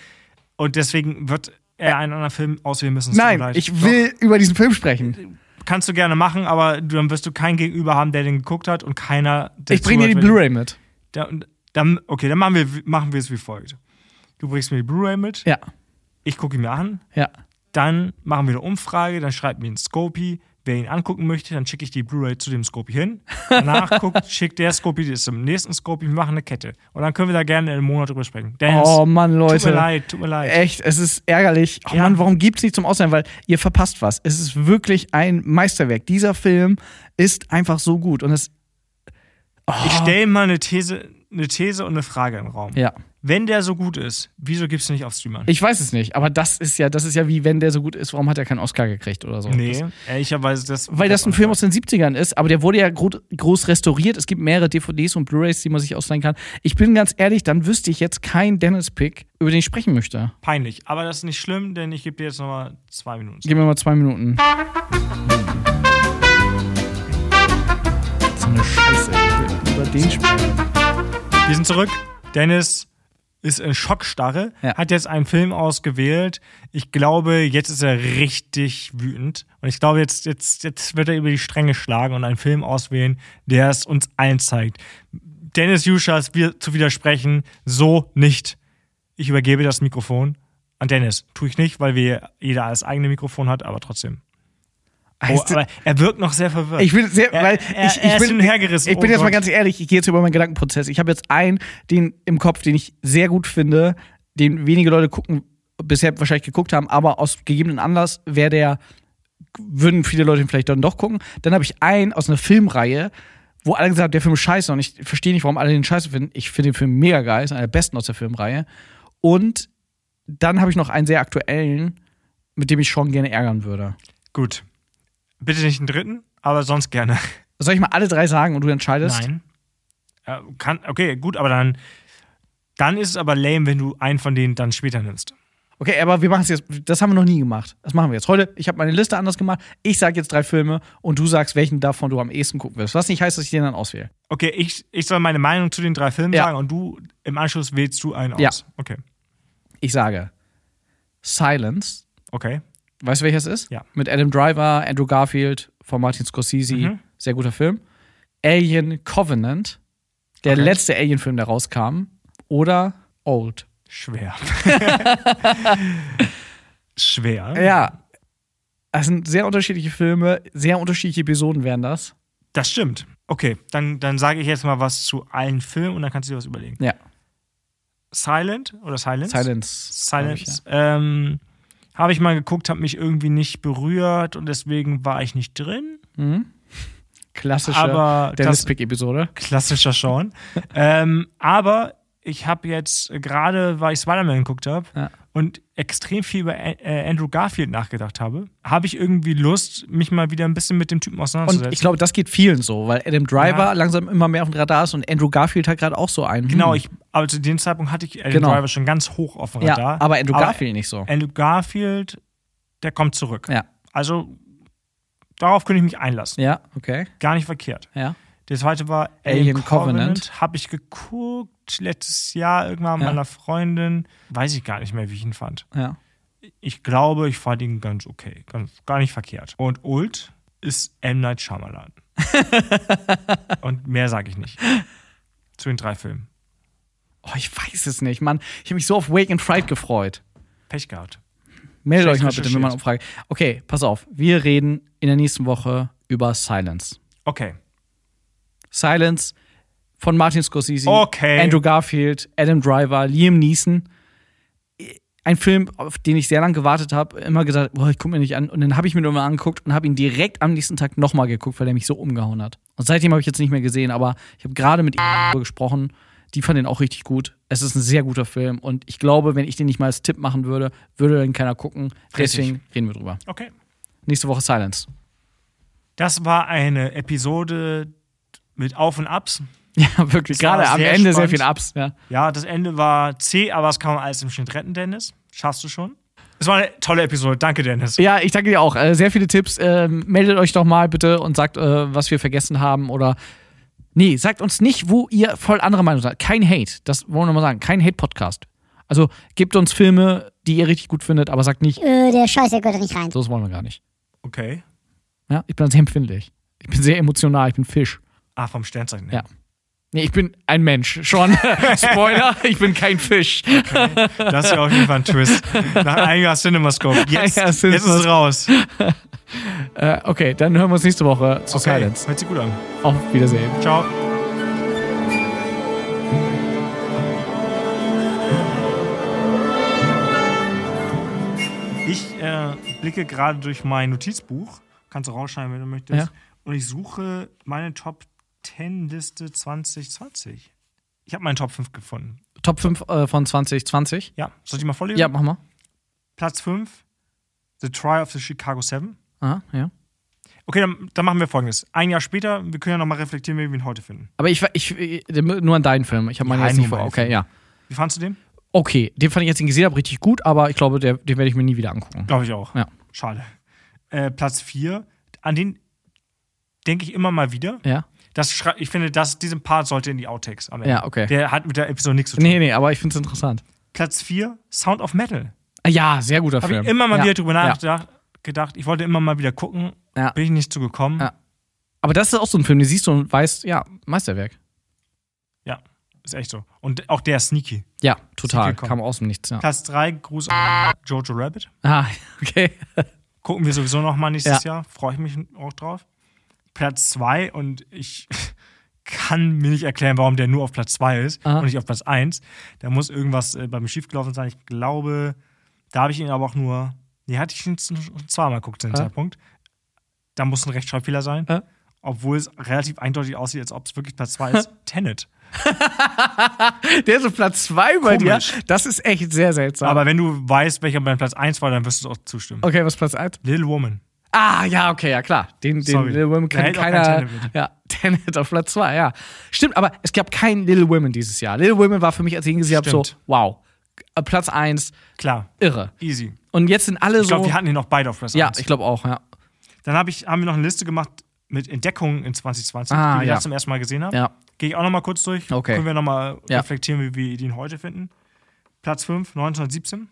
Und deswegen wird er einen anderen Film auswählen müssen. Es tut mir Nein, leid. ich will über diesen Film sprechen. Kannst du gerne machen, aber du- dann wirst du keinen Gegenüber haben, der den geguckt hat und keiner, der Ich bringe dir die zuhört, wenn- Blu-ray mit. Da, dann, okay, dann machen wir, machen wir es wie folgt. Du bringst mir die Blu-ray mit. Ja. Ich gucke ihn mir an. Ja. Dann machen wir eine Umfrage, dann schreibt mir ein Scopy, wer ihn angucken möchte, dann schicke ich die Blu-ray zu dem Scopy hin. Danach guckt, schickt der Scopy das zum nächsten Scopy, wir machen eine Kette. Und dann können wir da gerne in einem Monat drüber sprechen. Dennis, Oh Mann, Leute. Tut mir leid, tut mir leid. Echt, es ist ärgerlich. Oh Mann, warum gibt es nicht zum Ausleihen? Weil ihr verpasst was. Es ist wirklich ein Meisterwerk. Dieser Film ist einfach so gut. Und es. Ich stelle mal eine These, eine These und eine Frage im Raum. Ja. Wenn der so gut ist, wieso gibst du nicht auf Streamern? Ich weiß es nicht, aber das ist ja, das ist ja wie wenn der so gut ist, warum hat er keinen Oscar gekriegt oder so? Nee, Das, ehrlicherweise das. weil das ein Film aus den 70ern ist, aber der wurde ja gro groß restauriert. Es gibt mehrere DVDs und Blu-Rays, die man sich ausleihen kann. Ich bin ganz ehrlich, dann wüsste ich jetzt keinen Dennis-Pick, über den ich sprechen möchte. Peinlich. Aber das ist nicht schlimm, denn ich gebe dir jetzt nochmal zwei Minuten. Gib mir mal zwei Minuten. So eine Scheiße. Ich will über den sprechen. Wir sind zurück. Dennis ist in Schockstarre, hat jetzt einen Film ausgewählt. Ich glaube, jetzt ist er richtig wütend. Und ich glaube, jetzt, jetzt, jetzt wird er über die Stränge schlagen und einen Film auswählen, der es uns allen zeigt. Dennis Juschas wir zu widersprechen, so nicht. Ich übergebe das Mikrofon an Dennis. Tue ich nicht, weil wir jeder das eigene Mikrofon hat, aber trotzdem. Oh, Heißt du- aber er wirkt noch sehr verwirrt. Ich bin sehr, er, weil er, ich, ich er ist bin hin und her gerissen. Ich bin Oh jetzt mal Gott. ganz ehrlich, ich gehe jetzt über meinen Gedankenprozess. Ich habe jetzt einen, den im Kopf, den ich sehr gut finde, den wenige Leute gucken, bisher wahrscheinlich geguckt haben, aber aus gegebenen Anlass wäre der, würden viele Leute ihn vielleicht dann doch gucken. Dann habe ich einen aus einer Filmreihe, wo alle gesagt haben, der Film ist scheiße und ich verstehe nicht, warum alle den scheiße finden. Ich finde den Film mega geil, ist einer der besten aus der Filmreihe. Und dann habe ich noch einen sehr aktuellen, mit dem ich schon gerne ärgern würde. Gut. Bitte nicht einen dritten, aber sonst gerne. Soll ich mal alle drei sagen und du entscheidest? Nein. Äh, kann, okay, gut, aber dann, dann ist es aber lame, wenn du einen von denen dann später nimmst. Okay, aber wir machen es jetzt. Das haben wir noch nie gemacht. Das machen wir jetzt. Heute, ich habe meine Liste anders gemacht. Ich sage jetzt drei Filme und du sagst, welchen davon du am ehesten gucken wirst. Was nicht heißt, dass ich den dann auswähle. Okay, ich, ich soll meine Meinung zu den drei Filmen Ja. sagen und du im Anschluss wählst du einen aus. Ja. Okay. Ich sage Silence. Okay. Weißt du, welches ist? Ja. Mit Adam Driver, Andrew Garfield von Martin Scorsese. Mhm. Sehr guter Film. Alien Covenant. Der Okay. letzte Alien-Film, der rauskam. Oder Old. Schwer. Schwer. Ja. Das sind sehr unterschiedliche Filme, sehr unterschiedliche Episoden wären das. Das stimmt. Okay, dann, dann sage ich jetzt mal was zu allen Filmen und dann kannst du dir was überlegen. Ja. Silent oder Silence? Silence, Silence. glaub ich, ähm, habe ich mal geguckt, habe mich irgendwie nicht berührt und deswegen war ich nicht drin. Mhm. Klassische Aber Dennis klass- Pick-Episode. Klassischer Sean. ähm, aber ich habe jetzt äh, gerade, weil ich Spider-Man geguckt habe und extrem viel über A- äh, Andrew Garfield nachgedacht habe, habe ich irgendwie Lust, mich mal wieder ein bisschen mit dem Typen auseinanderzusetzen. Und ich glaube, das geht vielen so, weil Adam Driver Ja. langsam immer mehr auf dem Radar ist und Andrew Garfield hat gerade auch so einen. Genau, Hm. ich, aber zu dem Zeitpunkt hatte ich Adam Genau. Driver schon ganz hoch auf dem Ja, Radar. aber Andrew Garfield nicht so. Andrew Garfield, der kommt zurück. Ja. Also darauf könnte ich mich einlassen. Ja, okay. Gar nicht verkehrt. Ja. Der zweite war Alien Alien, Covenant. Covenant. Habe ich geguckt letztes Jahr irgendwann mit Ja. meiner Freundin. Weiß ich gar nicht mehr, wie ich ihn fand. Ja. Ich glaube, ich fand ihn ganz okay. Ganz, gar nicht verkehrt. Und Ult ist M. Night Shyamalan. Und mehr sage ich nicht. Zu den drei Filmen. Oh, ich weiß es nicht, Mann. Ich habe mich so auf Wake and Fright gefreut. Pech gehabt. Meldet Schlecht euch mal bitte, wenn man Umfrage. Okay, pass auf. Wir reden in der nächsten Woche über Silence. Okay. Silence von Martin Scorsese, Okay. Andrew Garfield, Adam Driver, Liam Neeson. Ein Film, auf den ich sehr lange gewartet habe, immer gesagt, boah, ich gucke mir nicht an. Und dann habe ich mir nur mal angeguckt und habe ihn direkt am nächsten Tag nochmal geguckt, weil er mich so umgehauen hat. Und seitdem habe ich jetzt nicht mehr gesehen, aber ich habe gerade mit ihm darüber gesprochen. Die fand den auch richtig gut. Es ist ein sehr guter Film und ich glaube, wenn ich den nicht mal als Tipp machen würde, würde dann keiner gucken. Richtig. Deswegen reden wir drüber. Okay. Nächste Woche Silence. Das war eine Episode mit Auf und Abs. Ja, wirklich. Das war Gerade am sehr Ende sehr spannend. viel Ups. Ja. Ja, das Ende war zäh, aber das kann man alles im Schnitt retten, Dennis. Schaffst du schon. Es war eine tolle Episode. Danke, Dennis. Ja, ich danke dir auch. Äh, Sehr viele Tipps. Ähm, meldet euch doch mal bitte und sagt, äh, was wir vergessen haben oder. Nee, sagt uns nicht, wo ihr voll andere Meinung seid. Kein Hate. Das wollen wir mal sagen. Kein Hate-Podcast. Also gebt uns Filme, die ihr richtig gut findet, aber sagt nicht, Äh, der Scheiße gehört da nicht rein. so das wollen wir gar nicht. Okay. Ja, ich bin sehr empfindlich. Ich bin sehr emotional. Ich bin Fisch. Ah, vom Sternzeichen. Ja. Nee, ich bin ein Mensch. Schon. Spoiler, ich bin kein Fisch. Das ist ja auf jeden Fall ein Twist. Nach einiger Cinemascope. Jetzt, Einiger jetzt ist es raus. Äh, okay, dann hören wir uns nächste Woche zu Okay, Silence. hört sich gut an. Auf Wiedersehen. Ciao. Ich äh, blicke gerade durch mein Notizbuch. Kannst du rausschneiden, wenn du möchtest. Ja. Und ich suche meine Top 10 Liste 2020. Ich habe meinen Top 5 gefunden. Top 5 äh, von 2020. Ja, soll ich mal vorlesen? Ja, mach mal. Platz 5, The Try of the Chicago 7. Aha, ja. Okay, dann, dann machen wir folgendes. Ein Jahr später, wir können ja nochmal reflektieren, wie wir ihn heute finden. Aber ich, ich, ich nur an deinen Film. Ich habe meinen Ja, jetzt nur nicht vor. meinen Okay, Film. ja. Wie fandst du den? Okay, den fand ich jetzt den gesehen habe richtig gut, aber ich glaube, der, den werde ich mir nie wieder angucken. Glaube ich auch. Ja. Schade. Äh, Platz 4, an den denke ich immer mal wieder. Ja. Das schrei- ich finde, das, diesen Part sollte in die Outtakes am Ende. Ja, okay. Der hat mit der Episode nichts zu tun. Nee, nee, aber ich finde es interessant. Platz 4, Sound of Metal. Ah, Ja, sehr guter Habe Film. ich immer mal ja. wieder drüber ja. nachgedacht. Gedacht. Ich wollte immer mal wieder gucken. Ja. Bin ich nicht zugekommen. Ja. Aber das ist auch so ein Film, den siehst du und weißt, ja, Meisterwerk. ja, ist echt so. Und auch der ist sneaky. Ja, total. Sneaky kommt. Kam aus dem Nichts, ja. Platz 3, Gruß an Jojo Rabbit. Ah, okay. Gucken wir sowieso nochmal nächstes Ja. Jahr. Freue ich mich auch drauf. Platz 2 und ich kann mir nicht erklären, warum der nur auf Platz 2 ist Aha. und nicht auf Platz 1. Da muss irgendwas äh, beim schiefgelaufen sein. Ich glaube, da habe ich ihn aber auch nur. Nee, hatte ich ihn z- schon zweimal geguckt zu dem Ah. Zeitpunkt. Da muss ein Rechtschreibfehler sein. Ah. Obwohl es relativ eindeutig aussieht, als ob es wirklich Platz 2 ist. Tenet. Der ist auf Platz 2 bei dir. Komisch. Das ist echt sehr seltsam. Aber wenn du weißt, welcher bei Platz 1 war, dann wirst du auch zustimmen. okay, was ist Platz 1? Little Woman. Ah, ja, okay, ja klar. Den, den Sorry. Little Women Da kann hält auch kein keiner. Tenet mit. Ja, Tenet auf Platz 2, ja. Stimmt, aber es gab kein Little Women dieses Jahr. Little Women war für mich, als ich ihn gesehen habe, so, Stimmt. wow. Äh, Platz 1, Klar. irre. Easy. Und jetzt sind alle Ich glaube, so. wir hatten ihn noch beide auf Platz ja, 1. ich glaube auch, ja. Dann hab ich, haben wir noch eine Liste gemacht mit Entdeckungen in 2020, Ah, die wir ja. da zum ersten Mal gesehen haben. Ja. Gehe ich auch nochmal kurz durch. Okay. Können wir nochmal Ja. reflektieren, wie wir den heute finden. Platz 5, 1917.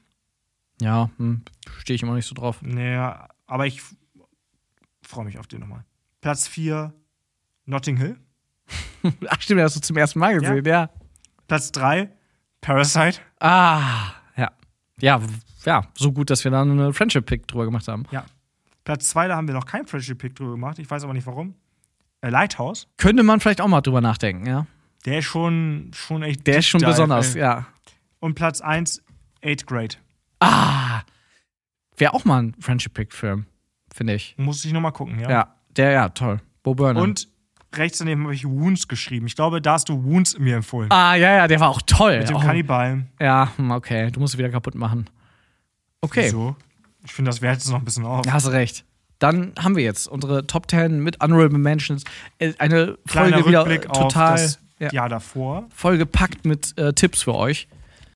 Ja, hm, stehe ich immer nicht so drauf. Naja, aber ich freue mich auf den nochmal. Platz 4, Notting Hill. Ach stimmt, das hast du zum ersten Mal gesehen, ja. Platz 3, Parasite. Ah, ja. Ja, w- ja, so gut, dass wir da eine Friendship-Pick drüber gemacht haben. Ja. Platz 2, da haben wir noch kein Friendship-Pick drüber gemacht. Ich weiß aber nicht warum. Äh, Lighthouse. Könnte man vielleicht auch mal drüber nachdenken, ja. Der ist schon, schon echt. Der ist schon deep dive, besonders, ey. ja. Und Platz 1, 8th Grade. Ah! Wäre auch mal ein Friendship-Pick-Film, finde ich. Muss ich nochmal gucken, ja. Ja. der, ja, toll. Bo Burnham. Und rechts daneben habe ich Wounds geschrieben. Ich glaube, da hast du Wounds mir empfohlen. Ah, ja, ja, der war auch toll. Mit dem oh. Kannibalen. Ja, hm, okay, du musst es wieder kaputt machen. Okay. Wieso? Ich finde, das wertet es noch ein bisschen auf. Da hast du recht. Dann haben wir jetzt unsere Top 10 mit Unreal Mentions. Äh, Eine Kleiner Folge wieder äh, Rückblick auf total das Jahr davor. vollgepackt mit äh, Tipps für euch.